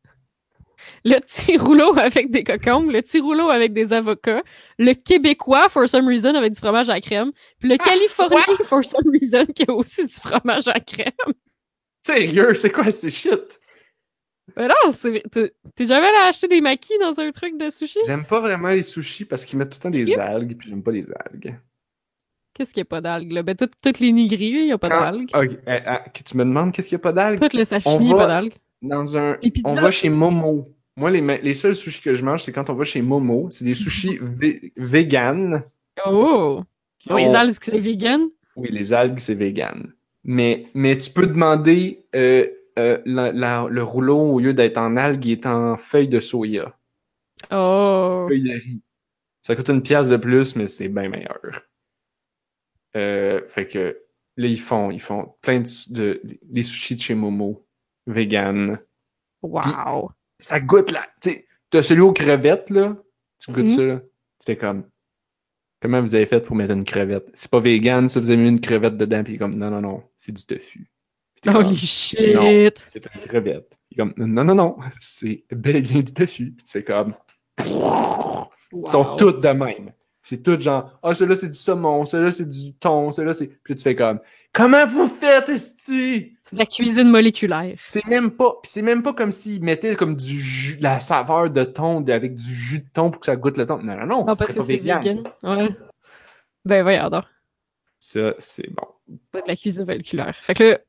B: Le petit rouleau avec des cocombes, le petit rouleau avec des avocats, le québécois, for some reason, avec du fromage à la crème, puis le californien, for some reason, qui a aussi du fromage à la crème.
A: Sérieux, c'est quoi ces shit?
B: Mais non, c'est- t'es t'es jamais allé acheter des maquis dans un truc de sushi?
A: J'aime pas vraiment les sushis parce qu'ils mettent tout le temps des
B: Yep.
A: algues, puis j'aime pas les algues.
B: Qu'est-ce qu'il n'y a pas d'algues, là? Ben, tout- toutes les nigris, il n'y a pas
A: Quand-
B: d'algues.
A: Ok, euh, euh, que tu me demandes qu'est-ce qu'il y a pas d'algues?
B: Tout le
A: on
B: sashimi, il n'y a
A: va-
B: pas d'algues.
A: Dans un.
B: Les pizzas.
A: On va chez Momo. Moi, les, me- les seuls sushis que je mange, c'est quand on va chez Momo. C'est des sushis vé- vegan.
B: Oh!
A: qui
B: Oh, les
A: ont-
B: algues, c'est vegan?
A: Oui, les algues, c'est vegan. Mais, mais tu peux demander euh, euh, la- la- le rouleau, au lieu d'être en algues, il est en feuilles de soya.
B: Oh.
A: Feuilles de riz. Ça coûte une pièce de plus, mais c'est bien meilleur. Euh, fait que là, ils font, ils font plein de, su- de- des sushis de chez Momo, vegan.
B: Wow.
A: Ça goûte là. Tu sais, t'as celui aux crevettes, là. Tu goûtes
B: Mhm.
A: ça, là. Tu fais comme. Comment vous avez fait pour mettre une crevette? C'est pas vegan, ça, vous avez mis une crevette dedans, puis il est comme, non, non, non, c'est du tofu. Puis t'es comme,
B: Holy shit.
A: Non. c'est une crevette. Il est comme, non, non, non, c'est bel et bien du tofu. Puis tu fais comme,
B: Wow.
A: ils sont toutes de même. C'est tout genre, ah, celui-là, c'est du saumon, celui-là, c'est du thon, celui-là, c'est. Puis tu fais comme, comment vous faites, Esti?
B: C'est de la cuisine moléculaire.
A: C'est même pas, puis c'est même pas comme s'ils mettaient comme du jus, la saveur de thon de- avec du jus de thon pour que ça goûte le thon. Non, non, non,
B: Non,
A: c'est
B: Ah, parce
A: pas
B: que c'est
A: vegan.
B: vegan. Ouais. Ben voyons donc.
A: Ça, c'est bon.
B: Pas de la cuisine moléculaire. Fait que là,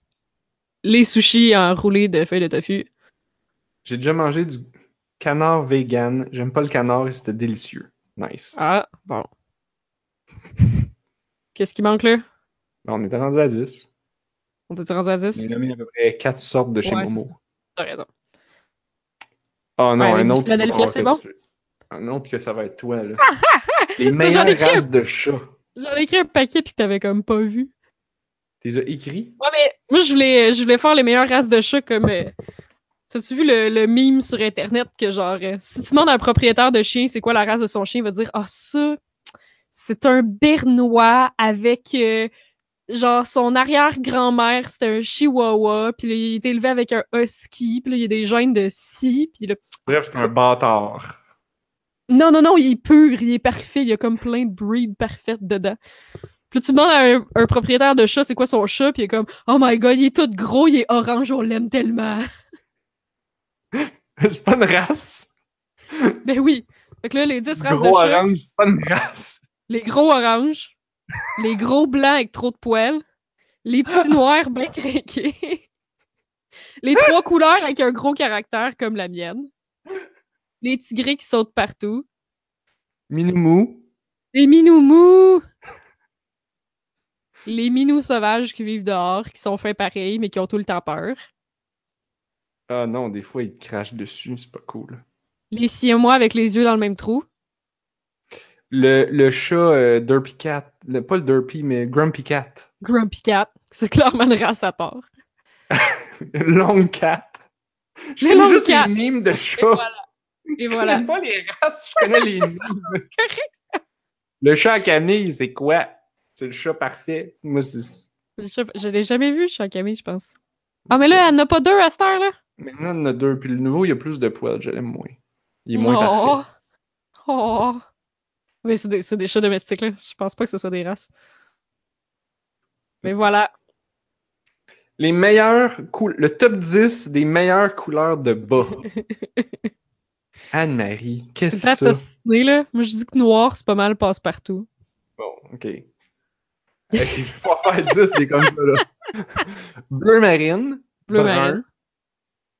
B: les sushis enroulés de feuilles de tofu.
A: J'ai déjà mangé du canard vegan. J'aime pas le canard et c'était délicieux. Nice.
B: Ah, bon. Qu'est-ce qui manque là?
A: On était rendu à 10.
B: On est rendu à 10?
A: Il a mis à peu près 4 sortes de chez
B: Ouais,
A: Momo.
B: c'est T'as raison.
A: Ah non,
B: Ouais, avec
A: un
B: du
A: autre.
B: Philadelphia, c'est
A: oh,
B: bon?
A: tu- Un autre que ça va être toi, là. Les
B: Ça, j'en
A: meilleures
B: écris un-
A: races de chats.
B: J'en ai écrit un paquet puis que t'avais comme pas vu.
A: T'es déjà écrit?
B: Ouais, mais moi, je voulais, je voulais faire les meilleures races de chats comme. euh, T'as-tu vu le, le meme sur Internet que genre, euh, si tu demandes à un propriétaire de chien c'est quoi la race de son chien, il va dire Ah, ça, c'est un bernois avec. euh, genre, son arrière-grand-mère, c'était un chihuahua, puis là, il est élevé avec un husky, puis là, il y a des gènes de si, puis là.
A: Bref, c'est un bâtard.
B: Non, non, non, il est pur, il est parfait, il y a comme plein de breeds parfaites dedans. Puis là, tu demandes à un, un propriétaire de chat c'est quoi son chat, puis il est comme Oh my god, il est tout gros, il est orange, on l'aime tellement.
A: c'est pas une race.
B: ben oui. Fait que là, les 10 races de
A: Gros
B: chats,
A: orange, c'est pas une race.
B: les gros oranges, les gros blancs avec trop de poils, les petits noirs bien craqués, les trois couleurs avec un gros caractère comme la mienne, les tigrés qui sautent partout,
A: Minimou.
B: les minous mous, les minous sauvages qui vivent dehors, qui sont faits pareil, mais qui ont tout le temps peur,
A: Ah non, des fois, il te crache dessus, c'est pas cool.
B: les siamois avec les yeux dans le même trou,
A: Le, le chat euh, Derpy Cat. Le- pas le Derpy, mais Grumpy Cat.
B: Grumpy Cat, c'est clairement une race à part.
A: Long Cat. Je
B: Les
A: connais
B: longs
A: juste
B: cats.
A: les mimes de
B: Et
A: chats.
B: voilà. Et
A: je
B: voilà.
A: connais pas les races, je connais les mimes.
B: C'est correct.
A: Le chat à Camille, c'est quoi? C'est le chat parfait. Moi, c'est.
B: Je, sais pas, je l'ai jamais vu, chez Camille, je pense. Ah, mais là, elle n'a pas deux à cette heure-là.
A: Maintenant, il y en a deux. Puis le nouveau, il y a plus de poils. Je l'aime moins. Il est moins
B: oh.
A: parfait.
B: Oh. Mais c'est des, c'est des chats domestiques, là. Je pense pas que ce soit des races. Mais voilà.
A: Les meilleures cou- Le top 10 des meilleures couleurs de bas. Anne-Marie, qu'est-ce que
B: C'est
A: c'est ça?
B: assassiné, là. Moi, je dis que noir, c'est pas mal, passe partout.
A: Bon, OK. OK, je vais pouvoir faire 10 des comme ça, là. Bleu marine.
B: Bleu
A: brun.
B: marine.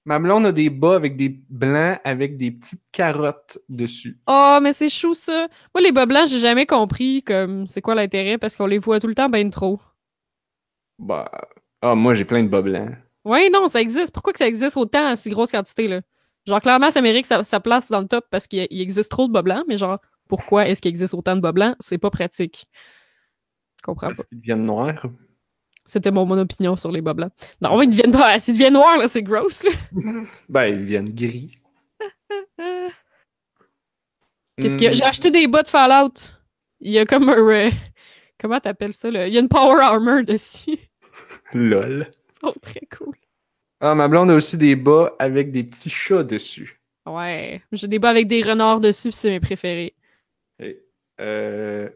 A: Ma blonde a des bas avec des blancs avec des petites carottes dessus.
B: Oh, mais c'est chou, ça. Moi, les bas blancs, j'ai jamais compris, comme, c'est quoi l'intérêt, parce qu'on les voit tout le temps ben trop.
A: Bah. Ah, moi, j'ai plein de bas blancs.
B: Ouais, non, ça existe. Pourquoi que ça existe autant en si grosse quantité, là? Genre, clairement, ça mérite sa, sa place dans le top parce qu'il il existe trop de bas blancs, mais genre, pourquoi est-ce qu'il existe autant de bas blancs? C'est pas pratique. Je comprends pas.
A: Parce qu'ils deviennent noirs.
B: C'était mon, mon opinion sur les bas blancs. Non, ils deviennent pas. S'ils deviennent noirs, là, c'est gross, là.
A: Ben, ils deviennent gris.
B: Euh, Qu'est-ce qu'il y a?
A: Hmm.
B: J'ai acheté des bas de Fallout. Il y a comme un. euh, comment t'appelles ça, là? Il y a une Power Armor dessus.
A: Hmm, LOL.
B: Ils sont très cool.
A: Ah, ma blonde a aussi des bas avec des petits chats dessus.
B: Ouais. J'ai des bas avec des renards dessus, pis c'est mes préférés.
A: Et, euh,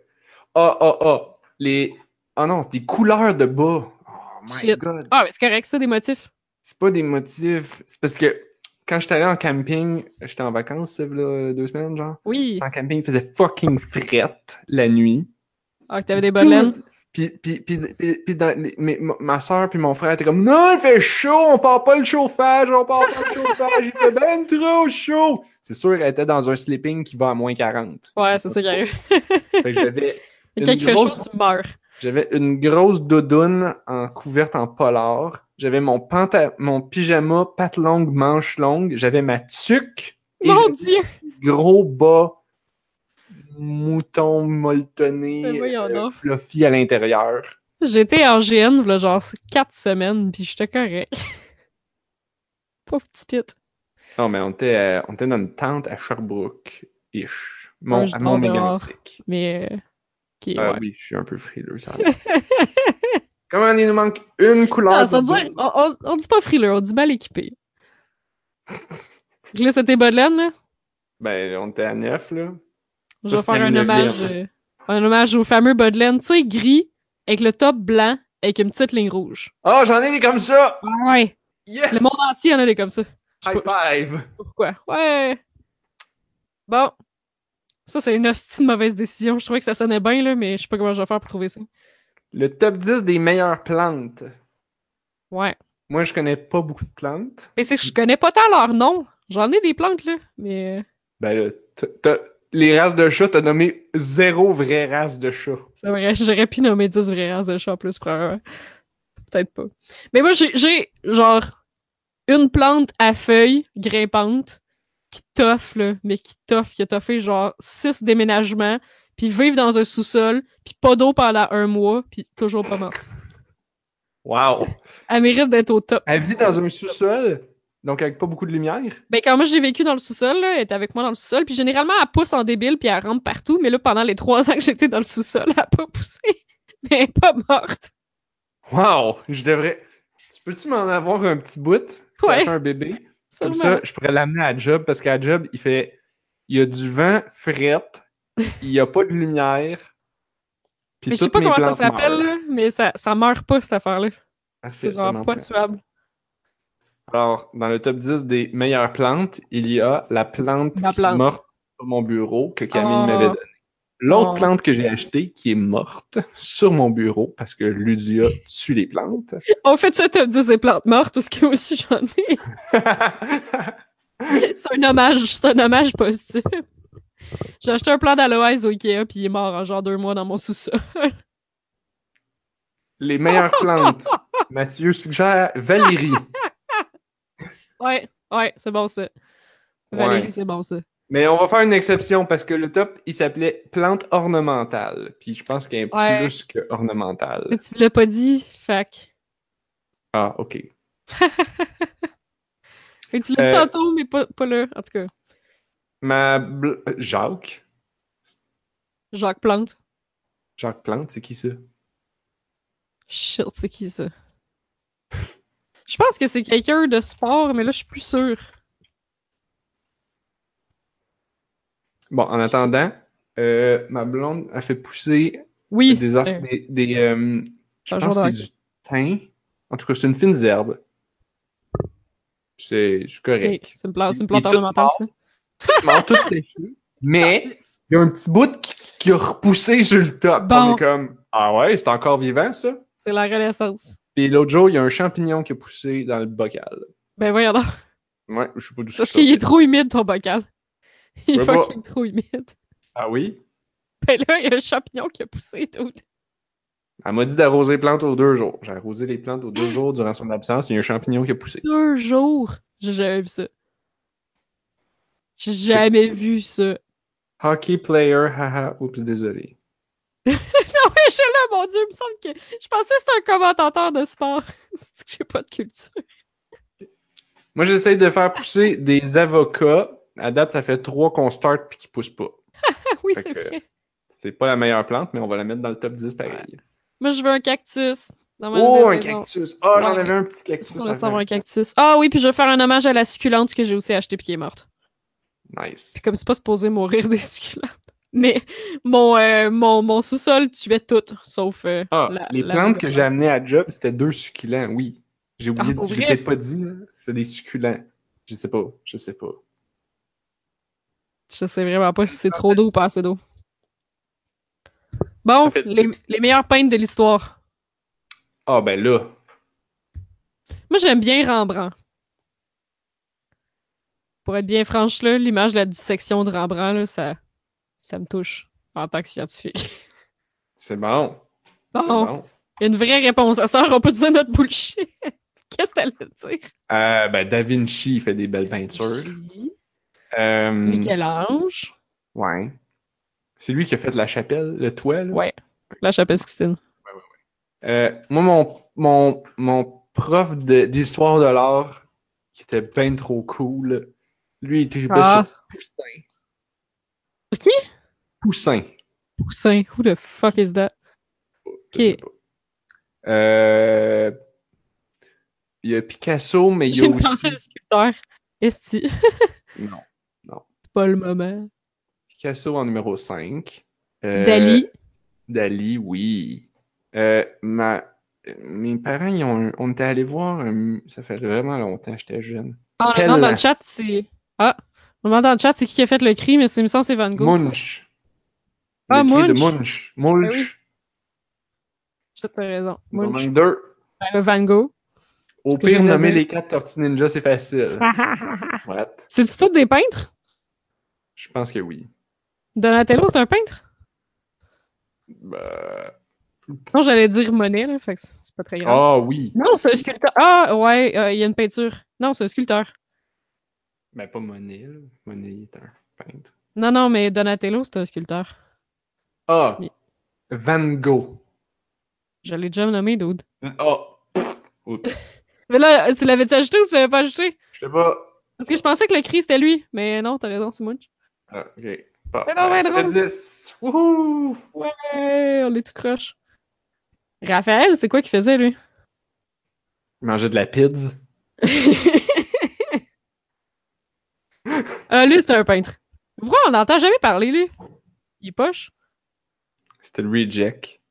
A: Ah, ah, ah. Les... Ah non, c'est des couleurs de bas. Oh my
B: Shit.
A: god.
B: Ah, mais c'est correct, ça, des motifs.
A: C'est pas des motifs. C'est parce que quand j'étais allé en camping, j'étais en vacances, ça, v'là deux semaines, genre.
B: Oui.
A: En camping, il faisait fucking frette la nuit.
B: Ah, que t'avais des bonnes laines.
A: Puis, puis, puis, puis, puis dans les- mes- ma- ma soeur puis mon frère étaient comme Non, il fait chaud, on part pas le chauffage, on part pas le chauffage, il fait ben trop chaud. C'est sûr, elle était dans un sleeping qui va à moins 40.
B: Ouais, c'est ça qui arrive.
A: Fait que j'avais
B: Et
A: Une
B: quand il fait chaud,
A: grosse-
B: tu meurs.
A: J'avais une grosse doudoune en couverte en polar. J'avais mon, panta- mon pyjama patte longue, manche longue. J'avais ma tuque. Et
B: Mon
A: j'avais
B: Dieu!
A: un gros bas mouton molletonné,
B: Ben voyons
A: euh,
B: donc.
A: fluffy à l'intérieur.
B: J'étais en GN, v'là genre quatre semaines, puis j'étais correct. Pauvre petit pit.
A: Non, mais on était, euh, on était dans une tente à Sherbrooke-ish. Mon,
B: Ouais, je
A: à mont
B: dors dehors. Mais. euh, ok,
A: Euh,
B: ouais.
A: Oui, je suis un peu frileux, ça. va. Comment il nous manque une couleur?
B: Ah, ça
A: pour
B: veut dire- on, on- on dit pas frileux, on dit mal équipé. Là, c'était bas de laine, là.
A: Ben, on était à neuf, là.
B: Je
A: Ça,
B: vais
A: c'était
B: faire un
A: le
B: hommage,
A: lien.
B: euh, un hommage au fameux bas de laine, tu sais, gris, avec le top blanc, avec une petite ligne rouge.
A: Ah, j'en ai des comme ça!
B: Ouais.
A: Yes!
B: Le monde entier en a des comme ça. Je sais
A: High
B: pas
A: five!
B: pourquoi. Ouais. Bon. Ça, c'est une hostie de mauvaise décision. Je trouvais que ça sonnait bien, là, mais je sais pas comment je vais faire pour trouver ça.
A: Le top 10 des meilleures plantes.
B: Ouais.
A: Moi, je connais pas beaucoup de plantes.
B: Mais c'est que je connais pas tant leur nom. J'en ai des plantes, là. Mais euh,
A: Ben là, t'as- t'as- les races de chats, t'as nommé zéro vraie race de chat.
B: c'est vrai, j'aurais pu nommer 10 vraies races de chats en plus, probablement. Peut-être pas. Mais moi, j'ai, j'ai, genre, une plante à feuilles grimpante qui toffe, là. Mais qui toffe, qui a toffé, genre, 6 déménagements, puis vivre dans un sous-sol, puis pas d'eau pendant un mois, puis toujours pas morte.
A: Wow!
B: Elle mérite d'être au top.
A: Elle vit dans un sous-sol, donc avec pas beaucoup de lumière.
B: Ben, quand moi j'ai vécu dans le sous-sol, là, elle était avec moi dans le sous-sol, puis généralement elle pousse en débile puis elle rampe partout, mais là pendant les trois ans que j'étais dans le sous-sol, elle a pas poussé, mais elle est pas morte.
A: Wow! Je devrais. Tu peux-tu m'en avoir un petit bout? Ça
B: Ouais.
A: fait un bébé. Comme
B: Sûrement.
A: ça, je pourrais l'amener à job parce qu'à job, il fait. Il y a du vent frette, il n'y a pas de lumière. Puis
B: mais je sais
A: toutes
B: pas
A: mes
B: comment ça
A: plantes
B: s'appelle,
A: meurent.
B: là, mais ça, ça meurt pas cette affaire-là.
A: Ah, c'est-
B: C'est
A: ça
B: genre
A: m'en
B: pas
A: prend.
B: tuable.
A: Alors, dans le top 10 des meilleures plantes, il y a la plante,
B: La
A: qui est
B: plante.
A: morte sur mon bureau que Camille
B: Oh.
A: m'avait donnée. L'autre
B: Oh.
A: plante que j'ai achetée qui est morte sur mon bureau parce que Ludia tue les plantes.
B: On fait ça top 10 des plantes mortes, parce que moi aussi j'en ai. c'est un hommage, c'est un hommage positif. J'ai acheté un plant d'aloès au Ikea puis il est mort en genre deux mois dans mon sous-sol.
A: Les meilleures plantes. Mathieu suggère Valérie.
B: Ouais, ouais, c'est bon ça. Valérie, c'est bon ça.
A: Mais on va faire une exception parce que le top, il s'appelait plante ornementale. Puis je pense qu'elle est
B: Ouais.
A: plus que ornementale.
B: Tu l'as pas dit, fac.
A: Ah, OK.
B: Et tu l'as dit
A: Euh,
B: tantôt, mais pas, pas là. En tout cas,
A: Ma bl- Jacques.
B: Jacques Plante.
A: Jacques Plante, c'est qui ça?
B: Shit, c'est qui ça? Je pense que c'est quelqu'un de sport, mais là, je suis plus sûre.
A: Bon, en attendant, euh, ma blonde a fait pousser
B: Oui.
A: des, ar-
B: euh,
A: des, des, euh, je pense
B: Un
A: que
B: jour
A: c'est
B: de
A: du thym. En tout cas, c'est une fine herbe. C'est c'est
B: ok,
A: correct.
B: C'est une plante, c'est une
A: Il-
B: plante
A: il est tout
B: ornementale, ça.
A: Bon, tout séché, mais il y a un petit bout qui, qui a repoussé sur le top.
B: Bon.
A: On est comme Ah ouais, c'est encore vivant ça?
B: C'est la renaissance.
A: Puis l'autre jour, il y a un champignon qui a poussé dans le bocal.
B: Ben voyons donc.
A: Ouais, je sais pas d'où ça Ben
B: Parce qu'il
A: sort.
B: est trop humide, ton bocal. Il
A: Je sais
B: est
A: pas.
B: fucking trop humide.
A: Ah oui?
B: Ben là, il y a un champignon qui a poussé tout.
A: Elle m'a dit d'arroser les plantes aux deux jours. J'ai arrosé les plantes aux deux jours durant son absence. Il y a un champignon qui a poussé.
B: Deux jours. J'ai jamais vu ça. J'ai jamais vu ça.
A: Hockey player, haha, oups, désolé.
B: Non, mais Ah je suis là, mon Dieu, il me semble que. Je pensais que c'était un commentateur de sport. C'est que j'ai pas de culture.
A: Moi, j'essaye de faire pousser des avocats. À date, ça fait trois qu'on start puis qu'ils poussent pas.
B: Ah oui,
A: Fait
B: c'est
A: que-
B: vrai.
A: C'est pas la meilleure plante, mais on va la mettre dans le top 10 pareil.
B: Moi, je veux un cactus. Dans ma
A: Oh,
B: nouvelle
A: un
B: maison.
A: cactus! Ah, j'en
B: Ouais.
A: avais un petit
B: Je
A: cactus.
B: pourrais
A: avant.
B: savoir un cactus. Ah oui, puis je vais faire un hommage à la succulente que j'ai aussi achetée puis qui est morte.
A: Nice.
B: Puis comme c'est pas supposé mourir des succulentes. Mais mon, euh, mon, mon sous-sol tuait toutes, sauf euh,
A: Ah,
B: la-
A: les
B: la
A: plantes que
B: nouvelle
A: j'ai amenées à job, c'était deux succulents, oui. J'ai oublié,
B: pour
A: je
B: vrai?
A: l'ai peut-être pas dit, là. c'est des succulents. Je sais pas, je sais pas.
B: plante. Je sais vraiment pas si c'est trop d'eau ou pas assez d'eau. Bon,
A: En fait,
B: les, les meilleurs peintres de l'histoire.
A: Ah, ben là,
B: Moi, j'aime bien Rembrandt. Pour être bien franche, là, l'image de la dissection de Rembrandt, là, ça, ça me touche en tant que scientifique.
A: c'est bon. C'est
B: Bon, il y a une vraie réponse à ça. On peut dire notre bullshit. Qu'est-ce que t'allais dire?
A: Euh, ben, Da Vinci il fait des belles peintures.
B: Oui.
A: Euh,
B: Michel-Ange.
A: ouais. C'est lui qui a fait la chapelle, le toit. là.
B: Ouais. La chapelle Sixtine.
A: Euh, moi, mon, mon, mon prof de- d'histoire de, l'art, qui était bien trop cool, lui, il tripait
B: Ah.
A: sur Poussin.
B: Sur qui?
A: Poussin.
B: Poussin. Who the fuck is that?
A: Je sais pas. Euh, il y a Picasso, mais il y
B: J'ai
A: a
B: pensé
A: aussi.
B: le sculpteur. Esti.
A: Non.
B: C'est pas le moment.
A: Picasso en numéro 5. Euh,
B: Dali.
A: Dali, oui. Euh, ma- Mes parents, ils ont... on était allés voir, un- ça fait vraiment longtemps, j'étais jeune.
B: Ah, on
A: Quel-
B: demande dans le chat, c'est. Ah! On demande dans le chat, c'est qui qui a fait le cri, mais c'est, il me semble, que c'est Van Gogh.
A: Munch.
B: Ah,
A: Le cri de
B: Munch.
A: Munch. Munch.
B: J'ai pas raison.
A: Il en
B: Munch.
A: manque deux.
B: Ben, le Van Gogh.
A: Au
B: Ce que je
A: pire,
B: viens de
A: nommer
B: dire.
A: les quatre Tortues Ninja, c'est facile. What?
B: C'est-tu tous des peintres?
A: Je pense que oui.
B: Donatello, c'est un peintre?
A: Bah,
B: Non, j'allais dire Monet, là, fait que c'est pas très grave.
A: Ah oui.
B: Non, c'est un sculpteur. Ah, ouais, euh, il y a une peinture. Non, c'est un sculpteur.
A: Mais pas Monet. là. Monet il est un peintre.
B: Non, non, mais Donatello, c'est un sculpteur.
A: Ah!
B: Mais-
A: Van Gogh.
B: Je l'ai déjà nommé, dude.
A: Ah! Pff, Oups.
B: Mais là, tu l'avais-tu ajouté ou tu l'avais pas ajouté?
A: Je sais pas.
B: Parce que je pensais que le cri, c'était lui. Mais non, t'as raison, c'est Munch.
A: Ah, ok. Bon,
B: Mais non, mais
A: ça fait
B: drôle.
A: 10. Wouhou!
B: Hey, on est tout croche. Raphaël, c'est quoi qu'il faisait, lui?
A: Manger de la pizza.
B: Ah, lui, c'était un peintre. Pourquoi on n'entend jamais parler, lui? Il est poche.
A: C'était le reject.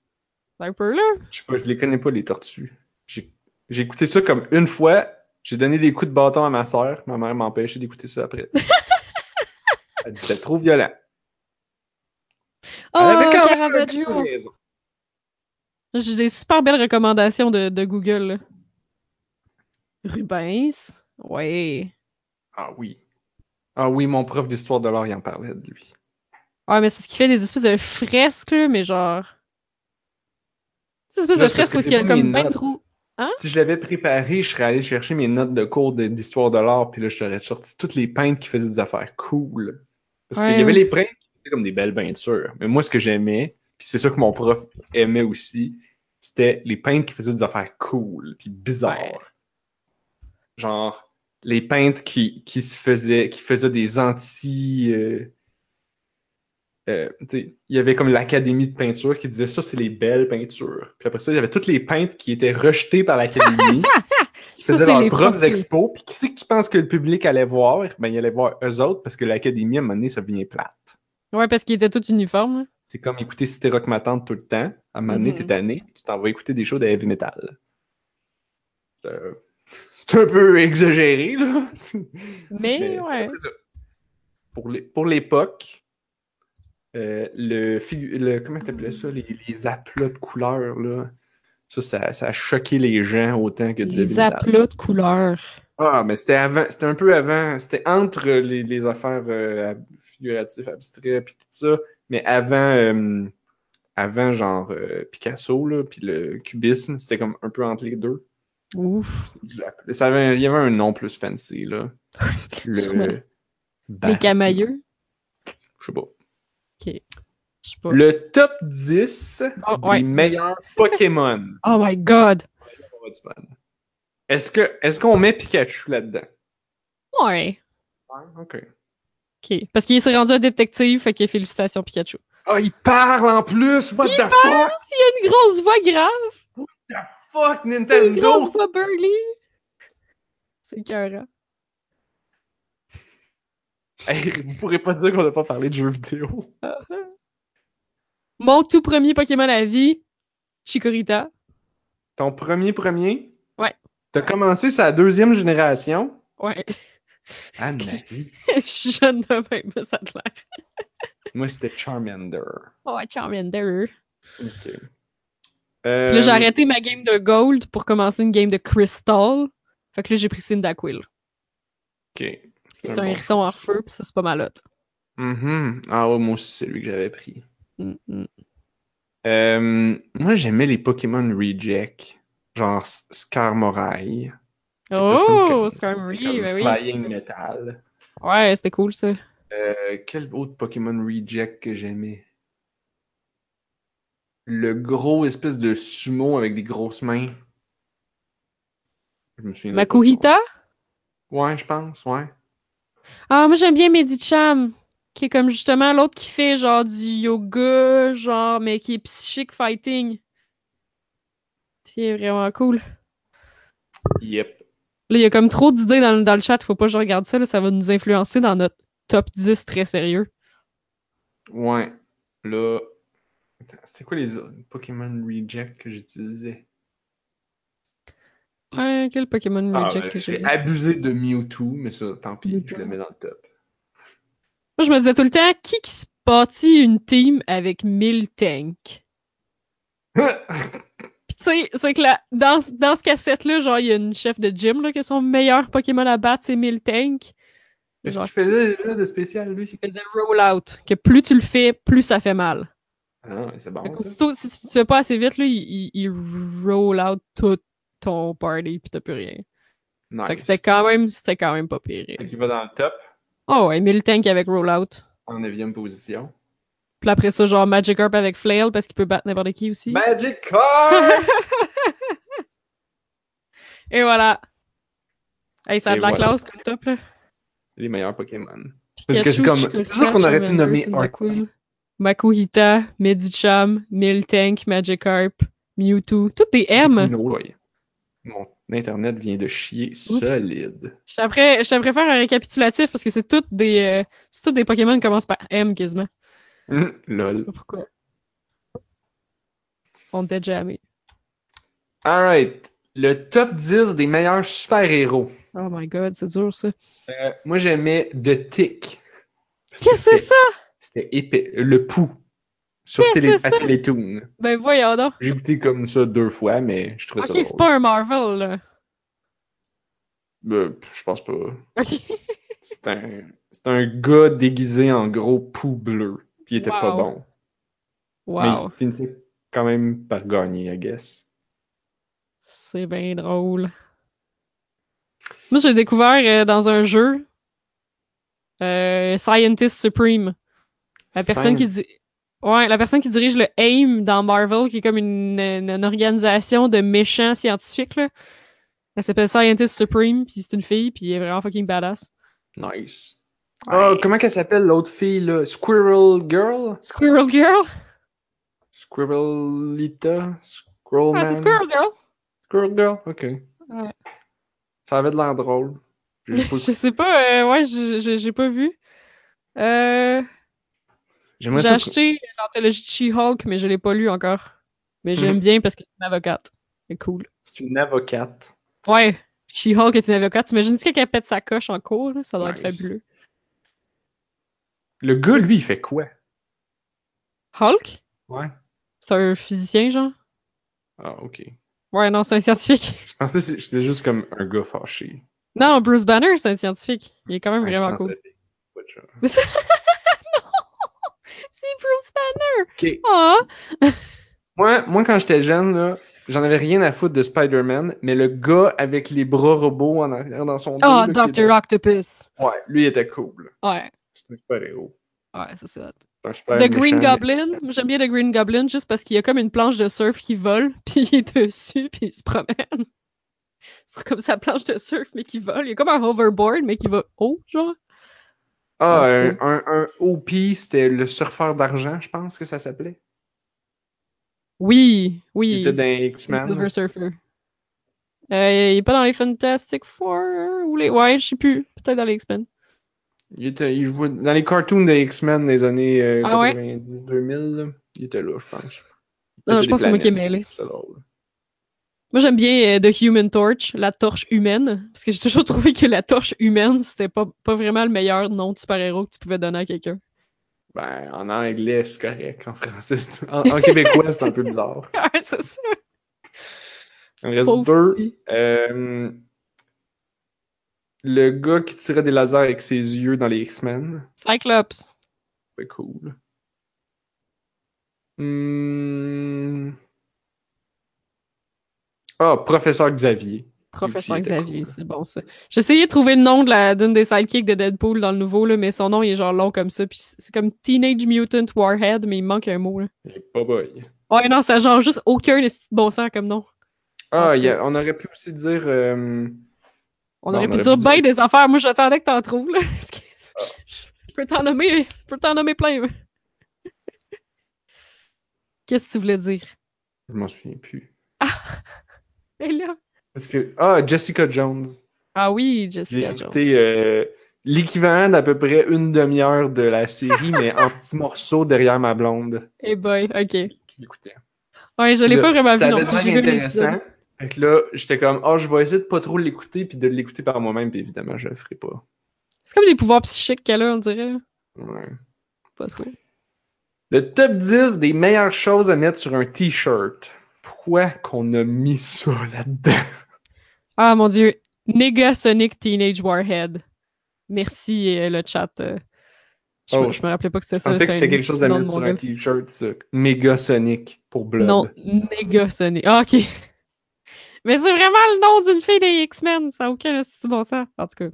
B: C'est un peu là.
A: Je sais pas, je les connais pas, les tortues. J'ai j'ai écouté ça comme une fois. J'ai donné des coups de bâton à ma soeur. Ma mère m'empêchait d'écouter ça après. Elle dit c'était trop violent. Elle
B: Oh,
A: avait quand même un
B: Caravaggio!
A: petit peu raison.
B: J'ai des super belles recommandations de, de Google. là. Rubens. Ouais.
A: Ah oui. Ah oui, mon prof d'histoire de l'art, il en parlait de lui.
B: Ouais, mais c'est parce qu'il fait des espèces de fresques, là, mais genre. Des espèces
A: Là,
B: de
A: c'est parce
B: fresques
A: que
B: où il
A: j'ai
B: y a
A: pas mes
B: comme plein de
A: notes.
B: trous.
A: Si je l'avais préparé, je serais allé chercher mes notes de cours de- d'histoire de l'art, puis là, je t'aurais sorti toutes les peintres qui faisaient des affaires cool. Parce
B: Ouais,
A: qu'il y avait
B: ouais.
A: les peintres qui faisaient comme des belles peintures. Mais moi, ce que j'aimais, puis c'est ça que mon prof aimait aussi, c'était les peintres qui faisaient des affaires cool, puis bizarres.
B: Ouais.
A: Genre, les peintres qui, qui se faisaient, qui faisaient des anti... euh, euh, tu sais, il y avait comme l'académie de peinture qui disait ça, c'est les belles peintures. Puis après ça, il y avait toutes les peintres qui étaient rejetées par l'académie, qui
B: Ça,
A: faisaient
B: c'est
A: leurs
B: les
A: propres
B: profils.
A: expos. Puis qui c'est que tu penses que le public allait voir? Ben, il allait voir eux autres parce que l'académie, à un moment donné, ça devient plate.
B: Ouais, parce qu'il était tout uniforme. là.
A: C'est comme écouter Cité Rock ma tante tout le temps. À un moment donné,
B: Mhm.
A: t'es tanné, tu t'en vas écouter des shows de heavy metal. C'est euh, c'est un peu exagéré, là. Mais
B: Mais,
A: c'est
B: ouais.
A: un peu ça. Pour l'é- Pour l'époque, euh, le, figu- le comment t'appelais ça, les, les aplats de couleurs, là, ça, ça, ça a choqué les gens autant que du heavy
B: Les
A: metal.
B: aplats de couleurs.
A: Ah, mais c'était avant, c'était un peu avant, c'était entre les, les affaires euh, ab- figuratives, abstraites, puis tout ça, mais avant, euh, avant genre euh, Picasso, là, puis le cubisme, c'était comme un peu entre les deux.
B: Ouf.
A: C'est du apl- Ça avait- il y avait un nom plus fancy, là.
B: Sûrement.
A: Le... Bah,
B: Les camailleux.
A: Je sais pas.
B: Je sais pas.
A: Le top 10
B: Oh,
A: des
B: ouais.
A: meilleurs Pokémon.
B: Oh my god.
A: On va être fun. Est-ce que est-ce qu'on met Pikachu là-dedans?
B: Ouais.
A: ok.
B: OK. Parce qu'il s'est rendu un détective, fait que félicitations Pikachu.
A: Ah, il parle en plus! What the fuck?
B: Il y a une grosse voix grave,
A: Fuck
B: une grosse
A: Nintendo!
B: voix burly. C'est écœurant.
A: Hey, vous pourrez pas dire qu'on n'a pas parlé de jeux vidéo.
B: Mon tout premier Pokémon à vie, Chikorita.
A: Ton premier premier?
B: Ouais.
A: T'as commencé sa deuxième génération?
B: Ouais,
A: Ah non.
B: je suis jeune de même, ça te l'air.
A: Moi, c'était Charmander.
B: Oh, Charmander.
A: Ok. Euh,
B: Puis là, j'ai arrêté ma game de Gold pour commencer une game de Crystal. Fait que là, j'ai pris Cyndaquil.
A: Ok.
B: C'est
A: un
B: un
A: bon
B: hérisson en feu, puis ça, c'est pas mal hot.
A: Mm-hmm. Mhm. Ah ouais, moi aussi, c'est lui que j'avais pris.
B: Mm, mm.
A: Euh, moi, j'aimais les Pokémon Reject, genre S- Skarmorai.
B: Oh,
A: Personne connaît.
B: Skarmory,
A: C'est comme
B: ben oui.
A: Flying Metal.
B: Ouais, c'était cool ça.
A: Euh, quel autre Pokémon Reject que j'aimais? Le gros espèce de sumo avec des grosses mains. Je me souviens pas de son
B: Makuhita?
A: nom. Ouais, je pense, ouais.
B: Ah, moi j'aime bien Medicham, qui est comme justement l'autre qui fait genre du yoga, genre, mais qui est psychic fighting. C'est vraiment cool.
A: Yep.
B: Là, il y a comme trop d'idées dans, le- dans le chat, faut pas que je regarde ça, là, ça va nous influencer dans notre top 10 très sérieux.
A: Ouais. Là. Attends, C'était quoi les autres Pokémon Reject que j'utilisais?
B: Ouais, quel Pokémon
A: Ah,
B: Reject
A: ben,
B: que j'ai.
A: j'ai abusé de Mewtwo, mais ça, tant pis,
B: Mewtwo.
A: je le mets dans le top.
B: Moi, je me disais tout le temps, qui qui se bâtit une team avec 1000 tanks? Puis tu sais, c'est que la, dans, dans ce cassette-là, genre, il y a une chef de gym, là, que son meilleur Pokémon à battre, c'est 1000 tanks.
A: Qu'est-ce
B: Genre,
A: qu'il faisait déjà de spécial, lui?
B: faisait roll-out, que plus tu le fais, plus ça fait mal.
A: Ah, mais c'est
B: Fait
A: bon, ça.
B: qu'aussitôt, si tu ne fais pas assez vite, là, il, il- il roll-out tout ton party, puis t'as plus rien. Fait que
A: Nice.
B: c'était quand même, c'était quand même pas pire.
A: Fait qu'il va dans le top,
B: Oh ouais, mais le tank avec roll-out.
A: en 9 position.
B: Puis après ça, genre Magikarp avec flail, parce qu'il peut battre n'importe qui aussi.
A: Magic Card!
B: Et voilà. Hey, ça a
A: Et
B: de la
A: voilà.
B: classe comme top, là.
A: les meilleurs Pokémon. Parce
B: Pikachu,
A: que c'est comme-
B: Chikorita,
A: c'est sûr qu'on aurait pu
B: Charmander,
A: nommer
B: c'est
A: Arc-
B: Maquil. Makuhita, Medicham, Miltank, Magikarp, Mewtwo. Toutes des M.
A: Dites-nous, ouais. Mon internet vient de chier solide.
B: Je t'apprêt- je t'apprêt faire un récapitulatif parce que c'est toutes des euh, c'est toutes des Pokémon qui commencent par M quasiment.
A: Hum,
B: Je sais
A: Lol.
B: pas pourquoi. On était jamais.
A: Alright. Le top 10 des meilleurs super-héros.
B: Oh my god, c'est dur ça.
A: Euh, moi, j'aimais The Tick. Parce
B: Qu'est-ce que
A: c'était-
B: c'est ça?
A: C'était épais. Le Pou. Sur
B: Qu'est-ce
A: télé
B: que
A: à
B: c'est?
A: Télétoon.
B: Ben voyons donc.
A: J'ai goûté comme ça deux fois, mais je trouvais
B: Ok,
A: ça
B: c'est
A: drôle.
B: pas un Marvel là.
A: Euh, je pense pas.
B: Ok.
A: C'est un... c'est un gars déguisé en gros Pou bleu. Puis il était pas
B: Wow.
A: bon. Mais
B: Wow.
A: il finissait quand même par gagner, I guess.
B: C'est bien drôle. Moi, j'ai découvert euh, dans un jeu euh, Scientist Supreme. La personne qui dit. Ouais, la personne qui dirige le AIM dans Marvel, qui est comme une, une- une organisation de méchants scientifiques, là. Elle s'appelle Scientist Supreme, puis c'est une fille, puis elle est vraiment fucking badass.
A: Nice. Ah,
B: Ouais.
A: comment qu'elle s'appelle l'autre fille là? Squirrel Girl?
B: Squirrel Girl?
A: Squirrelita? Squirrel
B: Ah,
A: Oh, Man?
B: c'est Squirrel Girl?
A: Squirrel Girl? Ok.
B: Ouais.
A: Ça avait de l'air drôle. J'ai pas-
B: Je sais pas, euh, ouais, je- je- j'ai pas vu. Euh,
A: J'aimerais
B: j'ai
A: ça.
B: acheté l'anthologie de She-Hulk, mais je l'ai pas lu encore. Mais j'aime
A: Mhm.
B: bien parce que c'est une avocate. C'est cool.
A: C'est une avocate.
B: Ouais, She-Hulk est une avocate. T'imagines si quelqu'un pète sa coche en cours, là, ça doit être
A: Nice.
B: fabuleux.
A: Le gars, lui, il fait quoi?
B: Hulk?
A: Ouais.
B: C'est un physicien, genre?
A: Ah, ok. Je
B: Ouais, non, c'est un scientifique.
A: pensais que c'est- c'était juste comme un gars fâché.
B: Non, Bruce Banner, c'est un scientifique. Il est quand même
A: Un
B: vraiment
A: sans-abri.
B: cool.
A: Pas de genre.
B: C'est
A: Ok.
B: Bruce Banner! Ah!
A: Moi, moi, quand j'étais jeune, là, j'en avais rien à foutre de Spider-Man, mais le gars avec les bras robots en arrière dans son dos.
B: Ah,
A: là, qui
B: Dr. Octopus!
A: était- Ouais, lui, il était cool.
B: Ouais,
A: C'est un super-héros.
B: ouais, ça c'est hot.
A: C'est un super
B: The Green
A: méchant,
B: Goblin, j'aime bien The Green Goblin juste parce qu'il y a comme une planche de surf qui vole, puis il est dessus, puis il se promène. C'est comme sa planche de surf, mais qui vole. Il y a comme un hoverboard, mais qui va haut, genre.
A: Ah,
B: En tout
A: un, un, un OP, c'était le surfeur d'argent, je pense que ça s'appelait.
B: Oui, oui.
A: Il était dans les
B: Le
A: X-Men.
B: Silver Surfer. Euh, il est pas dans les Fantastic Four euh, ou les. Ouais, je sais plus. Peut-être dans les X-Men.
A: Il, était- il jouait dans les cartoons des X-Men des années euh,
B: Ah ouais?
A: 90-2000. là. Il était là, je pense.
B: Non,
A: C'était
B: je pense que c'est
A: des
B: moi qui ai
A: planètes,
B: mêlé.
A: C'est drôle.
B: Moi, j'aime bien euh, The Human Torch, la torche humaine, parce que j'ai toujours trouvé que la torche humaine, c'était pas, pas vraiment le meilleur nom de super-héros que tu pouvais donner à quelqu'un.
A: Ben, en anglais, c'est correct. En français, c'est- en, en québécois, c'est un peu bizarre.
B: Ouais, c'est ça.
A: Il me reste
B: Pauvre
A: deux.
B: petit.
A: Euh, le gars qui tirait des lasers avec ses yeux dans les X-Men.
B: Cyclops.
A: C'est cool. Hmm, Ah, professeur Xavier.
B: Professeur
A: Il était
B: Xavier,
A: cool.
B: c'est bon ça. J'essayais de trouver le nom de la- d'une des sidekicks de Deadpool dans le nouveau, là, mais son nom il est genre long comme ça. Puis c'est c'est comme Teenage Mutant Warhead, mais il manque un mot. Là.
A: Et bye bye. Ouais.
B: Ouais, non, ça genre juste aucun de ce petit bon sens comme nom.
A: Ah,
B: Parce que-
A: il y a- on aurait pu aussi dire. euh,
B: On
A: Non,
B: aurait
A: on
B: pu dire
A: aurait
B: ben
A: pu Ah.
B: des affaires. Moi, j'attendais que t'en trouves. Là, parce que je peux t'en nommer, je peux t'en nommer plein. moi. Qu'est-ce que tu voulais dire?
A: Je m'en souviens plus.
B: Et là.
A: Parce que. Ah, Jessica Jones.
B: Ah oui,
A: J'ai
B: Jessica Jones.
A: écouté euh, l'équivalent d'à peu près une demi-heure de la série, mais en petits morceaux derrière ma blonde.
B: Eh boy, ok.
A: qui l'écoutait.
B: Ouais, je l'ai
A: Là,
B: pas vraiment vu
A: Ça
B: non
A: avait
B: plus.
A: l'air
B: J'ai vu un épisode.
A: intéressant. Fait que là, j'étais comme, oh, je vais essayer de pas trop l'écouter, puis de l'écouter par moi-même, puis évidemment, je le ferai pas.
B: C'est comme des pouvoirs psychiques qu'elle a, on dirait. là.
A: Ouais.
B: Pas trop.
A: Le top 10 des meilleures choses à mettre sur un t-shirt. Pourquoi qu'on a mis ça là-dedans?
B: Ah mon dieu. Negasonic Teenage Warhead. Merci euh, le chat. euh. Je, me-
A: Oh.
B: je me rappelais pas que c'était
A: Je
B: ça.
A: pensais que
B: c'est
A: c'était
B: un
A: quelque chose à
B: nom de
A: mettre sur
B: mongol.
A: un t-shirt, ça. Méga Sonic pour Blood.
B: Non, Negasonic. Ah, ok. Mais c'est vraiment le nom d'une fille des X-Men. Ça n'a aucun esti de bon sens. En tout cas.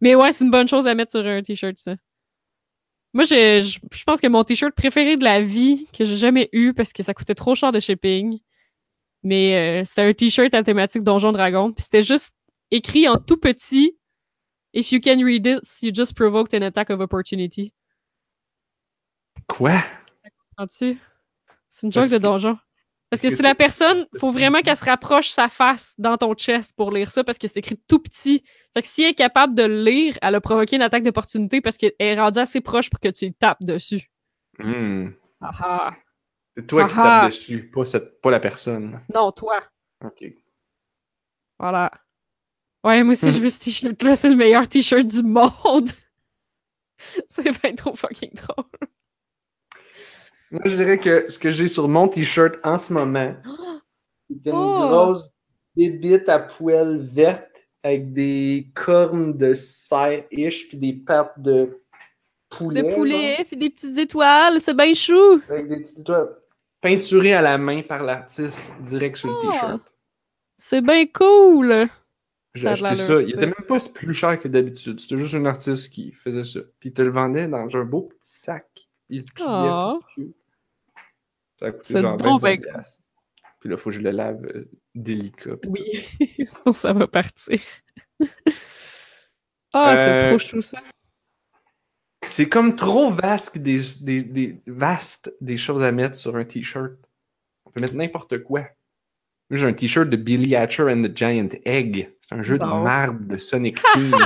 B: Mais ouais, c'est une bonne chose à mettre sur un t-shirt, ça. Moi, je, je, je pense que mon t-shirt préféré de la vie que j'ai jamais eu parce que ça coûtait trop cher de shipping. Mais euh, c'était un t-shirt à thématique Donjon Dragon. Puis c'était juste écrit en tout petit If you can read this, you just provoked an attack of opportunity.
A: Quoi?
B: Comprends-tu? C'est une joke
A: Parce
B: de
A: que-
B: donjon. Parce que
A: parce que
B: si la
A: c'est-
B: personne, faut
A: c'est-
B: vraiment qu'elle se rapproche sa face dans ton chest pour lire ça parce que c'est écrit tout petit. Fait que si elle est capable de le lire, elle a provoqué une attaque d'opportunité parce qu'elle est rendue assez proche pour que tu le tapes dessus.
A: Hmm.
B: Ah ah.
A: C'est toi qui
B: Ah ah.
A: tapes dessus, pas, cette- pas la personne.
B: Non, toi.
A: Ok.
B: Voilà. Ouais, moi
A: Hmm.
B: aussi, je veux ce t-shirt-là. C'est le meilleur t-shirt du monde. c'est bien trop fucking drôle.
A: Moi, je dirais que ce que j'ai sur mon t-shirt en ce moment, c'est une
B: Oh!
A: grosse bébite à poêle verte avec des cornes de cerf-ish puis des pattes de poulet.
B: Le poulet, puis des petites étoiles, c'est bien chou.
A: genre, avec des petites étoiles. Peinturé à la main par l'artiste direct sur
B: Ah!
A: le t-shirt.
B: C'est bien cool.
A: J'ai
B: Ça a
A: acheté
B: de l'allure,
A: ça. Il
B: ça.
A: était même pas plus cher que d'habitude. C'était juste un artiste qui faisait ça. Puis il te le vendait dans un beau petit sac. Il le pliait.
B: Ah.
A: tout cute. Ça a coûté
B: C'est
A: genre
B: donc
A: 25
B: ben-
A: piastres. Puis là, faut que je le lave euh, délicat. puis tout.
B: Oui, sinon ça va partir. Ah, c'est
A: Euh,
B: trop chou ça.
A: C'est comme trop vaste des, des, des, vaste des choses à mettre sur un t-shirt. On peut mettre n'importe quoi. Moi, j'ai un t-shirt de Billy Hatcher and the Giant Egg. C'est un jeu
B: Bon.
A: de merde de Sonic Team.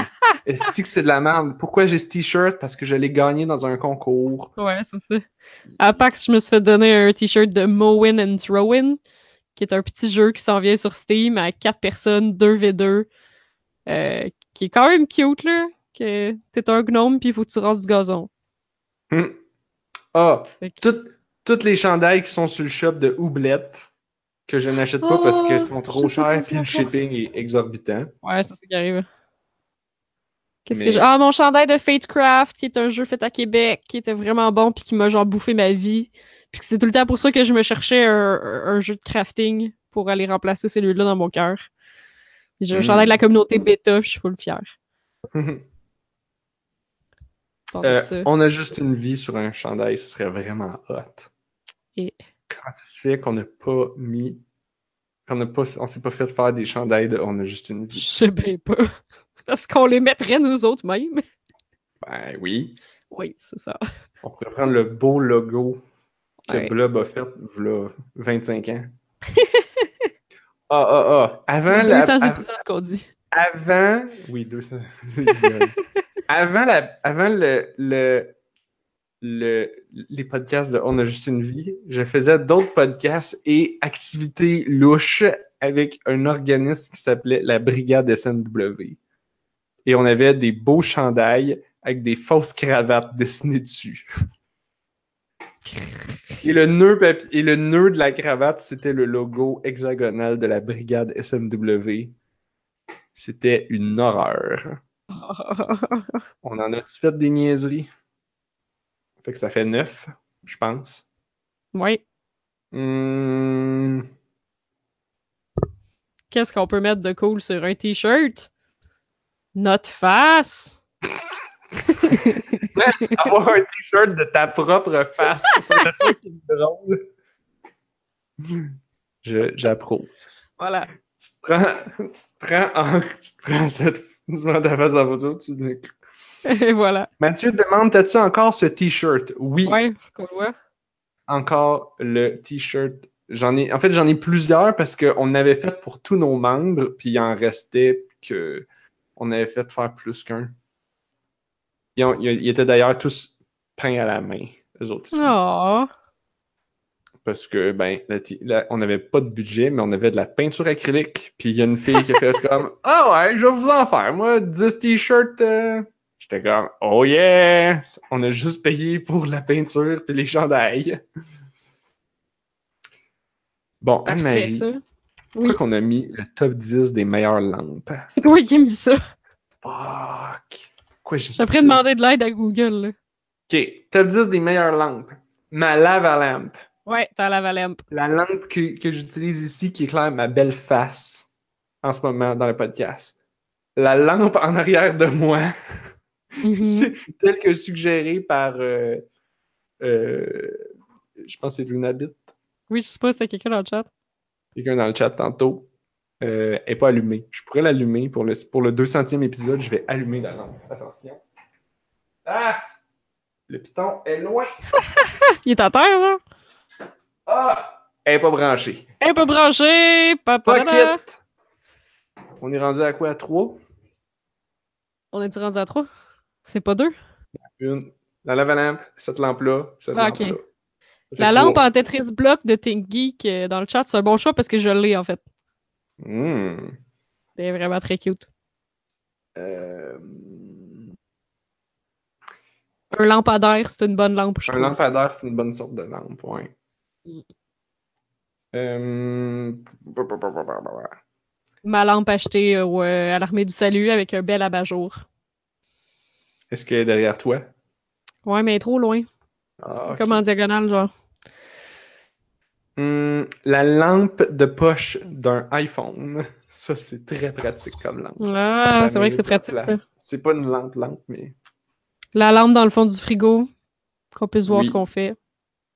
A: Est-ce que c'est de la merde? Pourquoi j'ai ce t-shirt? Parce que je l'ai gagné dans un concours.
B: Ouais, c'est ça. À Pax, je me suis fait donner un t-shirt de Mowin and Throwin, qui est un petit jeu qui s'en vient sur Steam à 4 personnes, 2v2, euh, qui est quand même cute là. Que t'es un gnome puis il faut que tu rases du gazon.
A: Hmm. Ah,
B: Fait que-
A: tout- toutes les chandails qui sont sur le shop de Houblette que je n'achète pas parce
B: Oh,
A: qu'ils sont trop
B: je sais pas
A: chers puis le
B: pourquoi.
A: shipping est exorbitant.
B: Ouais, c'est ça qui arrive. Qu'est-ce que
A: Mais-
B: j'ai? Ah, mon chandail de Fatecraft, qui est un jeu fait à Québec, qui était vraiment bon, puis qui m'a genre bouffé ma vie. Puis que c'est tout le temps pour ça que je me cherchais un, un- un jeu de crafting pour aller remplacer celui-là dans mon cœur. J'ai un
A: Mm.
B: chandail de la communauté bêta, je suis full fière. Pendant
A: Euh,
B: ça.
A: on a juste une vie sur un chandail, ce serait vraiment hot.
B: Et-
A: Comment ça se fait qu'on n'a pas mis. qu'on n'a pas. On s'est pas fait faire des chandails de On a juste une
B: Je
A: vie.
B: sais bien pas. Parce qu'on les mettrait nous autres même.
A: Ben oui.
B: Oui, c'est ça.
A: On pourrait prendre le beau logo que
B: Ouais.
A: Blob a fait v'là 25 ans. ah ah ah. Avant
B: Les
A: la.
B: 200
A: av-
B: épisodes qu'on dit.
A: avant. Oui, 200. avant la, avant le, le, le, les podcasts de On a juste une vie, je faisais d'autres podcasts et activités louches avec un organisme qui s'appelait la Brigade SNW. Et on avait des beaux chandails avec des fausses cravates dessinées dessus. Et le nœud, papi- et le nœud de la cravate, c'était le logo hexagonal de la brigade SMW. C'était une horreur. On en a-tu fait des niaiseries? Fait que ça fait neuf, je pense.
B: ouais.
A: Hmm.
B: Qu'est-ce qu'on peut mettre de cool sur un t-shirt? Notre face!
A: Avoir un t-shirt de ta propre face, c'est le truc qui est drôle. Je- J'approuve.
B: Voilà.
A: Tu te prends, tu te prends, en- tu te prends cette, tu prends ta face en photo, tu le-
B: Et voilà.
A: Mathieu te demande, t'as-tu encore ce t-shirt? Oui,
B: Ouais, qu'on le voit.
A: encore le t-shirt. J'en ai, en fait, j'en ai plusieurs parce qu'on avait fait pour tous nos membres, puis il en restait que on avait fait faire plus qu'un. Ils, ont- ils- ils étaient d'ailleurs tous peints à la main, eux autres aussi.
B: Oh.
A: Parce que, ben, la ti- la- on n'avait pas de budget, mais on avait de la peinture acrylique. Puis il y a une fille qui a fait comme Ah ouais, je vais vous en faire, moi, 10 t-shirts. euh. J'étais comme Oh yeah! On a juste payé pour la peinture puis les chandails. Bon,
B: Parfait,
A: Anne-Marie,
B: ça.
A: pourquoi qu'on a mis le top 10 des meilleures lampes?
B: C'est quoi qui me dit ça?
A: Fuck! Pourquoi j'ai dit
B: J'apprends à
A: ça?
B: demander de l'aide à Google. Là.
A: Ok, top 10 des meilleures lampes. Ma lave à lampe.
B: Ouais, t'as la Valempe.
A: la lampe que, que j'utilise ici qui éclaire ma belle face en ce moment dans le podcast. La lampe en arrière de moi,
B: Mhm.
A: c'est telle que suggérée par, euh, euh, je pense que c'est Lunabit,
B: Oui, je suppose que t'as quelqu'un dans le chat.
A: quelqu'un dans le chat tantôt, euh, elle est pas allumée. Je pourrais l'allumer pour le, pour le 200e épisode, je vais allumer la lampe. Attention. Ah! Le piton est loin!
B: Il est à terre, là.
A: Ah! Elle est pas branchée.
B: Elle est pas branchée! Papa!
A: Fuck it! On est rendu à quoi? À 3?
B: On est-tu rendu à trois? C'est pas deux?
A: une, la lave à lampe, cette lampe-là, cette
B: Ah, ok.
A: lampe-là. Ça
B: La
A: fait
B: lampe
A: trois.
B: en Tetris Block de Think Geek euh, dans le chat, c'est un bon choix parce que je l'ai en fait.
A: Hmm.
B: C'est vraiment très cute.
A: Euh,
B: Un lampadaire, c'est une bonne lampe, je
A: un
B: trouve.
A: lampadaire, c'est une bonne sorte de lampe, ouais.
B: Mm.
A: Euh,
B: Ma lampe achetée euh, au, euh, à l'armée du salut avec un bel abat-jour.
A: Est-ce qu'elle est derrière toi?
B: Ouais, mais elle est trop loin.
A: Ah, ok.
B: Comme en diagonale, genre.
A: Hmm, la lampe de poche d'un iPhone. Ça, c'est très pratique comme lampe.
B: Ah,
A: Ça
B: c'est vrai que c'est
A: mérite
B: pratique,
A: la
B: ça.
A: place. C'est pas une lampe, lampe, mais.
B: La lampe dans le fond du frigo, qu'on puisse voir
A: Oui.
B: ce qu'on fait.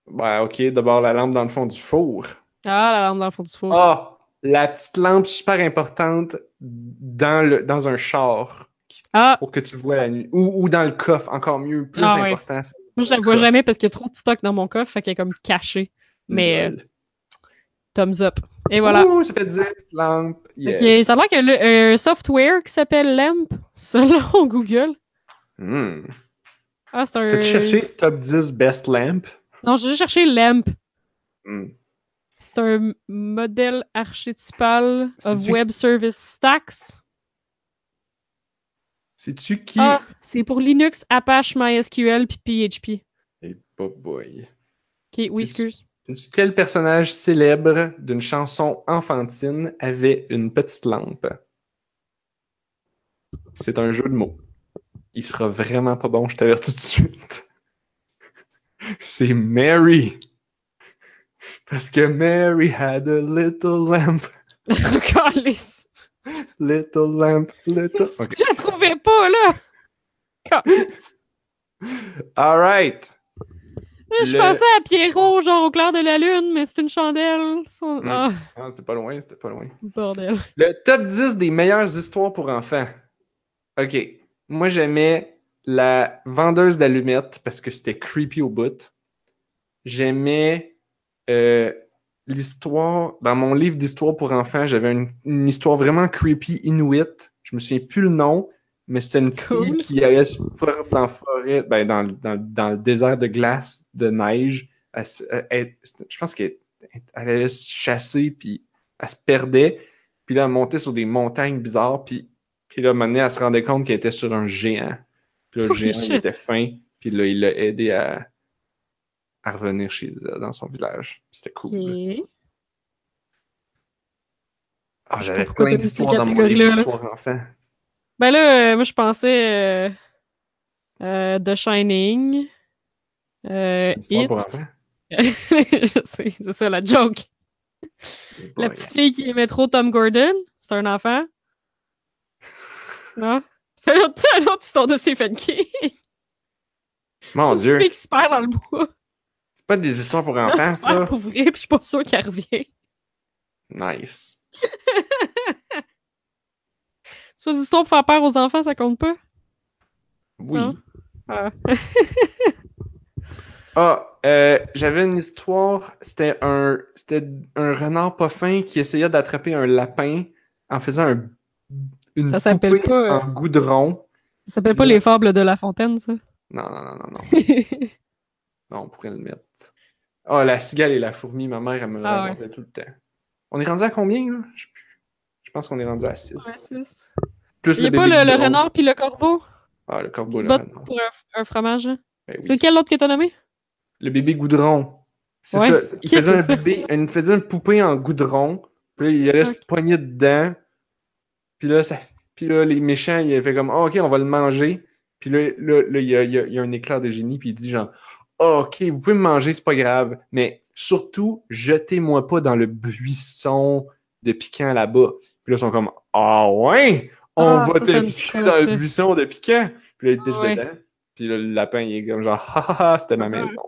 A: Bah, ok, d'abord la lampe dans le fond du four.
B: Ah, la lampe dans le fond du four.
A: Ah, la petite lampe super importante dans, le, dans un char
B: Ah,
A: pour que tu vois la nuit. Ou, ou dans le coffre, encore mieux, plus
B: Ah ouais.
A: important. c'est
B: moi, je la
A: le
B: vois
A: coffre.
B: jamais parce qu'il y a trop de stock dans mon coffre, fait qu'elle est comme cachée. Mais euh, thumbs up. Et voilà.
A: Mm. Ouh, ça fait 10 lampes.
B: Fait
A: Yes.
B: que ça a l'air qu'il y a le- un software qui s'appelle LAMP, selon Google.
A: Hmm.
B: Ah, c'est un.
A: T'as-tu cherché top 10 best lamp?
B: Non, j'ai juste cherché LAMP.
A: Hmm.
B: C'est un modèle archétypal of
A: C'est-tu-
B: web service stacks.
A: Sais-tu qui?
B: Ah, c'est pour Linux, Apache, MySQL puis PHP.
A: Eh, Bob boy.
B: Ok, oui,
A: C'est-tu-
B: excuse.
A: Sais-tu quel personnage célèbre d'une chanson enfantine avait une petite lampe? C'est un jeu de mots. Il sera vraiment pas bon, je t'avertis tout de suite. C'est Mary. Parce que Mary had a little lamp,
B: Calisse.
A: little lamp, little. Ok.
B: Je la trouvais pas, là. Calisse.
A: All right.
B: Je
A: Le-
B: pensais à Pierrot, genre au clair de la lune, mais c'est une chandelle. Ça-
A: Mm.
B: Ah,
A: Ah, c'était pas loin, c'était pas loin.
B: bordel.
A: Le top 10 des meilleures histoires pour enfants. OK. Moi, j'aimais la vendeuse d'allumettes parce que c'était creepy au bout. J'aimais euh, l'histoire. Dans mon livre d'histoire pour enfants, j'avais une, une histoire vraiment creepy inuit. Je me souviens plus le nom, mais c'était une fille
B: Cool.
A: qui allait se perdre dans la forêt, ben, dans, le- dans le- dans le désert de glace, de neige. Elle se- elle- elle- je pense qu'elle elle allait se chasser, puis elle se perdait. Puis là, elle montait sur des montagnes bizarres. Puis, puis là, à un moment donné, elle se rendait compte qu'elle était sur un géant. Puis là, le
B: Holy
A: géant,
B: Oh, shit.
A: il était fin. Puis là, il l'a aidé à, à revenir chez elle, dans son village. C'était cool.
B: Ok.
A: Ah, j'avais
B: Pourquoi
A: plein
B: t'as mis ces
A: d'histoires dans mon livre
B: catégories-là, là?
A: d'histoires enfants.
B: Ben là, euh, moi, je pensais euh, euh, The Shining. Euh,
A: Histoires
B: It.
A: pour enfants.
B: je sais, c'est ça la joke. La petite fille qui aimait trop Tom Gordon, c'est un enfant. Non? C'est un autre, un autre histoire de Stephen King.
A: Mon
B: Une petite
A: Dieu,
B: fille qui se perd dans le bois.
A: c'est pas des histoires pour
B: Non,
A: enfants,
B: c'est pas
A: ça.
B: pour vrai, puis je suis pas sûre qu'elle revient.
A: Nice.
B: C'est pas des histoires pour faire peur aux enfants, ça compte pas?
A: Oui.
B: Non. Ah.
A: Ah, euh, j'avais une histoire. C'était un, c'était un renard pas fin qui essayait d'attraper un lapin en faisant un, une
B: Ça s'appelle
A: poupée
B: pas, euh,
A: en goudron.
B: Ça s'appelle pas
A: Puis là-
B: les fables de La Fontaine, ça.
A: Non, non, non, non, non. Non, on pourrait le mettre. Ah, la cigale et la fourmi, ma mère, elle me le
B: Ah ouais.
A: racontait tout le temps. On est rendu à combien, là? Je, sais plus. Je pense qu'on est rendu à 6.
B: Il
A: Plus
B: y a
A: bébé
B: pas le, le
A: goudron.
B: renard puis le corbeau
A: Ah, le
B: qui
A: corbeau,
B: se
A: le
B: battent
A: renard.
B: pour un, un fromage. hein?
A: Ben oui.
B: C'est quel autre que t'as nommé?
A: Le bébé goudron. C'est
B: Ouais.
A: ça. Il
B: Qui
A: faisait,
B: c'est
A: un
B: ça?
A: bébé, une, il faisait une poupée en goudron. Puis là, il allait se
B: Ok.
A: poigner dedans. Puis là, ça... puis là, les méchants, ils avaient comme Ah, OK, on va le manger. Puis là, là, là, il, y a, il y a- il y a un éclair de génie. Puis il dit genre Ah, OK, vous pouvez me manger, c'est pas grave. Mais surtout, jetez-moi pas dans le buisson de piquant là-bas. Puis là, ils sont comme Ah, ouais, on
B: Ah,
A: va
B: ça, ça
A: te
B: me
A: pitcher
B: dit
A: dans le
B: ça.
A: buisson de piquant. Puis là, il pitche
B: Ah, ouais.
A: dedans. Puis là, le lapin, il est comme genre Ah, ah, ah, c'était ma
B: Ouais.
A: maison.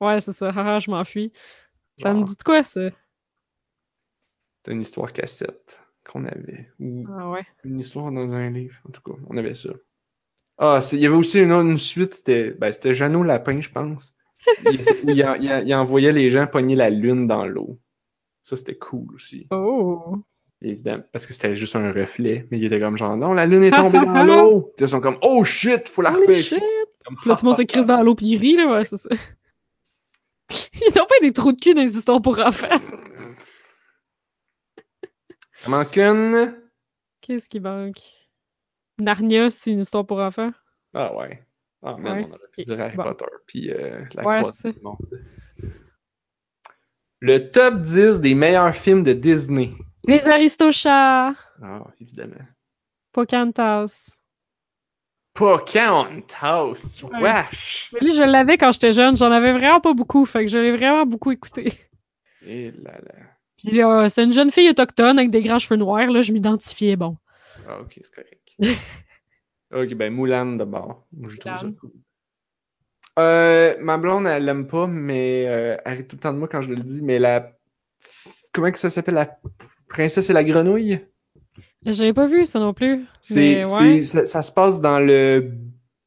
B: Ouais, c'est ça. Haha, je m'enfuis. Ça
A: Genre.
B: me dit de quoi, ça?
A: C'était une histoire cassette qu'on avait. Ou
B: Ah ouais.
A: une histoire dans un livre. En tout cas, on avait ça. Ah, c'est- il y avait aussi une, autre- une suite, c'était ben, c'était Jeannot Lapin, je pense. Il, où il en- il en- il envoyait les gens pogner la lune dans l'eau. Ça, c'était cool aussi,
B: Oh!
A: évidemment. Parce que c'était juste un reflet. Mais il était comme genre, non, la lune est tombée dans l'eau. Puis Ils sont comme, oh shit, faut la
B: Holy
A: repêcher.
B: shit! Puis là, tout le monde se crisse dans l'eau puis il rit, là, ouais, c'est ça. Ils n'ont pas des trous de cul dans les histoires pour enfants.
A: Il manque une.
B: Qu'est-ce qui manque? Narnia, c'est une histoire pour enfants?
A: Ah ouais. Ah man,
B: Ouais.
A: on aurait pu dire Harry
B: Bon.
A: Potter puis euh, la
B: Ouais,
A: croix
B: c'est ça.
A: du monde. Le top 10 des meilleurs films de Disney.
B: Les Aristochats!
A: Ah, évidemment.
B: Pocahontas.
A: Pocahontas,
B: Ouais.
A: wesh!
B: Mais lui, je l'avais quand j'étais jeune. J'en avais vraiment pas beaucoup. Fait que je l'ai vraiment beaucoup écouté.
A: Et Eh là là.
B: Puis euh, c'était une jeune fille autochtone avec des grands cheveux noirs. Là, je m'identifiais, bon.
A: Ah, ok, c'est correct. ok, ben Moulin d'abord. Je trouve ça
B: Moulin.
A: cool. Euh, ma blonde, elle l'aime pas, mais euh, elle rit tout le temps de moi quand je le dis, mais la. Comment que ça s'appelle? La princesse et la grenouille?
B: J'avais pas vu ça non plus.
A: C'est,
B: Mais
A: c'est-
B: ouais.
A: ça, ça se passe dans le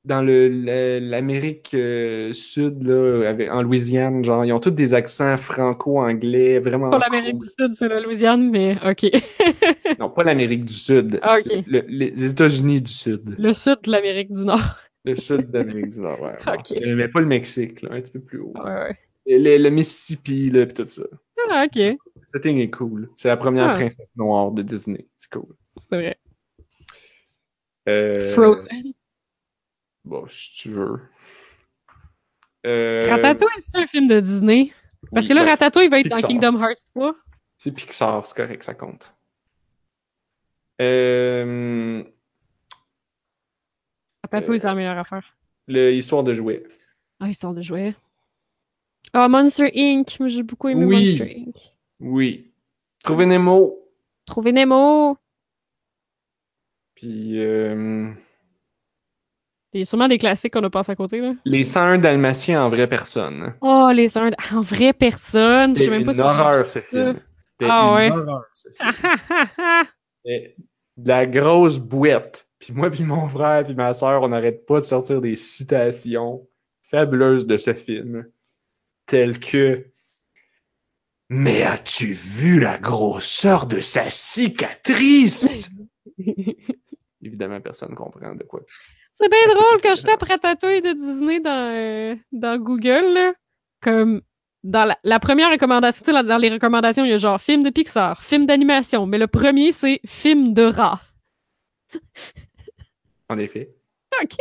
A: dans le, le- l'Amérique euh, Sud là, avec- en Louisiane, genre ils ont tous des accents franco-anglais vraiment.
B: Pas l'Amérique
A: Ah, cool.
B: du Sud, c'est la Louisiane, mais OK.
A: Non, pas l'Amérique du Sud.
B: Ah, ok.
A: Le- les États-Unis du Sud.
B: Le Sud de l'Amérique du Nord.
A: Le Sud de l'Amérique du Nord. Ouais, bon.
B: Ok.
A: Mais pas le Mexique, là, un petit peu plus haut.
B: Ouais, ouais.
A: Et Le, le Mississippi, là, pis tout ça.
B: Ah, OK.
A: C'était est cool. C'est la première
B: Ah.
A: princesse noire de Disney. C'est cool.
B: C'est vrai.
A: Euh,
B: Frozen.
A: Bon, si tu veux. Euh,
B: Ratatouille, c'est un film de Disney. Parce
A: oui,
B: que là,
A: ben,
B: Ratatouille va être dans
A: Pixar.
B: Kingdom Hearts 3.
A: C'est Pixar, c'est correct, ça compte. Euh,
B: Ratatouille,
A: Euh,
B: c'est la meilleure affaire.
A: le- Histoire de jouets.
B: Ah, histoire de jouets. Ah, Monster Inc. Moi, J'ai beaucoup aimé
A: Oui.
B: Monster Inc.
A: Oui. Trouver Nemo.
B: Trouver Nemo.
A: Puis euh,
B: Il y a sûrement des classiques qu'on a passé à côté, là.
A: Les 101 Dalmatiens en vraie personne.
B: Oh, les uns en vraie personne. Je
A: C'était
B: sais même pas
A: une
B: si j'ai
A: horreur,
B: vu
A: ce
B: ça.
A: film. C'était
B: Ah
A: une
B: ouais.
A: horreur, ce film.
B: Ah, ah, ah, ah.
A: C'était de la grosse bouette. Puis moi, puis mon frère, puis ma soeur, on n'arrête pas de sortir des citations fabuleuses de ce film. Telles que Mais as-tu vu la grosseur de sa cicatrice?
B: c'est
A: Évidemment, personne ne comprend de quoi.
B: bien drôle quand je tape Ratatouille de Disney dans, euh, dans Google, là. Comme dans la, la première recommandation, tu sais, dans les recommandations, il y a genre film de Pixar, film d'animation, mais le premier, c'est film de rat.
A: En effet.
B: OK.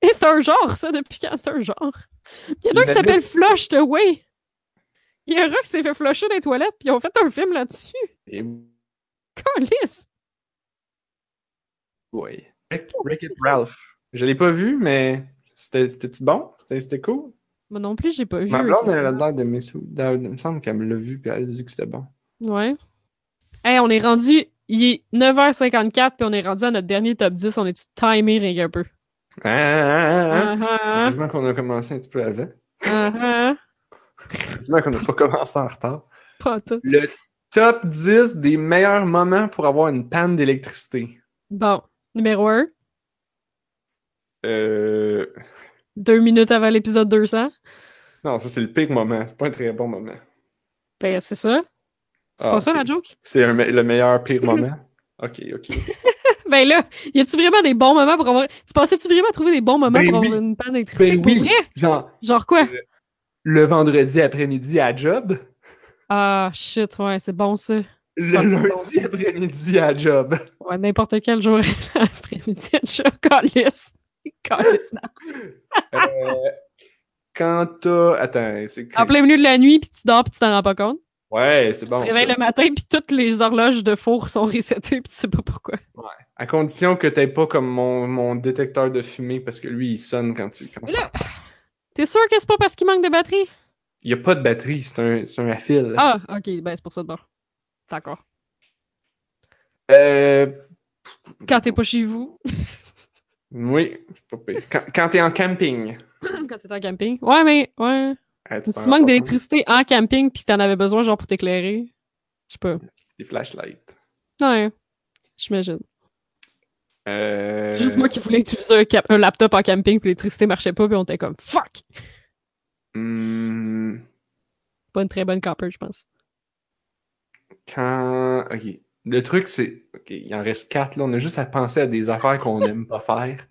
B: Et c'est un genre, ça, depuis quand c'est un genre? Il y en a un qui
A: La
B: s'appelle Flush the Way. Il y a un rat qui s'est fait flusher des toilettes, puis ils ont fait un film là-dessus.
A: Et
B: Calisse!
A: oui. Wreck-It Ralph. Je l'ai pas vu, mais c'était c'était-tu bon? C'était c'était cool?
B: Moi non plus, j'ai pas vu.
A: Ma blonde,
B: ok.
A: elle a l'air de Messou. Elle- Il me semble qu'elle me l'a vu puis elle a dit que c'était bon.
B: Ouais. Hey, on est rendu. Il est 9h54, puis on est rendu à notre dernier top 10. On est-tu timé rien qu'un peu?
A: Ah, ah, ah, ah.
B: Ah,
A: Heureusement qu'on a commencé un petit peu avant.
B: ah, ah,
A: Heureusement qu'on n'a pas commencé en retard.
B: Pas tout.
A: Le top 10 des meilleurs moments pour avoir une panne d'électricité.
B: Bon, numéro 1,
A: Euh...
B: deux minutes avant l'épisode 200.
A: Non, ça c'est le pire moment. C'est pas un très bon moment.
B: Ben, c'est ça. C'est
A: Ah,
B: pas ça
A: ok.
B: la joke?
A: C'est un me- le meilleur pire moment. Ok, ok.
B: Ben là, y a-tu vraiment des bons moments pour avoir. Tu pensais-tu vraiment trouver des bons moments
A: Ben
B: pour
A: oui.
B: avoir une panne d'électricité?
A: Ben
B: Pour
A: oui,
B: vrai?
A: genre
B: Genre quoi?
A: le vendredi après-midi à job,
B: Ah, shit, ouais, c'est bon ça.
A: le
B: Ah, non.
A: lundi après-midi à job.
B: Ouais, n'importe quel jour après-midi, je calisse. Calisse, non.
A: Euh, quand t'as. Attends, c'est.
B: En plein milieu de la nuit, puis tu dors, puis tu t'en rends pas compte.
A: Ouais, c'est bon.
B: Tu te réveilles
A: ça.
B: le matin, puis toutes les horloges de four sont resetées, puis tu sais pas pourquoi.
A: À condition que t'aies pas comme mon, mon détecteur de fumée, parce que lui, il sonne quand tu. Quand
B: Mais là, t'es sûr que c'est pas parce qu'il manque de batterie?
A: Il y a pas de batterie, c'est un, c'est un affil.
B: Ah, ok, ben c'est pour ça de bord. C'est encore.
A: Euh,
B: Quand t'es pas chez vous,
A: oui, c'est pas pire. Quand, quand t'es en camping.
B: quand t'es en camping. Ouais, mais, ouais.
A: Ah, tu t'en
B: Si tu
A: rends pas
B: manques
A: compte.
B: d'électricité en camping, puis t'en avais besoin, genre, pour t'éclairer. Je sais pas.
A: Des flashlights.
B: Ouais. J'imagine.
A: Euh,
B: C'est Juste moi qui voulais utiliser un, cap- un laptop en camping, puis l'électricité marchait pas, puis on était comme fuck!
A: hmm,
B: Pas une très bonne copper, je pense.
A: quand. Ok. Le truc, c'est. Ok, il en reste quatre, là. On a juste à penser à des affaires qu'on n'aime pas faire.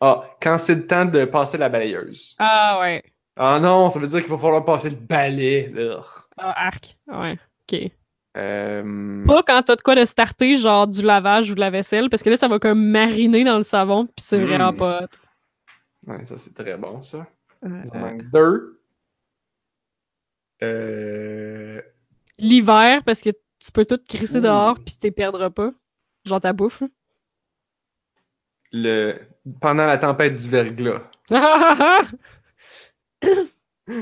A: Ah, quand c'est le temps de passer la balayeuse.
B: Ah ouais.
A: Ah non, ça veut dire qu'il va falloir passer le balai, là.
B: Ah, arc. Ouais. OK.
A: Euh,
B: Pas quand t'as de quoi de starter, genre du lavage ou de la vaisselle, parce que là, ça va comme mariner dans le savon, puis c'est
A: Mm.
B: vraiment pas hot.
A: ouais, ça, c'est très bon, ça.
B: Euh,
A: Il en
B: euh,
A: manque deux. Euh,
B: L'hiver, parce que tu peux tout crisser
A: Mm.
B: dehors, puis t'es perdras pas. Genre ta bouffe. là.
A: le... Pendant la tempête du verglas.
B: Ah, ah, ah!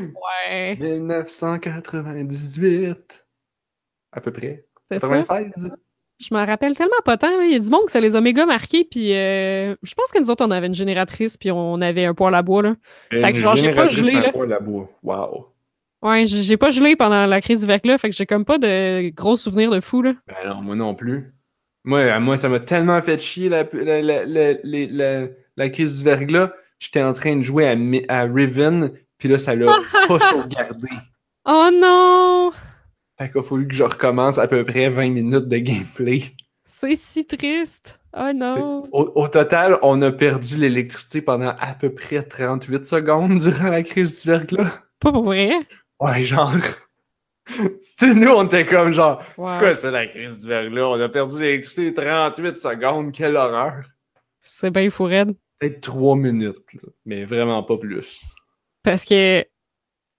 B: ouais.
A: 1998. À peu près.
B: C'est ça.
A: 96?
B: Je m'en rappelle tellement pas tant. là. Il y a du monde que ça les a méga marqués, puis euh, je pense que nous autres, on avait une génératrice, puis on avait un poêle à bois, là. Fait que genre, j'ai pas gelé, là.
A: la bois. Wow.
B: Ouais, j'ai j'ai pas gelé pendant la crise du verglas, fait que j'ai comme pas de gros souvenirs de fou, là.
A: Ben non, moi non plus. Moi, euh, moi ça m'a tellement fait chier la, la, la, la, les- la- la crise du verglas. J'étais en train de jouer à, Mi- à Riven, puis là, ça l'a pas sauvegardé.
B: Oh non!
A: Fait qu'il a fallu que je recommence à peu près 20 minutes de gameplay.
B: C'est si triste. Oh non.
A: Au, au total, on a perdu l'électricité pendant à peu près 38 secondes durant la crise du verglas.
B: Pas pour vrai.
A: Ouais, genre. C'était nous, on était comme genre, c'est
B: Wow.
A: quoi ça la crise du verglas? On a perdu l'électricité 38 secondes, quelle horreur!
B: C'est bien fou raide.
A: Peut-être 3 minutes, là, mais vraiment pas plus.
B: Parce que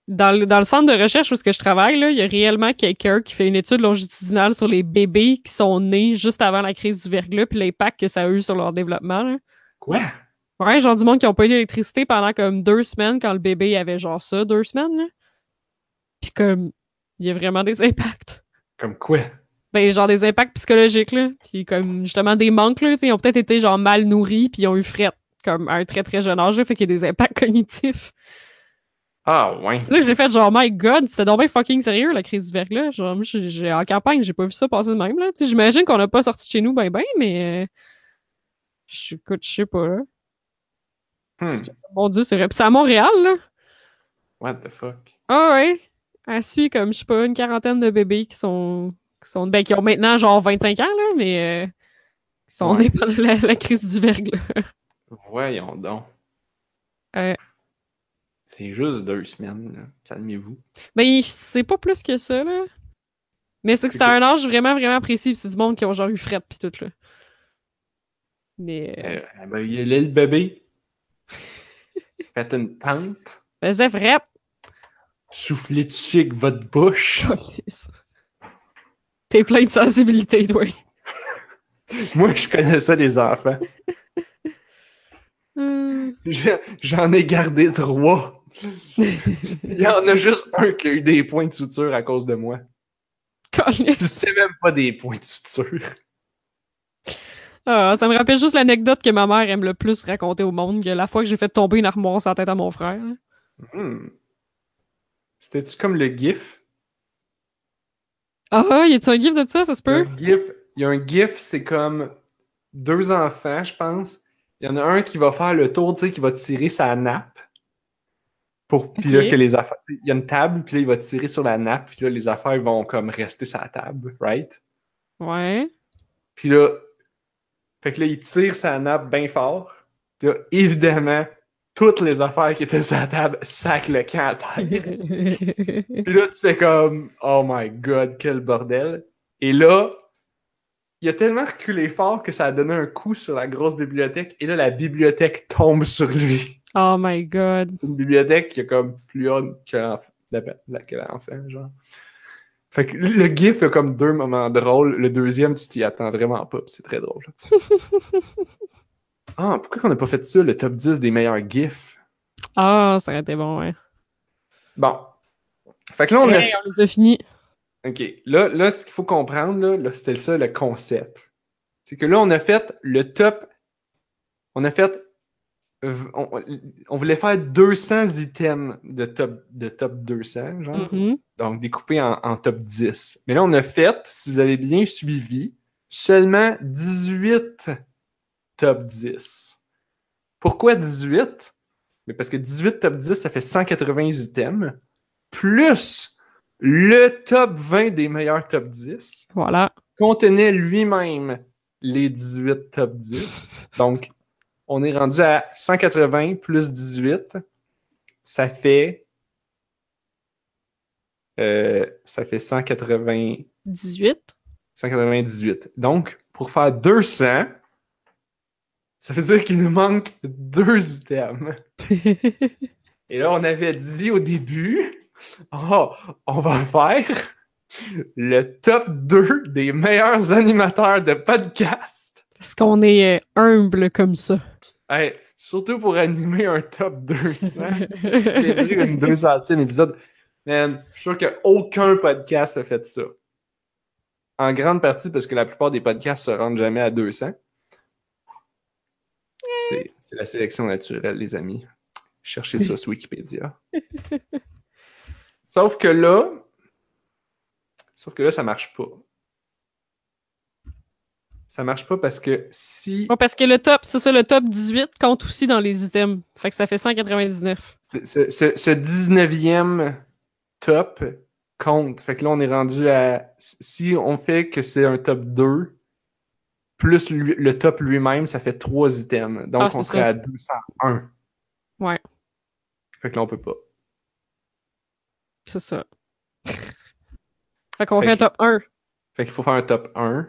B: dans le, dans le centre de recherche où est-ce que je travaille, là, il y a réellement quelqu'un qui fait une étude longitudinale sur les bébés qui sont nés juste avant la crise du verglas puis l'impact que ça a eu sur leur développement. là.
A: Quoi?
B: Ouais, genre du monde qui ont pas eu d'électricité pendant comme deux semaines quand le bébé avait genre ça, deux semaines. là. Puis comme, il y a vraiment des impacts.
A: Comme quoi?
B: ben genre des impacts psychologiques là puis comme justement des manques là tu sais, ils ont peut-être été genre mal nourris puis ils ont eu fret comme à un très très jeune âge là, fait qu'il y a des impacts cognitifs
A: Ah ouais.
B: c'est là que j'ai fait genre my god c'était donc bien fucking sérieux la crise du verglas genre moi, j'ai j'ai- en campagne j'ai pas vu ça passer de même là tu sais, j'imagine qu'on n'a pas sorti de chez nous ben ben mais euh, je écoute, je sais pas là
A: Hmm,
B: mon dieu c'est vrai Puis c'est à Montréal là
A: What the fuck?
B: ah ouais à suit comme je sais pas une quarantaine de bébés qui sont qui sont ben qui ont maintenant genre 25 ans là mais euh, qui sont
A: Ouais.
B: nés pendant la, la crise du verglas
A: Voyons donc.
B: Euh.
A: C'est juste deux semaines, là. calmez-vous.
B: Ben, c'est pas plus que ça, là. Mais c'est que c'était à un âge vraiment, vraiment précis. pis C'est du monde qui ont genre eu fret pis tout, là. Mais. Euh,
A: Euh, elle va y aller, le bébé. Faites une tente.
B: faisait fret!
A: Soufflez dessus avec votre bouche.
B: Calisse. T'es plein de sensibilité, toi.
A: Moi, je connais ça, les enfants.
B: Hum.
A: J'ai- J'en ai gardé trois. Il y en a juste un qui a eu des points de suture à cause de moi.
B: Colin.
A: Puis c'est même pas des points de suture.
B: Ah, ça me rappelle juste l'anecdote que ma mère aime le plus raconter au monde, que la fois que j'ai fait tomber une armoire sur la tête à mon frère.
A: Hmm. C'était-tu comme le GIF?
B: Ah, y a-tu un gif de ça, ça se peut?
A: Un GIF, il y a un GIF, c'est comme deux enfants, je pense. Il y en a un qui va faire le tour, tu sais, qui va tirer sa nappe. Pour, puis là,
B: Ok.
A: que les affaires. Il y a une table, puis là, il va tirer sur la nappe, puis là, les affaires vont comme rester sur la table, right?
B: Ouais.
A: Puis là, fait que là, il tire sa nappe bien fort. Puis là, évidemment, toutes les affaires qui étaient sur la table sacent le camp à terre. Puis là, tu fais comme Oh my god, quel bordel. Et là, il a tellement reculé fort que ça a donné un coup sur la grosse bibliothèque. Et là, la bibliothèque tombe sur lui.
B: oh my god.
A: C'est une bibliothèque qui est comme plus haute que l'enf- la- la- que l'enfant, genre. Fait que le gif a comme deux moments drôles. Le deuxième, tu t'y attends vraiment pas, puis c'est très drôle. ah, pourquoi qu'on n'a pas fait ça, le top 10 des meilleurs gifs?
B: Ah, ça aurait été bon, ouais.
A: Bon. Fait que là, on a
B: Hey, on les a finis.
A: OK. Là, là ce qu'il faut comprendre, là, là, c'était ça le concept. C'est que là, on a fait le top. On a fait. v- On, on voulait faire 200 items de top, de top 200, genre.
B: Mhm.
A: Donc, découpé en, en top 10. Mais là, on a fait, si vous avez bien suivi, seulement 18 top 10. Pourquoi 18? Mais parce que 18 top 10, ça fait 180 items, plus le top 20 des meilleurs top 10
B: Voilà.
A: contenait lui-même les 18 top 10. Donc, on est rendu à 180 plus 18. Ça fait. euh, ça fait 180,
B: 18.
A: 198. Donc, pour faire 200, ça veut dire qu'il nous manque deux items. Et là, on avait dit au début, oh, on va faire le top 2 des meilleurs animateurs de podcast.
B: Parce qu'on est euh, humble comme ça.
A: Hey, surtout pour animer un top 200. Célébrer une 200e épisode. Man, je suis sûr qu'aucun podcast a fait ça. En grande partie parce que la plupart des podcasts se rendent jamais à 200. C'est c'est la sélection naturelle, les amis. Cherchez ça sur Wikipédia. Sauf que là, sauf que là, ça marche pas. Ça marche pas parce que si
B: Bon, parce que le top, c'est ça, le top 18 compte aussi dans les items. Fait que ça fait 199.
A: ce, ce- ce- ce 19e top compte. Fait que là, on est rendu à. Si on fait que c'est un top 2, plus lui- le top lui-même, ça fait 3 items. Donc,
B: Ah, c'est
A: on serait
B: ça.
A: à 201.
B: Ouais.
A: Fait que là, on peut pas.
B: C'est ça. fait qu'on
A: Fait
B: fait un
A: que-
B: top 1.
A: Fait qu'il faut faire un top 1.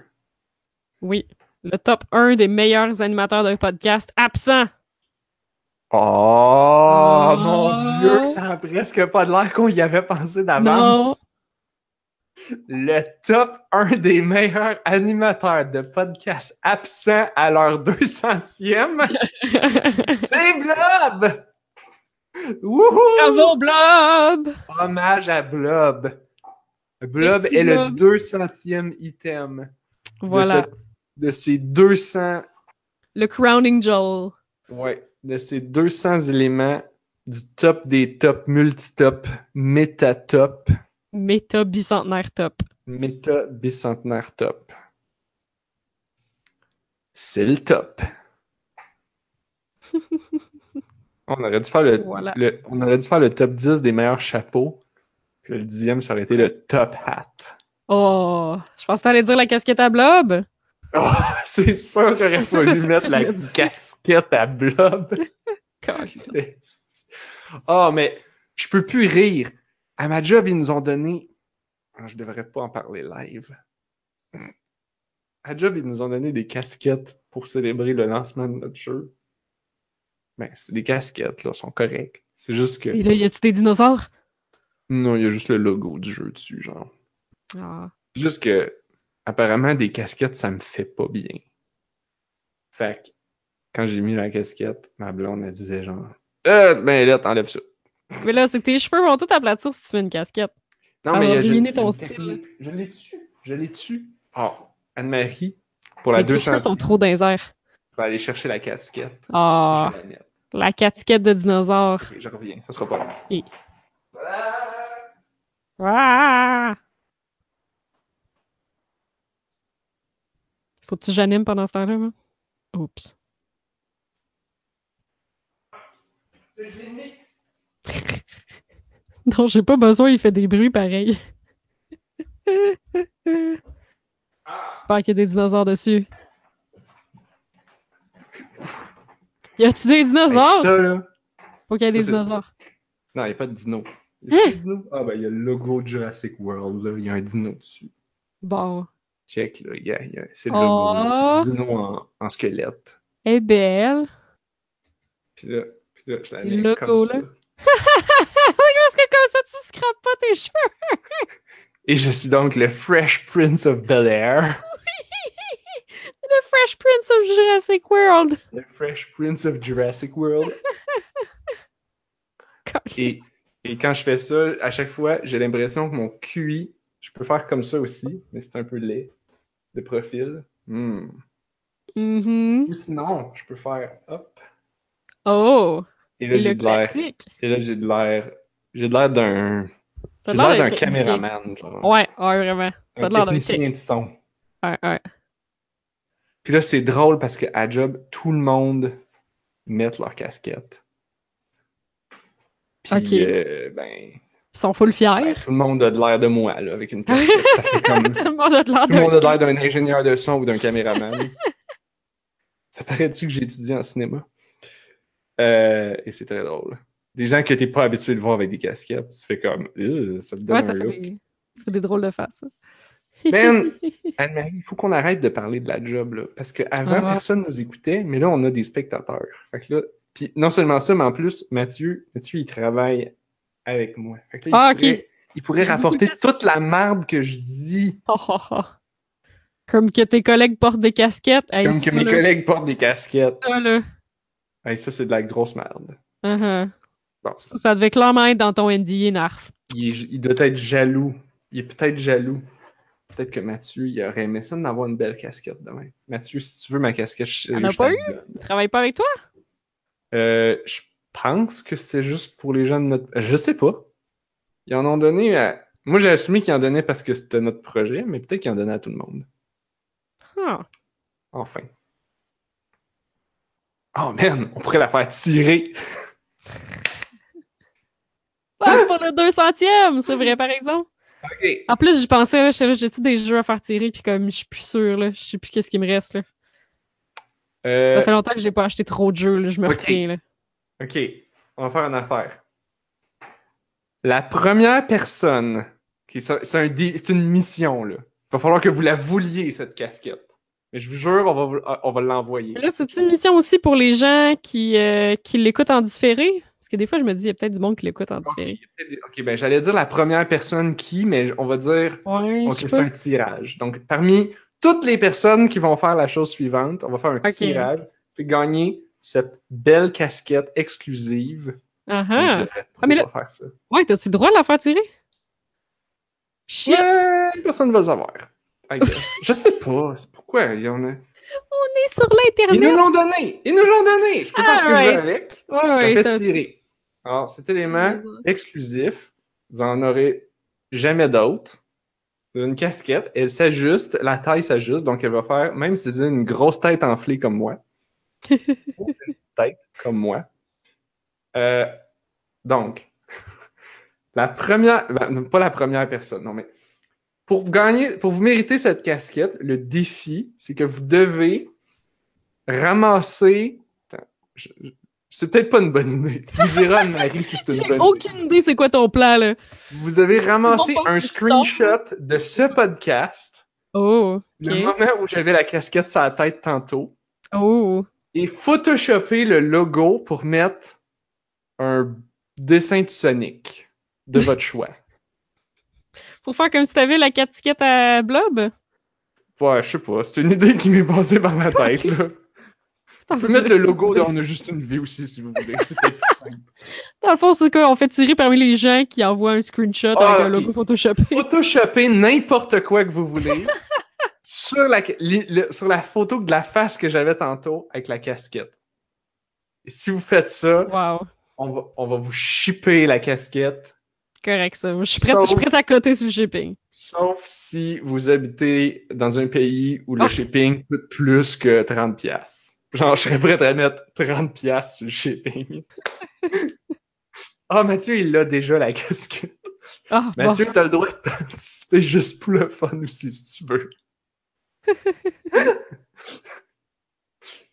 B: Oui. Le top 1 des meilleurs animateurs de podcast absent.
A: Oh,
B: Ah.
A: mon Dieu, ça a presque pas de l'air qu'on y avait pensé d'avance. Le top 1 des meilleurs animateurs de podcasts absents à leur 200e. C'est Blob! Wouhou!
B: Bravo, Blob!
A: Hommage à Blob. Blob
B: Merci,
A: est
B: Blob.
A: le 200e item
B: Voilà.
A: de, ce- de ces 200,
B: Le crowning Joel.
A: ouais, de ces 200 éléments du top des tops, multitop, métatop,
B: Méta bicentenaire top.
A: méta bicentenaire top. C'est le top. On aurait dû faire le
B: Voilà.
A: Le- on aurait dû faire le top 10 des meilleurs chapeaux. Puis le dixième, ça aurait été le top hat.
B: Oh! Je pense que t'allais dire la casquette à Blob.
A: C'est sûr qu'il aurait fallu mettre la casquette à blob. Ah, mais je peux plus rire. À ma job, ils nous ont donné. Ah, Je devrais pas en parler live. À job, ils nous ont donné des casquettes pour célébrer le lancement de notre jeu. Mais c'est des casquettes, là, elles sont correctes. C'est juste que.
B: Et là, y a-tu des dinosaures?
A: Non, il y a juste le logo du jeu dessus, genre.
B: Ah.
A: Juste que, apparemment, des casquettes, ça me fait pas bien. Fait que, quand j'ai mis la casquette, ma blonde, elle disait genre, euh, c'est bien là, t'enlèves ça.
B: Mais là, c'est que tes cheveux vont tout aplatir si tu mets une casquette.
A: Non,
B: Ça
A: mais
B: va
A: il y a- je-
B: ruiner ton
A: je-
B: style.
A: Je l'ai tu. Je l'ai tu. Oh, Anne-Marie, pour la
B: Mais tes cheveux
A: 200
B: sont trop désert.
A: je vais aller chercher la casquette.
B: Ah,
A: Je vais la mettre.
B: la casquette de dinosaure.
A: Ok, Je reviens. Ça sera pas long.
B: Et-
A: Voilà.
B: Ah! Faut que tu j'anime pendant ce temps-là, moi? Oups.
A: Je l'ai mis.
B: Non, j'ai pas besoin, il fait des bruits pareils. J'espère
A: Ah,
B: qu'il y a des dinosaures dessus. Y a-tu des
A: ben,
B: dinosaures?
A: ça, là.
B: Faut qu'il y ait
A: ça,
B: des
A: c'est-
B: dinosaures.
A: Non, il n'y a pas de dino.
B: Hein?
A: Y a-tu des dinos? Ah, ben, il y a le logo de Jurassic World, là. Il y a un dino dessus.
B: Bon.
A: Check, là. il y a- il y a- C'est le logo.
B: Oh.
A: là. C'est le dino en, en squelette.
B: Elle est belle.
A: Puis là, puis là je la
B: Le
A: mets
B: logo,
A: comme ça.
B: là. Parce que comme ça, tu scrapes pas tes cheveux.
A: Et je suis donc le Fresh Prince of Bel Air.
B: Le Fresh Prince of Jurassic World.
A: Le Fresh Prince of Jurassic World. Et, et quand je fais ça, à chaque fois, j'ai l'impression que mon QI, je peux faire comme ça aussi, mais c'est un peu laid de profil. Hmm.
B: Mhm.
A: Ou sinon, je peux faire hop.
B: Oh,
A: Et là,
B: le
A: j'ai de l'air.
B: classique.
A: Et là, j'ai de l'air. J'ai de l'air d'un.
B: T'as
A: J'ai de l'air
B: d'un
A: d'un
B: technicien.
A: caméraman, genre.
B: Ouais, ouais, vraiment. T'as
A: un
B: de l'air d'un
A: technicien
B: tech.
A: de son.
B: Ouais, ouais.
A: Puis là, c'est drôle parce que à job, tout le monde met leur casquette. Puis,
B: Ok.
A: euh, ben,
B: Ils sont full
A: ben,
B: fiers.
A: tout le monde a de l'air de moi, là, avec une casquette. ça fait comme.
B: Tout le monde a de l'air
A: Tout le monde
B: d'un-
A: a l'air d'un ingénieur de son ou d'un caméraman. ça paraît-tu que j'ai étudié en cinéma? Euh, et c'est très drôle. Des gens que t'es pas habitué de voir avec des casquettes, tu fais comme, Euh, ça te donne
B: Ouais,
A: un
B: ça fait,
A: look.
B: des... ça fait des drôles de faces. ça.
A: Man! Anne-Marie, il faut qu'on arrête de parler de la job, là. Parce qu'avant,
B: Ah.
A: personne nous écoutait, mais là, on a des spectateurs. Fait que là, puis non seulement ça, mais en plus, Mathieu, Mathieu, il travaille avec moi. Fait que là, il,
B: Ah, ok.
A: pourrait, il pourrait
B: J'ai beaucoup
A: rapporter
B: de casquettes.
A: toute la merde que je dis,
B: Oh, oh, oh. Comme que tes collègues portent des casquettes. Hey,
A: comme que
B: ça,
A: mes
B: là, Ah,
A: collègues portent des casquettes.
B: ça, là.
A: Hey, ça, c'est de la grosse merde.
B: Uh-huh.
A: Bon,
B: Ça, ça devait clairement être dans ton NDA, Narf.
A: il, est- il doit être jaloux. Il est peut-être jaloux. Peut-être que Mathieu, il aurait aimé ça d'avoir une belle casquette demain. Mathieu, si tu veux ma casquette, je,
B: Y'en a
A: je
B: pas
A: t'en
B: eu?
A: donne.
B: Il Travaille pas avec toi?
A: Euh, je pense que c'était juste pour les gens de notre. Je sais pas. Ils en ont donné à. Moi, j'ai assumé qu'ils en donnaient parce que c'était notre projet, mais peut-être qu'ils en donnaient à tout le monde.
B: Ah.
A: Enfin. Oh man, on pourrait la faire tirer.
B: Ah, pour le 200e, c'est vrai, par exemple.
A: OK.
B: En plus, je pensais, là, j'étais là, j'ai-tu des jeux à faire tirer, puis comme je suis plus sûre, là, je sais plus qu'est-ce qui me reste, là.
A: Euh,
B: Ça fait longtemps que j'ai pas acheté trop de jeux, là, je me
A: ok.
B: retiens, là.
A: OK, on va faire une affaire. La première personne, qui c'est c'est un dé- c'est une mission, là. Il va falloir que vous la vouliez, cette casquette. Mais je vous jure, on va, vous- on va l'envoyer.
B: Là, c'est une mission aussi pour les gens qui, euh, qui l'écoutent en différé. Parce que des fois, je me dis, il y a peut-être du monde qui l'écoute en
A: Ok,
B: différé.
A: ok, ben j'allais dire la première personne qui, mais on va dire
B: Ouais,
A: ok,
B: je sais
A: c'est
B: pas.
A: un tirage. Donc, parmi toutes les personnes qui vont faire la chose suivante, on va faire un
B: Ok.
A: tirage. Puis gagner cette belle casquette exclusive. Mais je
B: Ah, ah.
A: devrais
B: Ah, mais
A: trop
B: là-
A: pas faire ça.
B: Ouais, t'as-tu le droit de la faire tirer? Shit!
A: Ouais, personne ne va le savoir. I guess. je sais pas. c'est Pourquoi il y en a.
B: On est sur
A: Ils nous
B: l'Internet!
A: l'ont donné! Ils nous l'ont donné! Je peux faire ce que je
B: Alright.
A: veux avec.
B: Ouais,
A: Ah, Je
B: ouais,
A: l'ai
B: t'as-
A: fait tirer. Alors, cet élément exclusif, vous en aurez jamais d'autres. Vous avez une casquette, elle s'ajuste, la taille s'ajuste, donc elle va faire, même si vous avez une grosse tête enflée comme moi, ou une tête comme moi. Euh, donc, la première, ben, non, pas la première personne, non, mais pour gagner, pour vous mériter cette casquette, le défi, c'est que vous devez ramasser. Attends, je- je- C'est peut-être pas une bonne idée. Tu me diras, Marie, si c'est une
B: J'ai
A: bonne idée.
B: aucune idée c'est quoi ton plan, là.
A: Vous avez ramassé
B: Ils vont pas
A: un
B: me sortir.
A: screenshot de ce podcast,
B: Oh,
A: le
B: ok.
A: moment où j'avais la casquette sur la tête tantôt,
B: Oh.
A: et photoshopper le logo pour mettre un dessin de Sonic de votre choix.
B: Faut faire comme si t'avais la casquette à blob?
A: Ouais, je sais pas, c'est une idée qui m'est passée par la tête, là. On peut mettre le logo de On a juste une vie aussi, si vous voulez. C'est peut-être plus simple.
B: Dans le fond, c'est quoi? On fait tirer parmi les gens qui envoient un screenshot
A: Ah,
B: avec un
A: ok.
B: logo photoshopé.
A: Photoshopper n'importe quoi que vous voulez sur, la, li- le- sur la photo de la face que j'avais tantôt avec la casquette. Et si vous faites ça,
B: Wow.
A: on va, on va vous shipper la casquette,
B: Correct, ça. Je suis prête,
A: Sauf-
B: je suis prête à coter sur le shipping.
A: sauf si vous habitez dans un pays où le
B: Ah.
A: shipping coûte plus que 30$. piastres. Genre, je serais prêt à mettre 30$ piastres sur le shipping. Ah, Mathieu, il a déjà la casquette.
B: Ah, bon.
A: Mathieu, t'as le droit de participer juste pour le fun aussi, si tu veux.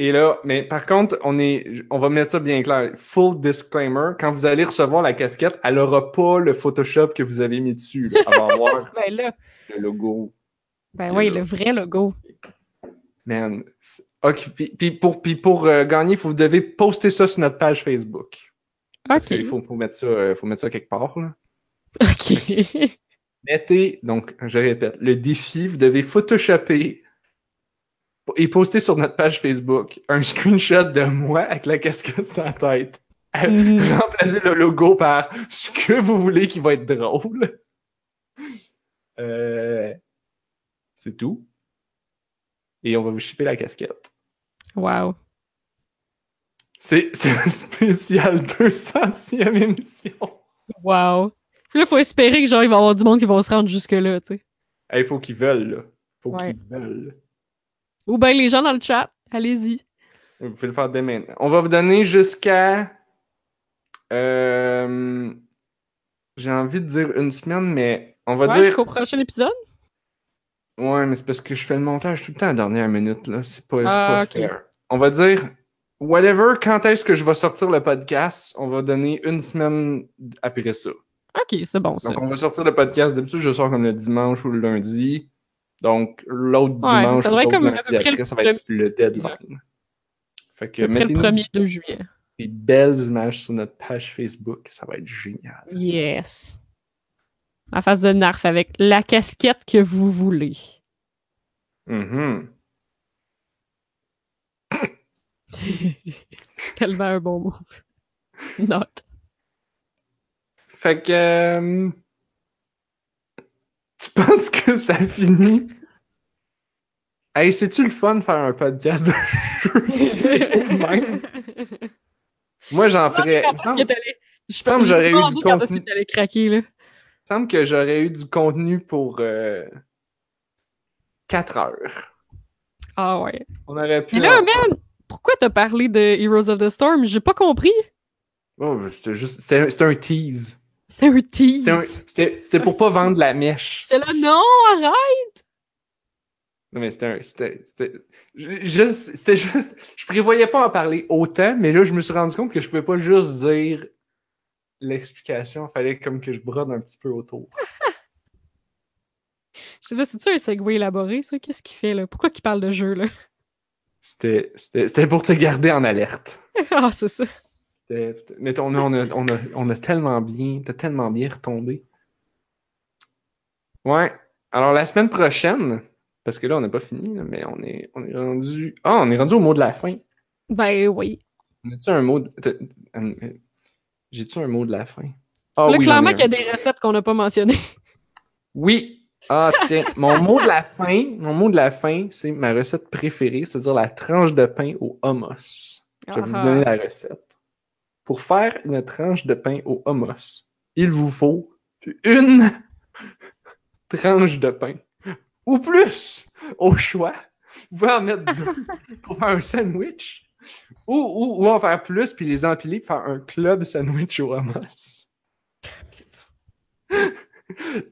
A: Et là, mais par contre, on est, on va mettre ça bien clair. Full disclaimer, quand vous allez recevoir la casquette, elle aura pas le Photoshop que vous avez mis dessus. là. Elle va avoir
B: Ben là,
A: le logo.
B: ben
A: Puis
B: oui,
A: là.
B: le vrai logo.
A: Man, c'est- ok, puis- Puis pour, puis pour euh, gagner, faut, vous devez poster ça sur notre page Facebook. Parce
B: OK.
A: qu'il faut, faut mettre ça, euh, faut mettre ça quelque part. Là.
B: OK.
A: Mettez, donc, je répète, le défi, vous devez photoshopper et poster sur notre page Facebook un screenshot de moi avec la casquette sans tête.
B: Mhm.
A: Remplacez le logo par ce que vous voulez qui va être drôle. Euh, c'est tout. Et on va vous shipper la casquette.
B: Wow.
A: C'est c'est un spécial 200e émission.
B: Wow. Puis là, faut espérer que genre, il va y avoir du monde qui vont se rendre jusque-là, tu sais.
A: Il faut qu'ils veulent, là. faut
B: Ouais.
A: qu'ils veulent.
B: Ou ben les gens dans le chat, allez-y.
A: Vous pouvez le faire dès maintenant. On va vous donner jusqu'à. euh, J'ai envie de dire une semaine, mais on va
B: Ouais,
A: dire.
B: Jusqu'au prochain épisode.
A: Ouais, mais c'est parce que je fais le montage tout le temps à la dernière minute, là. C'est pas, c'est
B: Ah,
A: pas
B: ok.
A: fair. On va dire. Whatever, quand est-ce que je vais sortir le podcast, on va donner une semaine après ça.
B: OK, c'est bon, ça.
A: Donc, on va sortir le podcast. D'habitude, je sors comme le dimanche ou le lundi. Donc, l'autre
B: Ouais,
A: dimanche
B: ça
A: ou
B: devrait
A: l'autre
B: être comme à
A: lundi
B: peu près
A: après,
B: le
A: ça va être le deadline. Fait que
B: Après le
A: mettez-nous
B: 1er de juillet.
A: des belles images sur notre page Facebook. Ça va être génial.
B: Yes. En face de Narf avec la casquette que vous voulez.
A: Mhm.
B: Tellement un bon mot. Note.
A: Fait que. euh, Tu penses que ça finit? Hey, c'est-tu le fun de faire un podcast de jeux vidéo de même? Moi, j'en ferais. Il me semble,
B: Je pense que t'allais- je
A: semble
B: pense
A: que j'aurais
B: j'ai pas
A: eu
B: en
A: du
B: doute quand est-ce
A: contenu.
B: que t'allais craquer, là.
A: il me semble que j'aurais eu du contenu pour 4 heures.
B: Ah ouais.
A: On aurait pu.
B: Puis là,
A: en-
B: man, pourquoi t'as parlé de Heroes of the Storm? J'ai pas compris.
A: Oh, c'était juste. C'était un- c'était un tease.
B: C'est un tease.
A: C'était un- C'était c'était pour pas vendre la mèche.
B: J'étais là, non, arrête!
A: Non, mais c'était un. C'était c'était- je- je- c'était juste. Je prévoyais pas en parler autant, mais là, je me suis rendu compte que je pouvais pas juste dire l'explication. Fallait comme que je brode un petit peu autour.
B: Je sais pas, c'est-tu un segway élaboré, ça? Qu'est-ce qu'il fait, là? Pourquoi qu'il parle de jeu, là?
A: C'était c'était- c'était pour te garder en alerte.
B: ah, c'est ça.
A: C'était- Mais on a, on, a, on, a, on a tellement bien. T'as tellement bien retombé. Ouais. Alors, la semaine prochaine, parce que là, on n'a pas fini, là, mais on est, on est rendu. Ah, on est rendu au mot de la fin.
B: Ben oui.
A: On a-tu un mot de... t'as- un- euh, J'ai-tu un mot de la fin? Ah
B: là,
A: oui, j'en ai
B: clairement
A: un.
B: qu'il y a des recettes qu'on n'a pas mentionnées.
A: Oui! Ah tiens, mon mot de la fin, mon mot de la fin, c'est ma recette préférée, c'est-à-dire la tranche de pain au hummus. Je vais vous
B: Ah,
A: donner la recette. Pour faire une tranche de pain au hummus, il vous faut une tranche de pain ou plus au choix. Vous pouvez en mettre deux pour faire un sandwich ou, ou, ou en faire plus puis les empiler pour faire un club sandwich au hummus.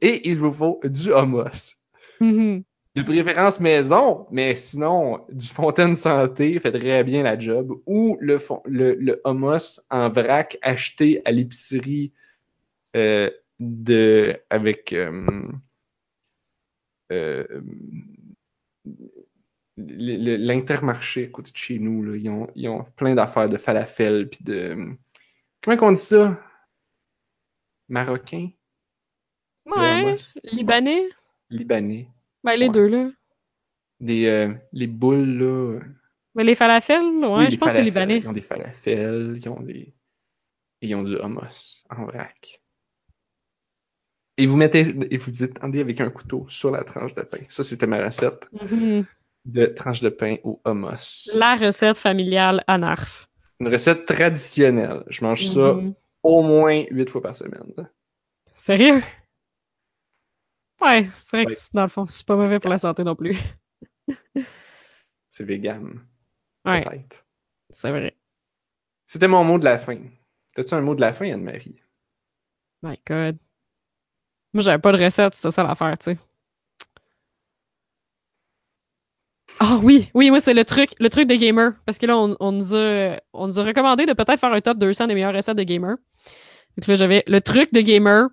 A: Et il vous faut du hummus.
B: mhm.
A: De préférence maison, mais sinon, du Fontaine Santé fait très bien la job. Ou le, fon- le, le hummus en vrac acheté à l'épicerie euh, de avec euh, euh, le- le- l'intermarché à côté de chez nous. là. Ils, ont, ils ont plein d'affaires de falafel puis de. Comment qu'on dit ça? Marocain? Le
B: Ouais.
A: hummus.
B: Libanais?
A: Libanais.
B: Ben, les
A: Ouais.
B: deux, là.
A: Des, euh, les boules, là.
B: Mais Ben, les falafels, ouais,
A: Oui,
B: je
A: des
B: pense que
A: falafels.
B: c'est libanais.
A: Ils ont des falafels, ils ont des. Ils ont du hummus en vrac. Et vous mettez. Et vous étendez avec un couteau sur la tranche de pain. Ça, c'était ma recette
B: Mhm.
A: de tranche de pain au hummus.
B: La recette familiale à Narf.
A: Une recette traditionnelle. Je mange ça
B: Mhm.
A: au moins huit fois par semaine.
B: Sérieux? Ouais, c'est vrai que
A: Ouais.
B: c'est- dans le fond, c'est pas mauvais pour la santé non plus.
A: C'est vegan.
B: Ouais.
A: Peut-être.
B: C'est vrai.
A: C'était mon mot de la fin. T'as-tu un mot de la fin, Anne-Marie?
B: My God. Moi, j'avais pas de recette, c'était ça l'affaire, tu sais. Ah oui, oui, moi, c'est le truc, le truc des gamers. Parce que là, on, on nous, a, on nous a recommandé de peut-être faire un top 200 des meilleures recettes de gamers. Donc là, j'avais le truc de gamer.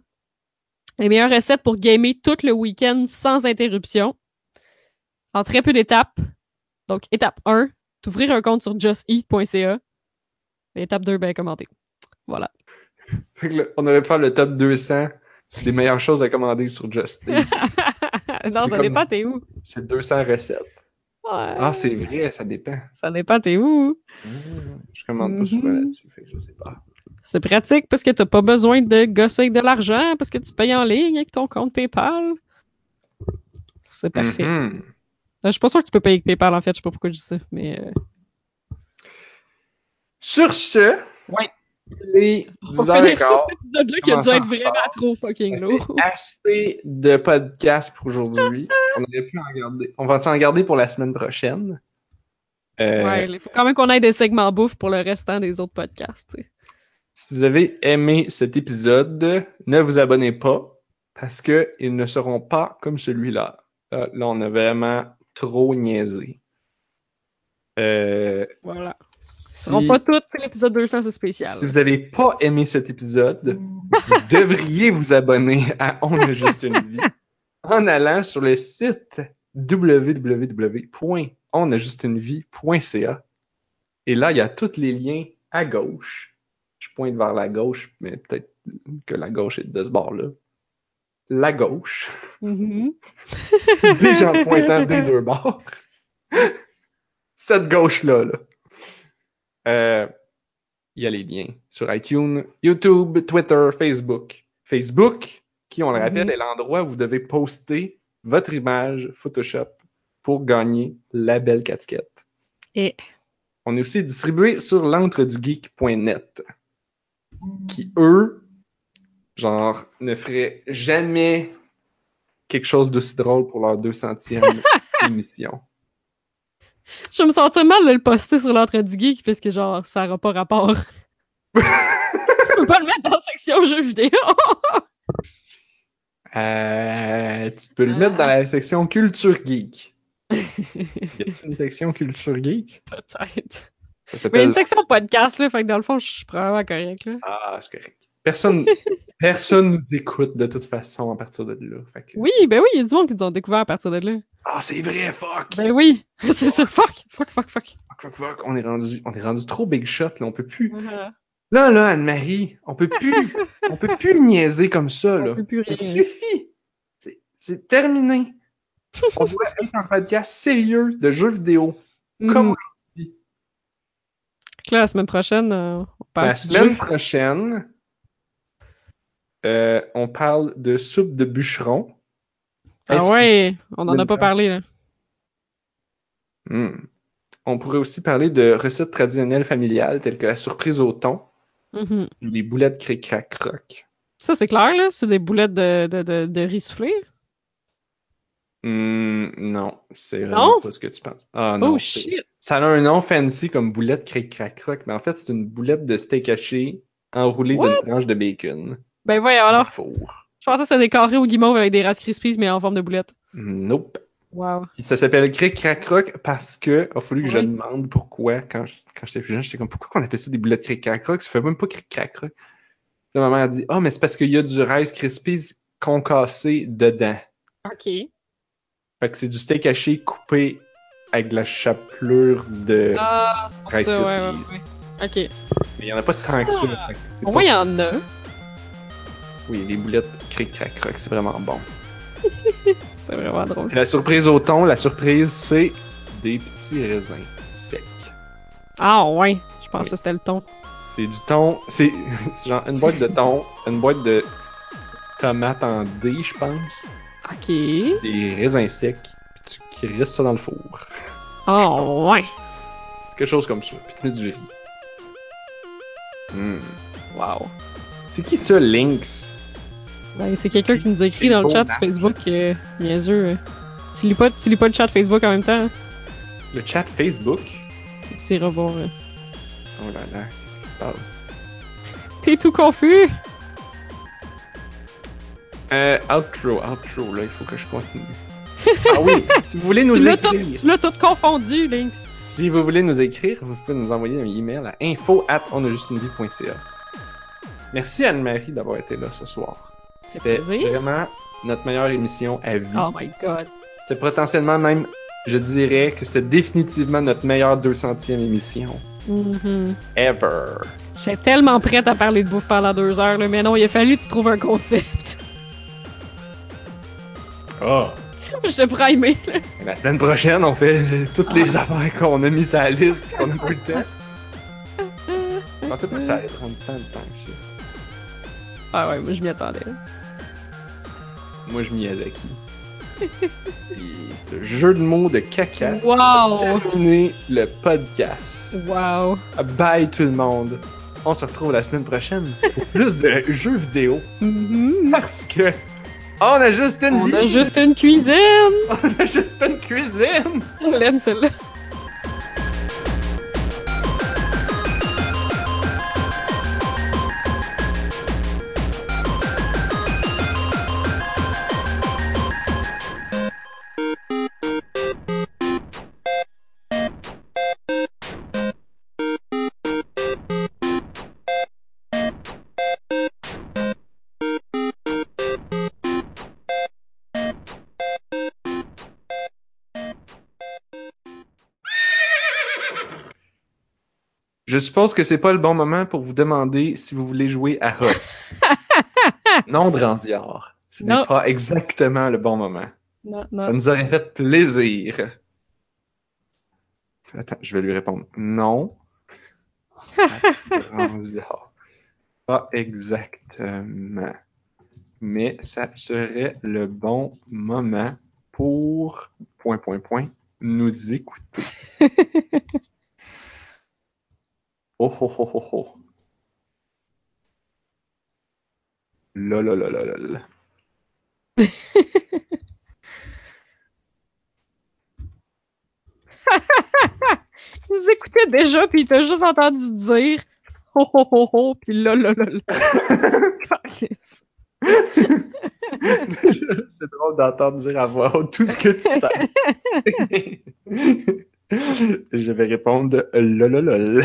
B: Les meilleures recettes pour gamer tout le week-end sans interruption. En très peu d'étapes. Donc, étape 1, t'ouvrir un compte sur justeat.ca. Étape 2, ben, commenter. Voilà.
A: Fait que là, on aurait pu faire le top 200 des meilleures choses à commander sur Just Eat.
B: non, ça
A: comme-
B: dépend, t'es où.
A: c'est 200 recettes.
B: Ouais.
A: Ah, c'est vrai, ça dépend.
B: Ça dépend, t'es où.
A: Mmh. Je commande pas souvent
B: Mhm.
A: là-dessus, fait que je sais pas.
B: C'est pratique parce que t'as pas besoin de gosser avec de l'argent parce que tu payes en ligne avec ton compte PayPal. C'est parfait. Euh,
A: Mhm.
B: Je suis pas sûre que tu peux payer avec PayPal en fait, je sais pas pourquoi je dis ça, mais euh,
A: Sur ce,
B: Ouais.
A: il est
B: pour
A: 10 heures et
B: finir ça,
A: quart.
B: cet épisode-là qui a dû
A: Commençons
B: être
A: en
B: vraiment trop fucking lourd.
A: Assez de podcasts pour aujourd'hui. on aurait pu en garder. On va en garder pour la semaine prochaine. Euh,
B: Ouais, il faut quand même qu'on ait des segments bouffe pour le restant des autres podcasts. tu sais.
A: Si vous avez aimé cet épisode, ne vous abonnez pas parce qu'ils ne seront pas comme celui-là. Là, là, on a vraiment trop niaisé. Euh,
B: Voilà.
A: si,
B: Ils seront pas tous, c'est l'épisode 200, c'est spécial.
A: si vous n'avez pas aimé cet épisode, vous devriez vous abonner à On a juste une vie en allant sur le site www.onajustunevie.ca. Et là, il y a tous les liens à gauche. Je pointe vers la gauche, mais peut-être que la gauche est de ce bord-là. La gauche.
B: Mhm.
A: Dis-je en pointant des deux bords. Cette gauche-là, là. Euh, il y a les liens sur iTunes, YouTube, Twitter, Facebook. Facebook, qui, on le rappelle,
B: Mhm.
A: est l'endroit où vous devez poster votre image Photoshop pour gagner la belle casquette.
B: Et-
A: On est aussi distribué sur l'entredugeek.net, qui, eux, genre, ne feraient jamais quelque chose d'aussi drôle pour leur 200e émission.
B: Je me sentais mal de le poster sur l'entre du geek parce que genre ça n'aura pas rapport. Je peux pas le mettre dans la section jeux vidéo.
A: Euh, tu
B: Ah.
A: peux le mettre dans la section culture geek. Y a-t-il une section culture geek?
B: Peut-être.
A: Ça
B: Mais une
A: s'appelle.
B: section podcast là, fait que dans le fond je suis probablement correct là.
A: Ah, c'est correct. Personne, personne nous écoute de toute façon à partir de là. Fait que-
B: Oui, ben oui, il y a du monde qui nous ont découvert à partir de là.
A: Ah, c'est vrai, fuck!
B: Ben oui, c'est ça. Fuck, fuck, fuck, fuck.
A: Fuck, fuck, fuck. On est rendu, on est rendu trop big shot, là. On peut plus. Là, là, Anne-Marie, on peut plus, on peut plus niaiser comme ça, là.
B: On peut plus
A: Ça
B: rien.
A: suffit! C'est- C'est terminé! On doit être un podcast sérieux de jeux vidéo. Comme
B: Mhm. Donc Là, la semaine prochaine, euh, on parle
A: La
B: du
A: semaine
B: jeu.
A: prochaine, euh, on parle de soupe de bûcheron.
B: Ah
A: Est-ce-
B: ouais, on en a pas
A: Winter.
B: parlé là.
A: Hmm. On pourrait aussi parler de recettes traditionnelles familiales telles que la surprise au thon,
B: Mhm.
A: les boulettes cric crac croc.
B: Ça c'est clair là, c'est des boulettes de, de, de, de riz soufflé.
A: Hmm, non, c'est
B: Non?
A: vraiment pas ce que tu penses. Ah non.
B: oh
A: c'est-
B: shit.
A: Ça a un nom fancy comme boulette cric crac croc, mais en fait, c'est une boulette de steak haché enroulée d'une tranche de bacon.
B: Ben voyons alors.
A: Faux.
B: Je pensais que c'était des carrés au guimauve avec des races crispies mais en forme de boulette.
A: Nope.
B: Wow.
A: Puis ça s'appelle Cric Crac Croc parce que il a fallu que je
B: Ouais.
A: demande pourquoi quand je- quand j'étais plus jeune, j'étais comme pourquoi on appelle ça des boulettes Cric Crac Croc, ça fait même pas Cric Crac Croc. Puis Là, ma mère a dit "Ah, mais c'est parce qu'il y a du Rice Krispies concassé dedans."
B: OK.
A: Fait que c'est du steak haché coupé avec de la chapelure de
B: Ah, c'est pour
A: Rice
B: ça, ouais, ouais, Ah!
A: Krispies.
B: ouais. OK.
A: Mais il y en a pas tant que ça. fait que c'est
B: Au
A: pas-
B: moins, il y en a.
A: Oui, les boulettes Cric Crac Croc, c'est vraiment bon.
B: C'est vraiment drôle.
A: Puis la surprise au thon, la surprise c'est des petits raisins secs.
B: Ah ouais, je pensais
A: Oui.
B: que c'était le ton.
A: C'est du thon. C'est c'est genre une boîte de thon, une boîte de tomates en D, je pense.
B: Ok.
A: Des raisins secs. Puis tu crisses ça dans le four.
B: Ah ouais.
A: C'est quelque chose comme ça. Puis tu mets du riz. Hmm.
B: Wow.
A: C'est qui ça, Lynx?
B: Ben, c'est quelqu'un qui nous a écrit dans le chat sur Facebook, euh, niaiseux. euh. Tu lis, pas, tu lis pas le chat Facebook en même temps, hein?
A: Le chat Facebook?
B: tu tu iras voir. euh.
A: Oh là là, qu'est-ce qui se passe?
B: T'es tout confus!
A: Euh, outro, outro, là, il faut que je continue. Ah oui, si vous voulez
B: Tu
A: nous
B: l'as tout,
A: écrire,
B: tu l'as tout confondu, Lynx.
A: si vous voulez nous écrire, vous pouvez nous envoyer un email à info at onajustunevie.ca. Merci Anne-Marie d'avoir été là ce soir. C'était
B: plaisir.
A: vraiment notre meilleure émission à vie.
B: Oh my god.
A: C'était potentiellement même, je dirais que c'était définitivement notre meilleure 200e émission
B: Mhm.
A: ever.
B: J'étais tellement prête à parler de bouffe pendant deux heures, là, mais non, il a fallu que tu trouves un concept.
A: Oh.
B: Je pourrais aimer. là.
A: La semaine prochaine, on fait toutes les affaires qu'on a mises à la liste et qu'on n'a pas eu le temps. Je pensais pas que ça allait prendre tant de temps que ça.
B: Ah ouais, moi je m'y attendais.
A: Moi, je Miyazaki. Et ce jeu de mots de caca a
B: Wow!
A: terminé le podcast.
B: Wow!
A: Bye tout le monde. On se retrouve la semaine prochaine pour plus de jeux vidéo
B: Mhm.
A: parce que on a juste une
B: On
A: vie,
B: a juste une cuisine!
A: on a juste une cuisine.
B: On l'aime celle-là.
A: Je suppose que c'est pas le bon moment pour vous demander si vous voulez jouer à Hots. non, Drandiard. Ce n'est
B: Non.
A: pas exactement le bon moment.
B: Non,
A: Ça
B: non.
A: nous aurait fait plaisir. Attends, je vais lui répondre. Non. Drandiard. Pas exactement. Mais ça serait le bon moment pour point point point nous écouter. Oh, oh, oh, oh, oh. Lololololol.
B: Il nous écoutait déjà, puis il t'a juste entendu dire Oh, ho ho ho ho, puis là là là là. Calisse.
A: C'est drôle d'entendre dire à voix haute tout ce que tu tapes. Je vais répondre lololol.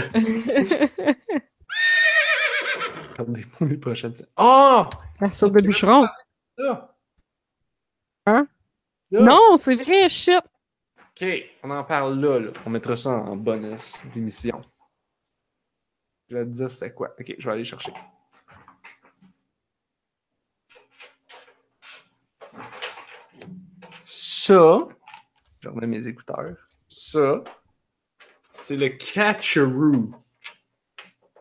A: Attendez-moi les prochaines. Oh!
B: La soupe de bûcheron.
A: Ça!
B: Hein?
A: Ça!
B: Non, c'est vrai, shit.
A: Ok, on en parle là, là. On mettra ça en bonus d'émission. Je vais te dire c'est quoi. Ok, je vais aller chercher. Ça, je remets mes écouteurs. Ça, c'est le catcheroo.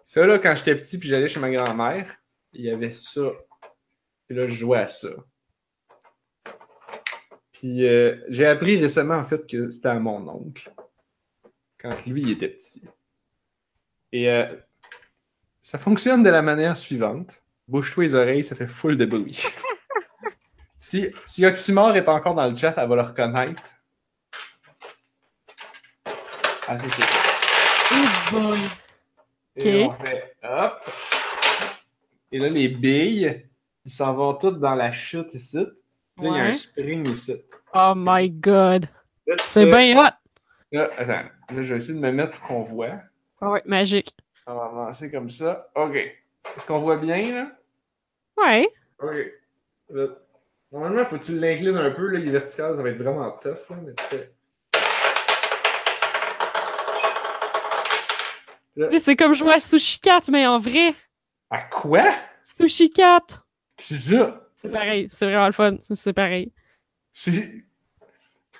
A: Ça, là, quand j'étais petit puis j'allais chez ma grand-mère, il y avait ça. Puis là, je jouais à ça. Puis euh, j'ai appris récemment, en fait, que c'était à mon oncle. Quand lui, il était petit. Et euh, ça fonctionne de la manière suivante. Bouche-toi les oreilles, ça fait full de bruit. si, si Oxymore est encore dans le chat, elle va le reconnaître. Ah, c'est ça. Et on
B: Ok.
A: fait hop. Et là, les billes, ils s'en vont toutes dans la chute ici. Puis Là, il y a
B: Ouais.
A: un spring ici.
B: Oh my god.
A: Là,
B: C'est
A: ça,
B: bien hot.
A: Là, attends, là, je vais essayer de me mettre pour qu'on voit.
B: Ça va être Ah magique.
A: On va avancer comme ça. OK. Est-ce qu'on voit bien, là?
B: Ouais.
A: OK. Là, Normalement, faut que tu l'inclines un peu. Là, il est vertical, ça va être vraiment tough. Là, mais tu fais... Là,
B: Puis C'est comme jouer à Sushi Cat, mais en vrai.
A: à quoi?
B: Sushi Cat.
A: C'est ça?
B: C'est pareil. C'est vraiment le fun. C'est- C'est pareil.
A: C'est... En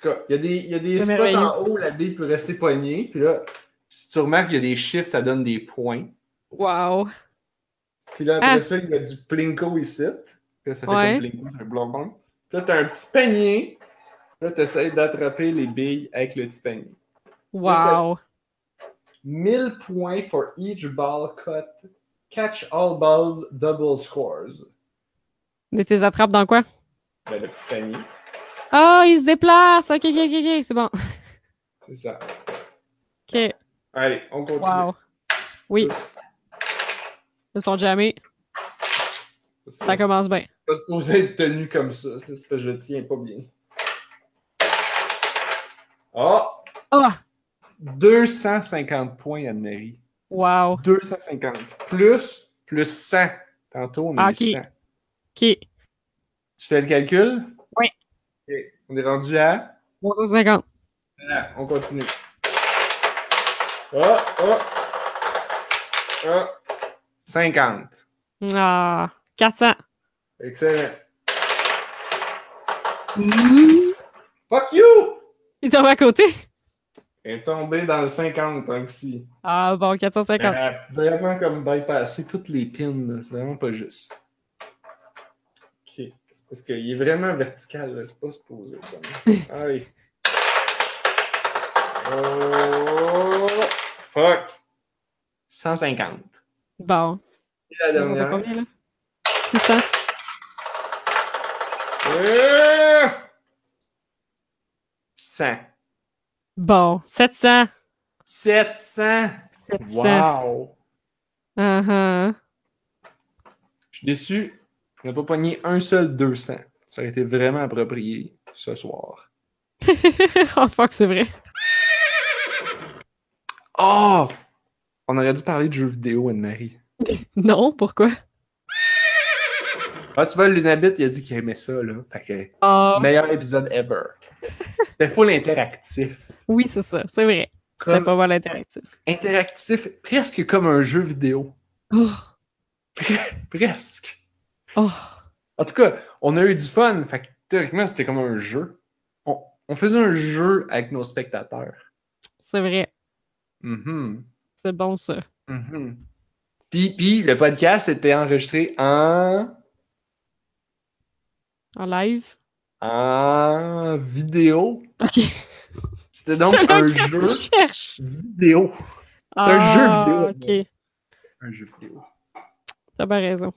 A: tout cas, il y a des, il y a des
B: C'est
A: spots
B: merveilleux.
A: en haut, la bille peut rester poignée. Puis là, Si tu remarques qu'il y a des chiffres, ça donne des points.
B: Wow.
A: Puis là, après
B: Ah.
A: ça, il y a du plinko ici. Puis là, ça fait
B: Ouais.
A: comme plinko, c'est un blanc blanc. Puis là, t'as un petit panier. Puis là, t'essayes d'attraper les billes avec le petit panier.
B: Wow.
A: 1000 points for each ball cut. Catch all balls, double scores.
B: De tes attrapes dans quoi?
A: Ben, le petit panier,
B: Ah, il se déplace! Ok, ok, ok, ok, c'est bon.
A: c'est ça.
B: Ok,
A: Allez, on continue.
B: wow. Oui,
A: Oups.
B: ils sont jamais. Ça
A: C'est
B: commence bien.
A: pas supposé être tenu comme ça. C'est parce que je le tiens pas bien. Ah!
B: Ah!
A: 250 points, Anne-Marie.
B: Wow.
A: 250. Plus, plus 100. Tantôt, on a
B: Ah,
A: eu
B: ok.
A: 100.
B: Ok,
A: Tu fais le calcul?
B: Oui.
A: Ok. On est rendu à...
B: 350.
A: Ah, on continue. Ah, ah, ah. 50.
B: Ah, 400.
A: Excellent.
B: Hmm.
A: Fuck you!
B: Il tombe à côté.
A: Elle est tombée dans le 50 hein, aussi.
B: Ah, bon, 450.
A: Elle a Euh, vraiment comme bypassé toutes les pins, là. c'est vraiment pas juste. Ok, c'est parce qu'il est vraiment vertical, là. c'est pas supposé. comme. Allez. Oh, fuck! 150.
B: Bon.
A: Et la
B: On est à
A: dernière.
B: combien, là? 600.
A: Ah! 100.
B: Bon, 700.
A: 700!
B: 700.
A: Wow!
B: Uh-huh.
A: Je suis déçu. On n'a pas pogné un seul 200. Ça aurait été vraiment approprié ce soir.
B: oh, fuck, c'est vrai.
A: Oh! On aurait dû parler de jeux vidéo, Anne-Marie.
B: Non, pourquoi?
A: Ah, tu vois, Lunabit, il a dit qu'il aimait ça, là. Fait que,
B: Ah,
A: meilleur épisode ever. C'était full interactif.
B: oui, c'est ça, c'est vrai. C'était
A: Comme-
B: pas voir l'interactif.
A: Interactif, presque comme un jeu vidéo.
B: Oh,
A: Presque.
B: oh.
A: En tout cas, on a eu du fun. Fait que, théoriquement, c'était comme un jeu. On, on faisait un jeu avec nos spectateurs.
B: C'est vrai.
A: Mhm.
B: C'est bon, ça.
A: Mhm. Puis, puis le podcast était enregistré en,
B: En live.
A: en vidéo.
B: Ok.
A: C'était donc
B: Je
A: un
B: le
A: jeu
B: cherche.
A: vidéo.
B: C'est
A: un jeu vidéo.
B: Ok,
A: Un jeu vidéo.
B: t'as bien raison.